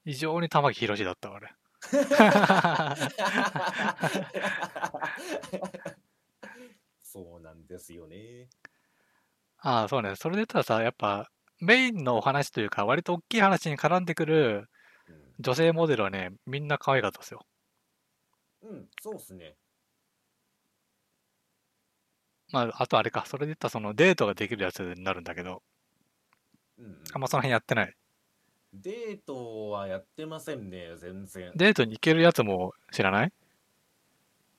B: 異常に玉木宏だったわ、あれ。
A: そうなんですよね。
B: ああ、そうね。それで言ったらさ、やっぱ、メインのお話というか、割と大きい話に絡んでくる
A: うん
B: 女性モデルはね、みんな可愛かったですよ。
A: うん、そうっすね。
B: まあ、あとあれか、それで言ったらそのデートができるやつになるんだけど、
A: うんうん、
B: あんまその辺やってない。
A: デートはやってませんね、全然。
B: デートに行けるやつも知らない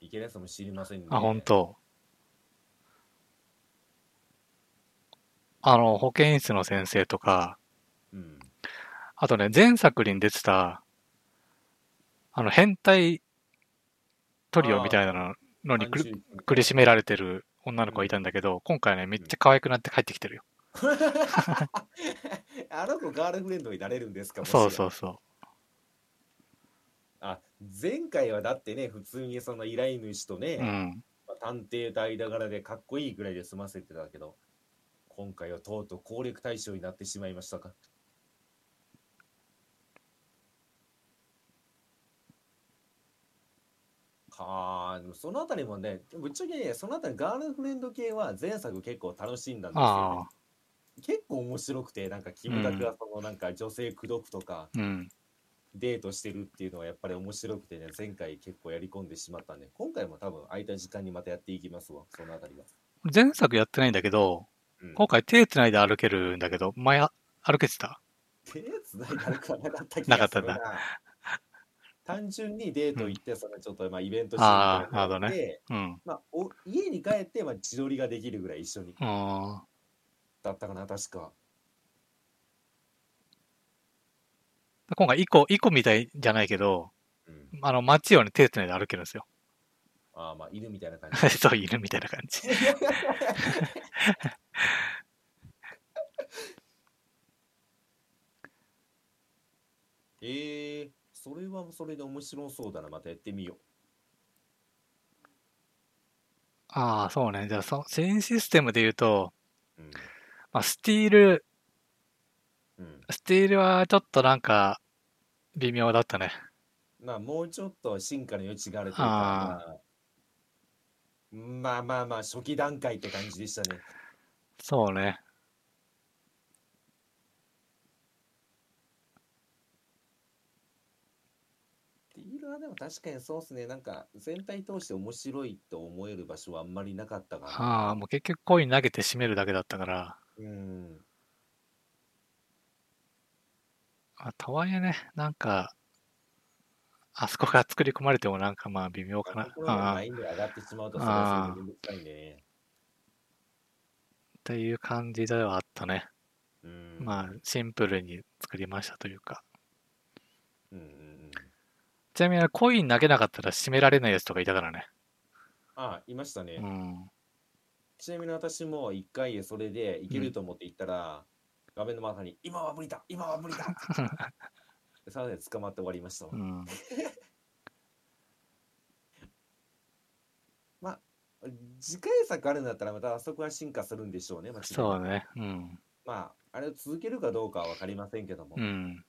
A: いけるやつも知りませんね。
B: あ、本当。あの、保健室の先生とか、
A: うん。
B: あとね、前作に出てた、あの、変態トリオみたいなののに苦
A: 30
B: 苦しめられてる女の子がいたんだけど、今回ね、めっちゃ可愛くなって帰ってきてるよ。
A: あの子ガールフレンドになれるんですかもしや
B: そうそうそう。
A: あ前回はだってね普通にその依頼主とね、
B: うん。
A: まあ探偵と間柄でかっこいいぐらいで済ませてたけど今回はとうとう攻略対象になってしまいましたかかーでもそのあたりもねぶっちゃけねそのあたりガールフレンド系は前作結構楽しんだんですよ、ね
B: あ、
A: 結構面白くてなんかキムタクがそのなんか女性口説くとか、
B: あ、うん。
A: デートしてるっていうのはやっぱり面白くてね前回結構やり込んでしまったんで今回も多分空いた時間にまたやっていきますわそのあたりは、
B: 前作やってないんだけど、
A: うん、
B: 今回手つないで歩けるんだけど、前あ歩けてた
A: 手つないだくはなかった気
B: な
A: が
B: かっ
A: す
B: た
A: る
B: ん
A: な
B: だ
A: 単純にデート行って、そのちょっとまあイベントして
B: あー
A: みたいの
B: なるほど
A: で、
B: うん。
A: まあ、お家に帰ってまあ自撮りができるぐらい一緒に
B: あ
A: だったかな確か
B: ー今回、イコ、イコみたいじゃないけど、
A: うん
B: あの、街をね、手つないで歩けるんですよ。
A: ああまあ犬みたいな感じ
B: そう、犬みたいな感じ。
A: えー、それはそれで面白そうだなまたやってみよ
B: ああ、そうね。じゃあ、そ新システムで言うと、
A: う
B: まあ、スティール、
A: うん、うん
B: スティールはちょっとなんか、微妙だったね。
A: まあもうちょっと進化の余地があるという
B: あ
A: か、まあ、まあまあまあ初期段階って感じでしたね。
B: そうね。
A: ディールはでも確かにそうですね。なんか全体通して面白いと思える場所はあんまりなかったかな。
B: ああ、もう結局コイン投げて締めるだけだったから、
A: うん。
B: あ、とはいえね、なんか、あそこが作り込まれてもなんかまあ微妙か
A: あ
B: な。
A: の頃
B: あ
A: の
B: あ
A: 難
B: っ
A: 易度が上がってしまうとそれはそれでめんどくさいね。
B: ていう感じではあったね。
A: うん。
B: まあ、シンプルに作りましたというか。
A: うんうんうん。
B: ちなみにコイン投げなかったら締められないやつとかいたからね。
A: あ、いましたね。
B: うん。
A: ちなみに私も一回それでいけると思って行ったら、画面の真ん中に「今は無理だ今は無理だ」 でさらに捕まって終わりましたわ、
B: うん。
A: 次回作あるんだったらまたあそこは進化するんでしょうね、まあ、
B: そうね。うん。
A: まああれを続けるかどうかは分かりませんけども、
B: うん。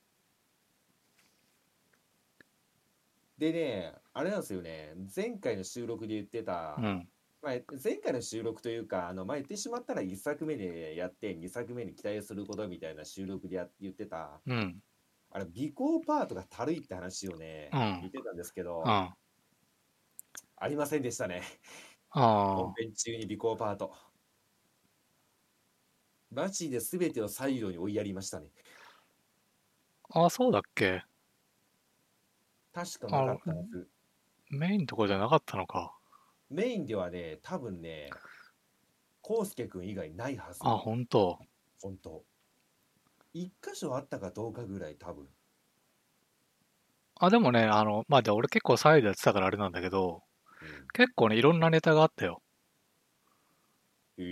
A: でねあれなんですよね前回の収録で言ってた、
B: うん。
A: まあ、前回の収録というかあの、まあ、言ってしまったら1作目でやって2作目に期待することみたいな収録でや言ってた
B: うん。
A: あれ尾行パートがたるいって話をね、
B: うん
A: 言ってたんですけど、
B: うん。あ
A: ありませんでしたね
B: あ
A: 本。編中に尾行パートマジで全てを左右に追いやりましたね
B: ああ、そうだっけ
A: 確かなかったはず
B: メインとこじゃなかったのか。
A: メインではね多分ねコウスケ君以外ないはず
B: あ、ほんと。
A: 本当一箇所あったかどうかぐらい多分
B: あ、でもね、あの、まあ、じゃあ俺結構サイドやってたからあれなんだけど、結構ね、いろんなネタがあったよ。
A: へ、うん、え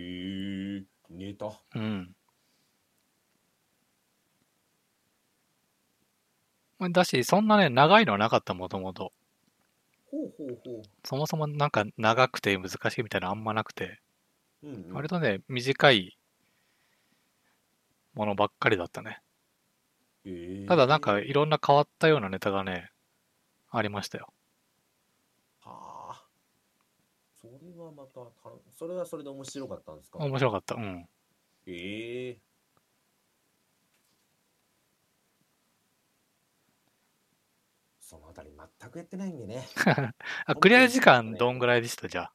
A: ー、ネタ
B: うん。だし、そんなね、長いのはなかった、もともと。
A: ほうほうほ
B: そもそもなんか長くて難しいみたいなのあんまなくて、
A: う、うんうん
B: 割とね、短いものばっかりだったね。
A: へー
B: ただなんかいろんな変わったようなネタがね、ありましたよ。
A: はあ。それはまたた、それはそれで面白かったんですか
B: 面白かった。うん。
A: ええそのあたり全くやってないんでね。
B: あ、クリア時間どんぐらいでしたじゃあ。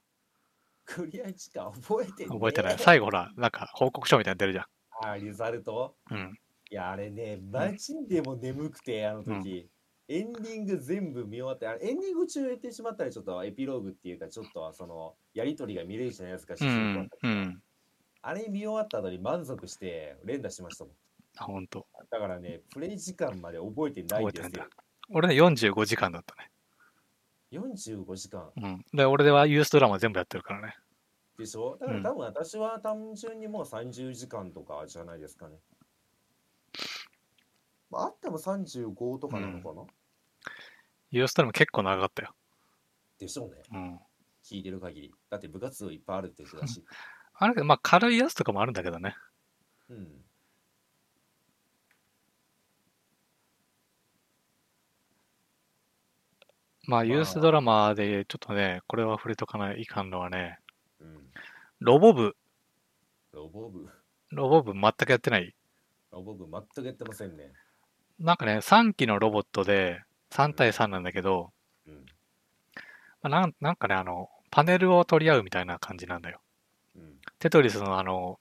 A: クリア時間覚えてね
B: 覚えてない。最後ほら、なんか報告書みたいなの出るじゃ
A: あーリザルト
B: ん。うん。
A: いや、あれね、マジでも眠くて、あの時。エンディング全部見終わって、あれエンディング中やってしまったら、ちょっとエピローグっていうか、ちょっとはその、やりとりが見れるじゃないですか、主
B: う
A: 人公
B: ん。うん。
A: あれ見終わった後に満足して、連打しましたもん。
B: あ、ほんと。
A: だからね、プレイ時間まで覚えてないんです
B: 覚
A: よ。
B: 俺ね、45時間だったね。
A: 45時間
B: うん。で、俺では US ドラマ全部やってるからね。
A: でしょだから多分私は単純にもう30時間とかじゃないですかね。まあ、あっても35とかなのかな、
B: US ドラマ結構長かったよ。
A: でしょうね。
B: うん。
A: 聞いてる限り。だって部活動いっぱいあるって人だし。
B: あれ、まあ軽いやつとかもあるんだけどね。
A: うん。
B: まあ US ドラマで、ちょっとね、これは触れとかないかんのはね、
A: うん。
B: ロボ部、
A: ロボ部、
B: ロボ部全くやってない。
A: ロボ部全くやってませんね。
B: なんかね、3機のロボットで3対3なんだけど、
A: うん。
B: まあなんなんかね、あの、パネルを取り合うみたいな感じなんだよ。
A: うん。
B: テトリスのあの、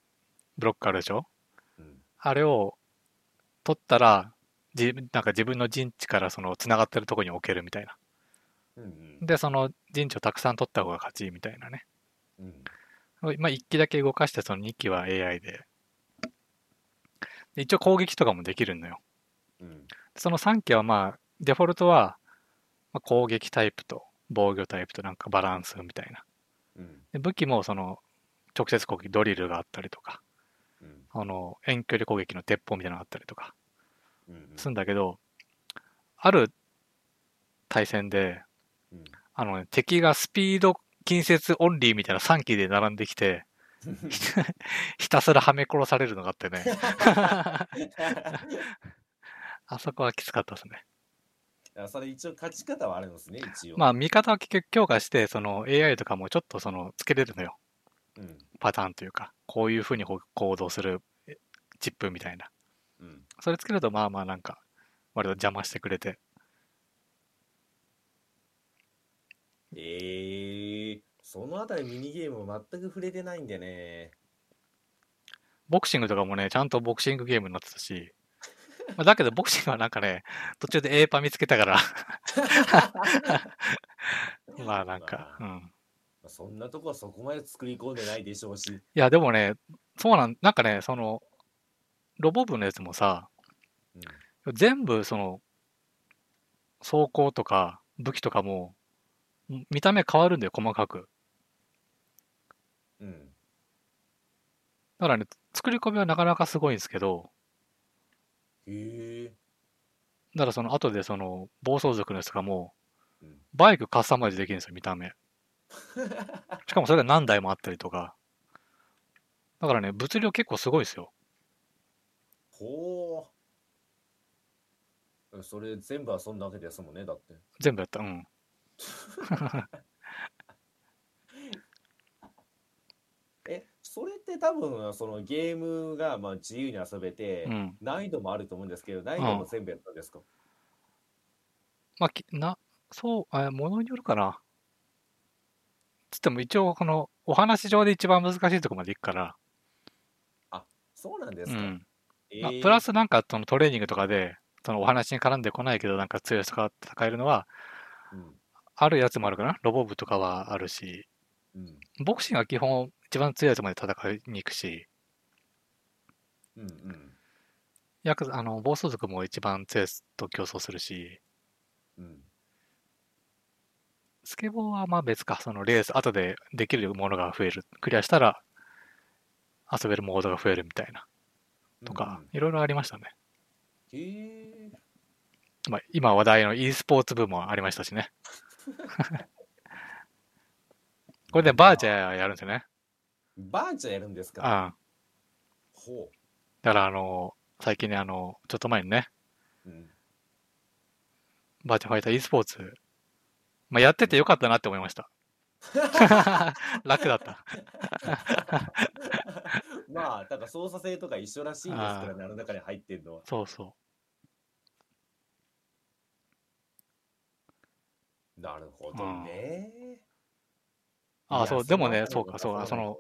B: ブロックあるでしょ
A: うん。
B: あれを取ったら、じなんか自分の陣地からその繋がってるとこに置けるみたいな。
A: うん。うん。
B: で、その陣地をたくさん取った方が勝ちみたいなね。
A: うん。
B: まあ1機だけ動かして、その2機は AI で。で一応攻撃とかもできるのよ。
A: うん。
B: その3機はまあ、デフォルトはまあ攻撃タイプと防御タイプとなんかバランスみたいな。
A: うん。
B: で武器もその直接攻撃ドリルがあったりとか、
A: うん。
B: あの遠距離攻撃の鉄砲みたいなのがあったりとか
A: うん。
B: するんだけど、ある対戦で、
A: うん
B: あのね、敵がスピード近接オンリーみたいな3機で並んできて、ひたすらはめ殺されるのがあってね。あそこはきつかったですね。
A: あそれ一応勝ち方はあるんですね、一応。
B: まあ、味方は結局強化して、その AI とかもちょっとその、つけれるのよ。
A: うん。
B: パターンというか、こういうふうにほ行動するえチップみたいな。
A: うん。
B: それつけると、まあまあなんか、割と邪魔してくれて。
A: ええそのあたりミニゲームも全く触れてないんでね。
B: ボクシングとかもね、ちゃんとボクシングゲームになってたし、まあだけどボクシングはなんかね、途中で A パ見つけた から、まあなんか、う
A: まあ
B: ん。
A: そんなとこはそこまで作り込んでないでしょうし。
B: いや、でもね、そうなん、なんかね、その、ロボ部のやつもさ、
A: うん
B: 全部その、装甲とか武器とかも、ん見た目変わるんだよ、細かく。
A: うん。
B: だからね、作り込みはなかなかすごいんですけど、
A: へえ。
B: だからその後でその暴走族のやつとかも
A: うん、
B: バイクカスタマイズできるんですよ、見た目。 しかもそれが何台もあったりとか。だからね、物量結構すごいですよ。
A: ほう。それ全部遊んだわけですもんね、だって。
B: 全部やった。うん。
A: え、それって多分そのゲームがまあ自由に遊べて、
B: うん。
A: 難易度もあると思うんですけど、難易度も全部やったんですか、
B: まあ、きな、そう、あ、ものによるかな。つっても一応、この、お話上で一番難しいとこまでいくから、
A: そうなんです
B: う
A: か、
B: ん。
A: え
B: まあ
A: ー
B: プラスなんか、そのトレーニングとかで、そのお話に絡んでこないけど、なんか強い人が戦えるのは、
A: うん。
B: あるやつもあるかな。ロボ部とかはあるし、
A: うん。
B: ボクシングは基本一番強いやつまで戦いに行くし、
A: うん。うん。
B: ヤクザあの暴走族も一番強いやつと競争するし、
A: うん。
B: スケボーはまあ別か、そのレース、後でできるものが増える、クリアしたら遊べるモードが増えるみたいな、とか、いろいろありましたね。
A: うんうん。へえ。
B: まあ、今話題の e スポーツ部もありました しね。これでバーチャーやるんですよね。
A: バーチャーやるんです
B: う
A: か
B: ん。だ
A: ほ
B: からあの、最近ね、あの、ちょっと前にね、
A: う。うん。
B: バーチャーファイター e スポーツまあ、やっててよかったなって思いました。楽だった。
A: まあ、だから操作性とか一緒らしいんですからね、あの中に入ってるのは。
B: そうそ
A: なるほどね。
B: う。あ
A: い
B: あ、
A: や
B: そう、でもね、
A: そ
B: そ
A: ん
B: う
A: なこ
B: か、
A: と
B: そう
A: な
B: か、
A: い
B: その、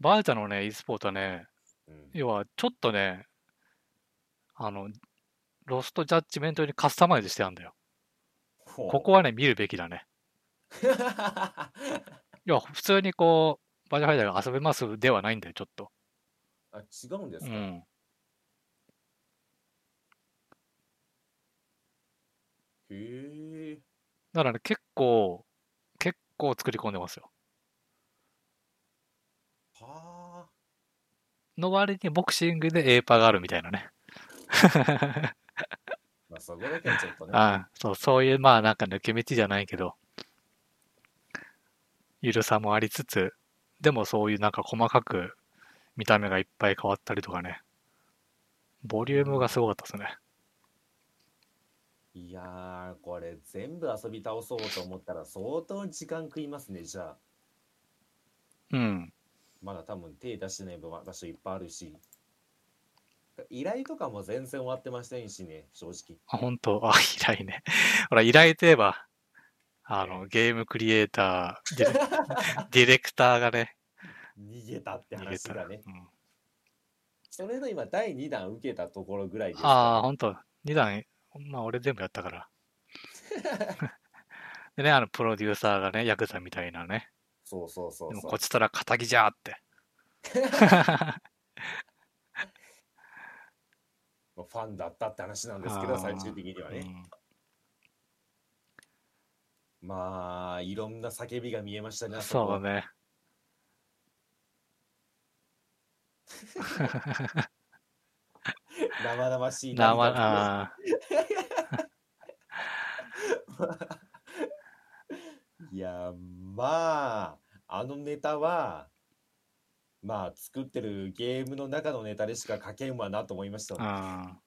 B: バーチャのね、e スポーツはね、
A: うん
B: 要は、ちょっとね、あの、ロストジャッジメントよりカスタマイズしてあるんだよ。
A: ほう
B: ここはね、見るべきだね。いや、普通にこう、バーチャファイターが遊べますではないんだよ、ちょっと。
A: あ違うんです
B: う
A: か、
B: ん。
A: へえ。
B: だからね、結構、結構作り込んでますよ。
A: はあ。
B: の割にボクシングでエーパーがあるみたいなね。
A: まあ、そこだけはちょっとね。
B: ああそう、そういう、まあなんか抜け道じゃないけど、ゆるさもありつつ、でもそういうなんか細かく見た目がいっぱい変わったりとかね、ボリュームがすごかったですね。
A: いやー、これ全部遊び倒そうと思ったら相当時間食いますね、じゃあ。
B: うん。
A: まだ多分手出してない場所いっぱいあるし。依頼とかも全然終わってませんしね、正直。
B: あ、本当 あ、依頼ね。ほら、依頼といえば、あの、ゲームクリエイター、ディレ ディレクターがね、
A: 逃げたって
B: 逃げ
A: 話
B: た。
A: がね。
B: うん
A: それの今、第2弾受けたところぐらいです
B: ああ、
A: か
B: 本当二段、まあ俺全部やった から。でね、あの、プロデューサーがね、ヤクザみたいなね、
A: そうそうそう
B: でも
A: そう
B: こっ。ちたら仇じゃーって。
A: ファンだったって話なんですけど、
B: あー
A: 最終的にはね。まあ、いろんな叫びが見えましたね、
B: う
A: あ
B: ん、
A: そこ
B: そ
A: は
B: うね。
A: 生々しい
B: 生
A: 涙が
B: あ
A: いや、まあ、あのネタは、まあ、作ってるゲームの中のネタでしか書けんわなと思いました
B: ー。あ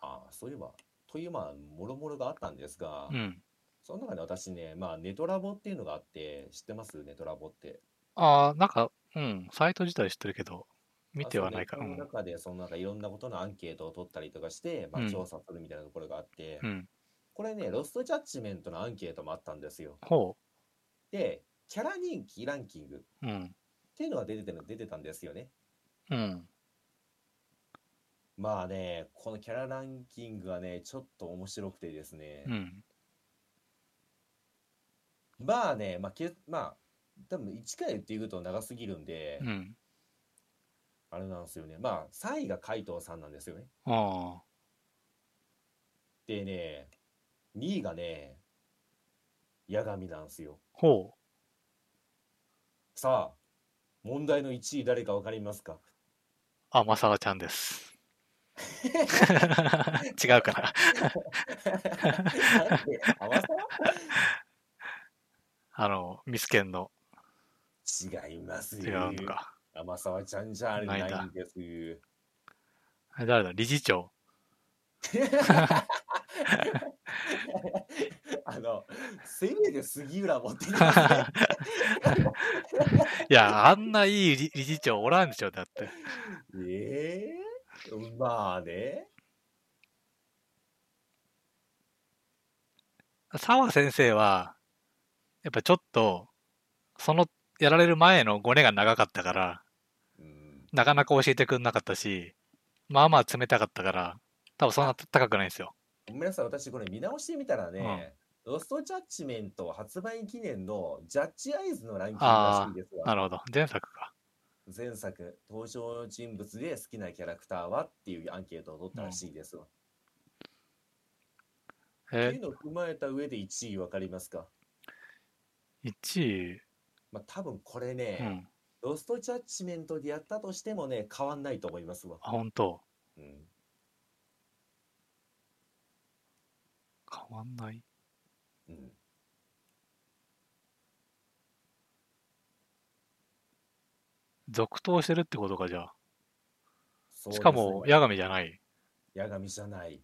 A: ああ、そういえば、という、まあ、もろもろがあったんですが
B: ー、うん。
A: その中で私ね、まあ、ネトラボっていうのがあって、知ってますネトラボって。
B: あーなんか、うん、サイト自体知ってるけど、見てはないから。
A: その中で、そのなんかいろんなことのアンケートを取ったりとかして、ま
B: う
A: あ、
B: ん
A: 調査するみたいなところがあって
B: う、ん。
A: これね、ロストジャッジメントのアンケートもあったんですよ。
B: ほ
A: で、キャラ人気ランキングっ
B: う。うん。
A: ていうのが出てて出てたんですよね。
B: うん。
A: まあね、このキャラランキングはね、ちょっと面白くてですね、
B: うん。
A: まあね、まあ、けまあ、多分1回言っていくと長すぎるんで、
B: うん。
A: あれなんですよね、まあ、3位が海藤さんなんですよね。
B: あ
A: でね、2位がね、八神なんですよ。
B: あ。ほ
A: さあ、問題の1位誰か分かります か
B: う。あ、まさらちゃんです。 違うかな。
A: なんで合わ
B: あの、ミスケンの
A: さ違います
B: 違
A: よ
B: うの。か。
A: 天沢ちゃんじゃ
B: ないんだ
A: ないんです。
B: あれ誰だ理事長。
A: あの、せめて杉浦持ってきますね。
B: いや、あんないい理理事長おらんでしょ、だって。
A: ええまあね。
B: 澤先生は、やっぱちょっと、その、やられる前のごねが長かったから、
A: うん、
B: なかなか教えてくれなかったし、まあまあ冷たかったから、多分そんな高くないんですよ。
A: ごめんなさい、私これ見直してみたらね、ロストジャッジメント発売記念のジャッジアイズのランキングらしいです
B: な
A: わ。
B: るほど。前作か。
A: 前作、登場人物で好きなキャラクターはっていうアンケートを取ったらしいですわ。ってい
B: え
A: うのを踏まえた上で1位わかりますか
B: 1位、
A: まあ多分これ
B: う
A: ね、
B: ん。
A: ロストジャッジメントでやったとしてもね、変わんないと思いますわ。
B: あ、本当
A: うん
B: 変わんない。
A: うん
B: 続投してるってことか、じゃあ。
A: そう
B: しかも、
A: ですね
B: 八神じゃない。
A: 八神じゃない。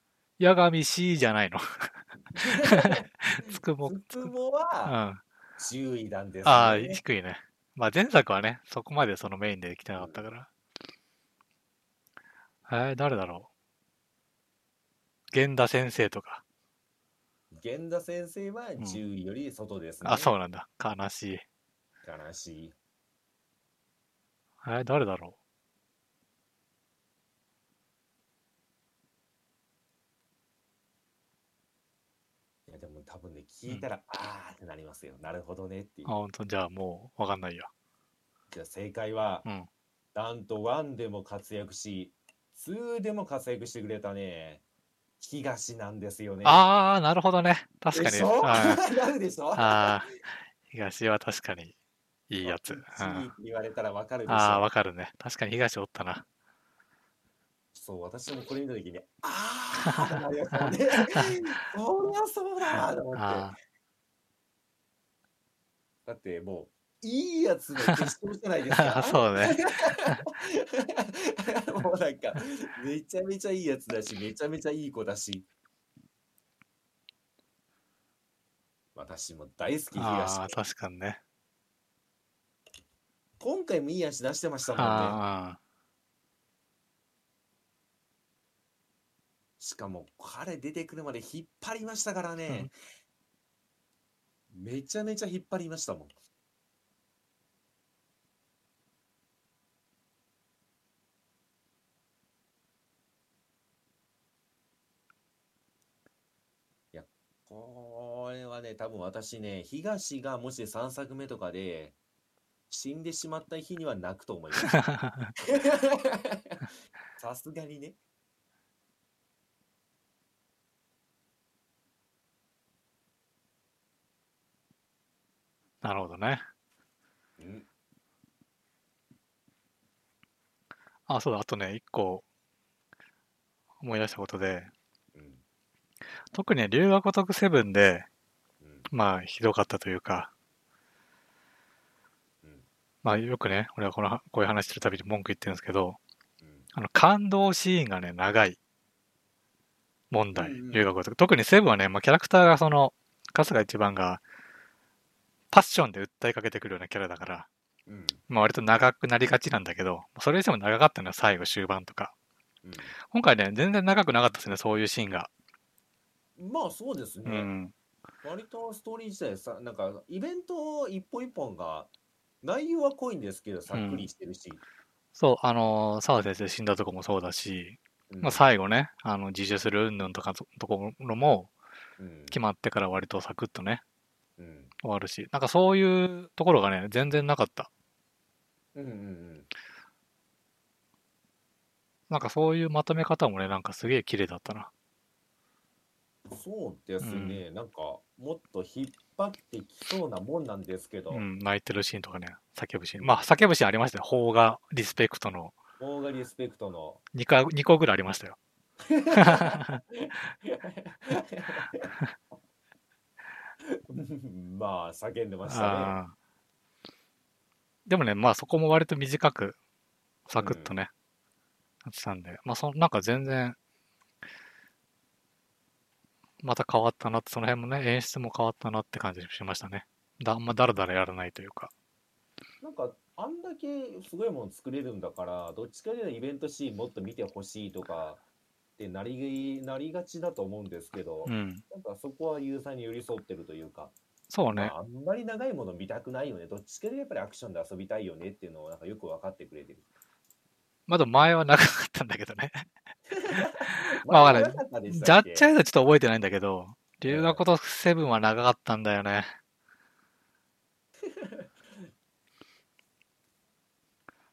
B: 八神 C じゃないの。 つくも、
A: つくも
B: うん。
A: は
B: あ
A: 注意なんです、ね。
B: あー、低いね。まあ前作はね、そこまでそのメインで来てなかったから。えー、誰だろう。源田先生とか。
A: 源田先生は
B: ん
A: 10位より外ですね。
B: あ、そうなんだ。悲しい。
A: 悲しい。
B: えー、誰だろ
A: いやでも多分ね聞いたら、あーってなりますよ。なるほどねっていう
B: う。あ、。本当じゃあもうわかんないよ。
A: じゃあ正解は、
B: うん
A: なんと1でも活躍し、2でも活躍してくれたね、東なんですよね。
B: ああ、なるほどね。確か
A: でし
B: に。
A: ょ
B: あー
A: なるでしょ
B: あー、東は確かにいいやつ。う
A: 1
B: ん
A: 位って言われたらわかるでしょ。
B: ああ、わかるね。確かに東おったな。
A: そう、私もこれ見たとき に、あーってなりましたね。そりゃそうだなと思って。
B: あ
A: だってもう、いいやつの決勝じゃないですか。
B: あ、 そうね。
A: もうなんか、めちゃめちゃいいやつだし、めちゃめちゃいい子だし。私も大好き東
B: ああ、確かにね。
A: 今回もいい足出してましたもんね。
B: あ
A: しかも彼出てくるまで引っ張りましたからね。めちゃめちゃ引っ張りましたもん。いやこれはね、多分私ね、東がもし3作目とかで死んでしまった日には泣くと思います。
B: あ。
A: さすがにね。
B: なるほどね。
A: うん、
B: あ、そうだ。あとね、一個思い出したことで、
A: うん、
B: 特にね龍が如くセブンで、
A: うん、
B: まあ、ひどかったというか、
A: うん
B: まあ、よくね、俺はこのはこういう話してるたびに文句言ってるんですけど、
A: うん。
B: あの感動シーンがね、長い問題、
A: うんうん
B: 留学とか。特にセブンはね、まあ、キャラクターがその、春日一番が、パッションで訴えかけてくるようなキャラだから、
A: うん、
B: まあ、割と長くなりがちなんだけど、それにしても長かったのは最後終盤とか。
A: う
B: 今回ね、全然長くなかったですね、そういうシーンが。
A: ん、まあそうです
B: う
A: ね、
B: ん。
A: 割とストーリー自体さなんかイベント一本一本が内容は濃いんですけどさっくりしてるし、
B: そう、あのー、澤先生死んだとこもそうだし、
A: うん
B: まあ、最後ね、あの、自首するうんぬんとかとところも、
A: うん
B: 決まってから割とサクッとね、
A: うん
B: 終わるし、なんかそういうところがね、全然なかった。
A: うんうんうん
B: なんかそういうまとめ方もね、なんかすげえ綺麗だったな。
A: そうですね、なんかもっと引っ張ってきそうなもんなんですけど、
B: うん、泣いてるシーンとかね、叫ぶシーン。まあ、叫ぶシーンありましたよ。邦画リスペクトの
A: 大賀リスペクトの
B: 2, か2個ぐらいありました よ。
A: まあ叫んでましたね
B: あーでもね、まあそこも割と短く、サクッとね、やってたんで、まあそなんか全然、また変わったなって、その辺もね、演出も変わったなって感じしましたね。だあんまだらだらやらないというか。
A: なんかあんだけすごいもの作れるんだからどっちかというとイベントシーンもっと見てほしいとかってなりなりがちだと思うんですけど、
B: うん。
A: なんかそこはユーザーに寄り添ってるというか、
B: そう
A: ま
B: ね。
A: あ、あんまり長いもの見たくないよね、どっちかでやっぱりアクションで遊びたいよねっていうのをなんかよく分かってくれてる。
B: まだ前は長かったんだけどね。まあわかんない
A: 長ったで
B: ジ
A: した
B: ャ
A: っ
B: ッ
A: け
B: ジアイドはちょっと覚えてないんだけど、留学とセブンは長かったんだ よね。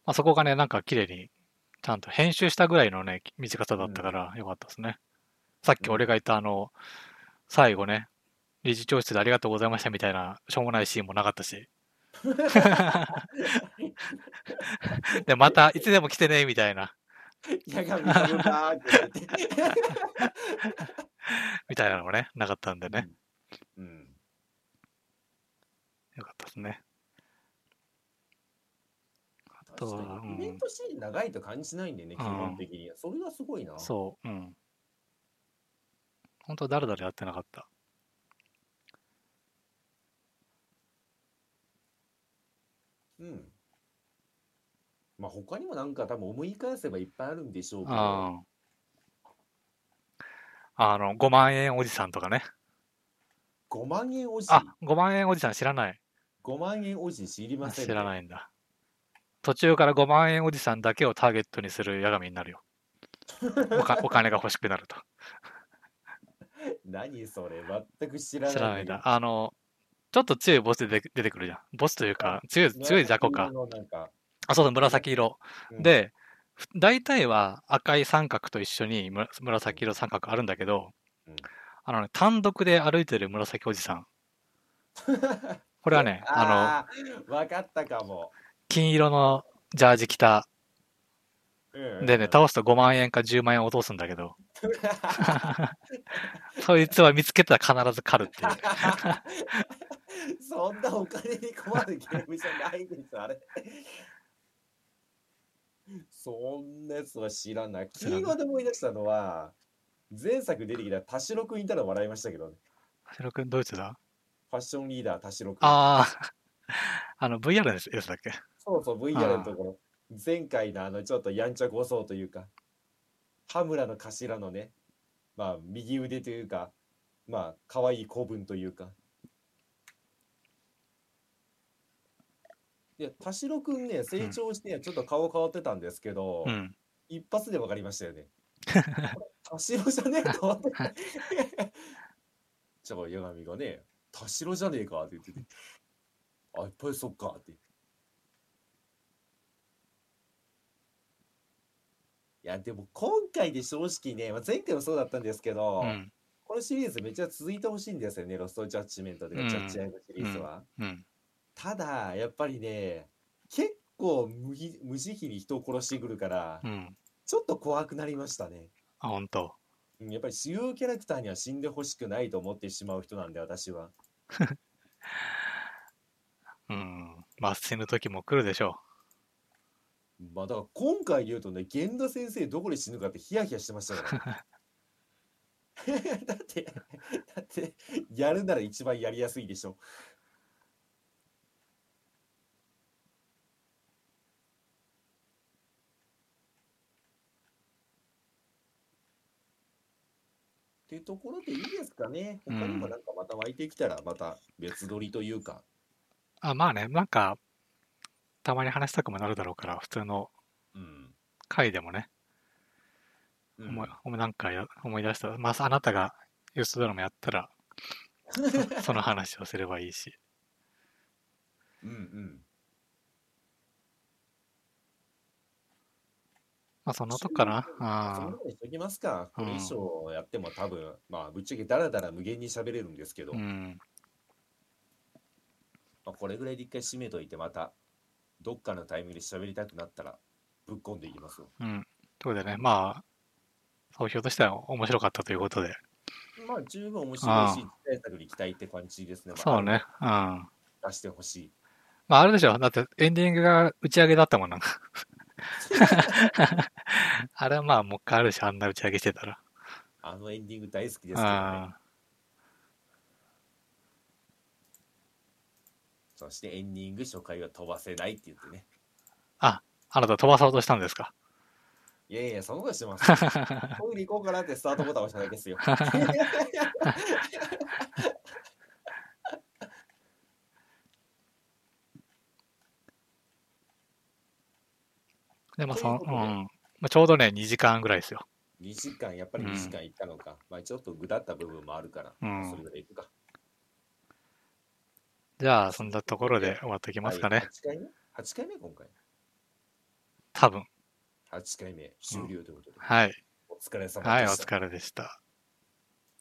B: まあそこがね、なんか綺麗に、ちゃんと編集したぐらいのね、短さだったからよかったですね。さっき俺が言ったあの、最後ね、理事長室でありがとうございましたみたいな、しょうもないシーンもなかっ たし。で、またいつでも来てね、みたいな、
A: 八神さんだーって言って。
B: みたいなのもね、なかったんでね、
A: うん。
B: よかったですね。
A: 確
B: と
A: か
B: はう
A: に
B: ん
A: イベントシーン長いと感じないんでね、
B: うん
A: 基本的に。それがすごいな。
B: そう、うん。本当だらだらやってなかった。
A: うん。まあ他にもなんか多分思い返せばいっぱいあるんでしょうけど、
B: ああの、5万円おじさんとかね。
A: 5万円おじ、
B: あ、5万円おじさん知らない。
A: 5万円おじ知りません
B: 知ら
A: い。
B: ないんだ。途中から5万円おじさんだけをターゲットにする矢神になるよ。おかお金が欲しくなると。
A: 何それ、全く知らない。
B: 知らないんだ。あの、ちょっと強いボスで出て出てくるじゃん。ボスというか、強い、強い雑魚か。
A: 紫色のなんか。
B: あ、そうそう、紫色。
A: うん、
B: で、ふ大体は赤い三角と一緒にむら紫色三角あるんだけど
A: うん、
B: あのね、単独で歩いてる紫おじ さん。これはね、あの、
A: あの、わかったかも。
B: 金色のジャージ着た。
A: うんうん
B: でね、倒すと5万円か10万円落とすんだけど、 そいつは見つけたら必ず狩るってい う。
A: そんなお金に困るゲームじゃないです、あれ。そんなやつは知らない。
B: 知らない
A: キーワード思い出したのは、前作出てきた田代くんいたら笑いましたけどね。
B: 橋野くん、ドイツだ
A: ファッションリーダー田代くん。
B: あ あ、あの、VR のやつだっけ
A: そうそう、VR のところ。前回のあの、ちょっとやんちゃごそうというか、羽村の頭のね、まあ、右腕というか、まあ、可愛い子分というか。いや、田代くんね、成長して、ちょっと顔変わってたんですけど、
B: うん。
A: 一発で分かりましたよ ね。これ田代じゃねえかって。じゃあ、矢神がね、田代じゃねえかって言ってて、あ、やっぱりそっかって。いや、でも今回で正直ね、まあ、前回もそうだったんですけど、
B: うん。
A: このシリーズめっちゃ続いてほしいんですよね、ロストジャッジメントと
B: う
A: か
B: ん
A: ジャッジアイのシリーズは。
B: うん。
A: ただ、やっぱりね、結構無ひ無慈悲に人を殺してくるから、
B: うん。
A: ちょっと怖くなりましたね。
B: あ、本当。
A: うんやっぱり主要キャラクターには死んでほしくないと思ってしまう人なんで私は。
B: うん。まあ、死ぬ時も来るでしょ
A: まあだから今回で言うとね源田先生どこで死ぬかってヒヤヒヤしてましたからね。 だってだってやるなら一番やりやすいでしょ。っていうところでいいですかね。他にもなんかまた湧いてきたらまた別撮りというか。
B: う。あ、まあね、なんか、たまに話したくもなるだろうから、普通の
A: うん。
B: 回でもね、
A: うん
B: 思い思いなんかや思い出したら、まあ、あなたがユースドラマやったら、そ その話をすればいいし。
A: うんうん。
B: まあ、そのとこかな。
A: その
B: あ
A: ままにしときますか。
B: う
A: こ
B: ん
A: れ以上やっても多分、まあ、ぶっちゃけだらだら無限に喋れるんですけど、
B: ーう
A: ま
B: ん。
A: あ、これぐらいで一回締めといて、また、どっかのタイミングで喋りたくなったら、ぶっ込んでいきますよ。
B: うん。ということでね、まあ、総評としては面白かったということで。
A: まあ、十分面白いし、対策に期待って感じですね。まあ
B: そう。ね。うん。ま
A: 出してほ しい。
B: あ、あれでしょ。だって、エンディングが打ち上げだったもんなんか。あれはまあ、もう一回あるでしょ。あんな打ち上げしてたら。
A: あのエンディング大好きですけどね。
B: あ
A: そしてエンディング初回は飛ばせないって言ってね。
B: あなた飛ばそうとしたんですか。
A: いやいや、そのことして ますよ。トイレ行こうかなってスタートボタン押しただけですよ。
B: でも
A: と
B: そ
A: いう
B: の、
A: こ
B: う
A: と
B: ん。
A: で
B: まあ、ちょうどね、2時間ぐらいですよ。
A: 2時間、やっぱり2時間いったのか。まあ、ちょっとぐだった部分もあるから、
B: うん
A: それぐらいいくか。
B: じゃあ、そんなところで終わっていきますかね。
A: はい8回目 ?8 回目今回。
B: 多分。
A: 8回目終了ということで。
B: はい。
A: お疲れ様でした。
B: はい、お疲れでした。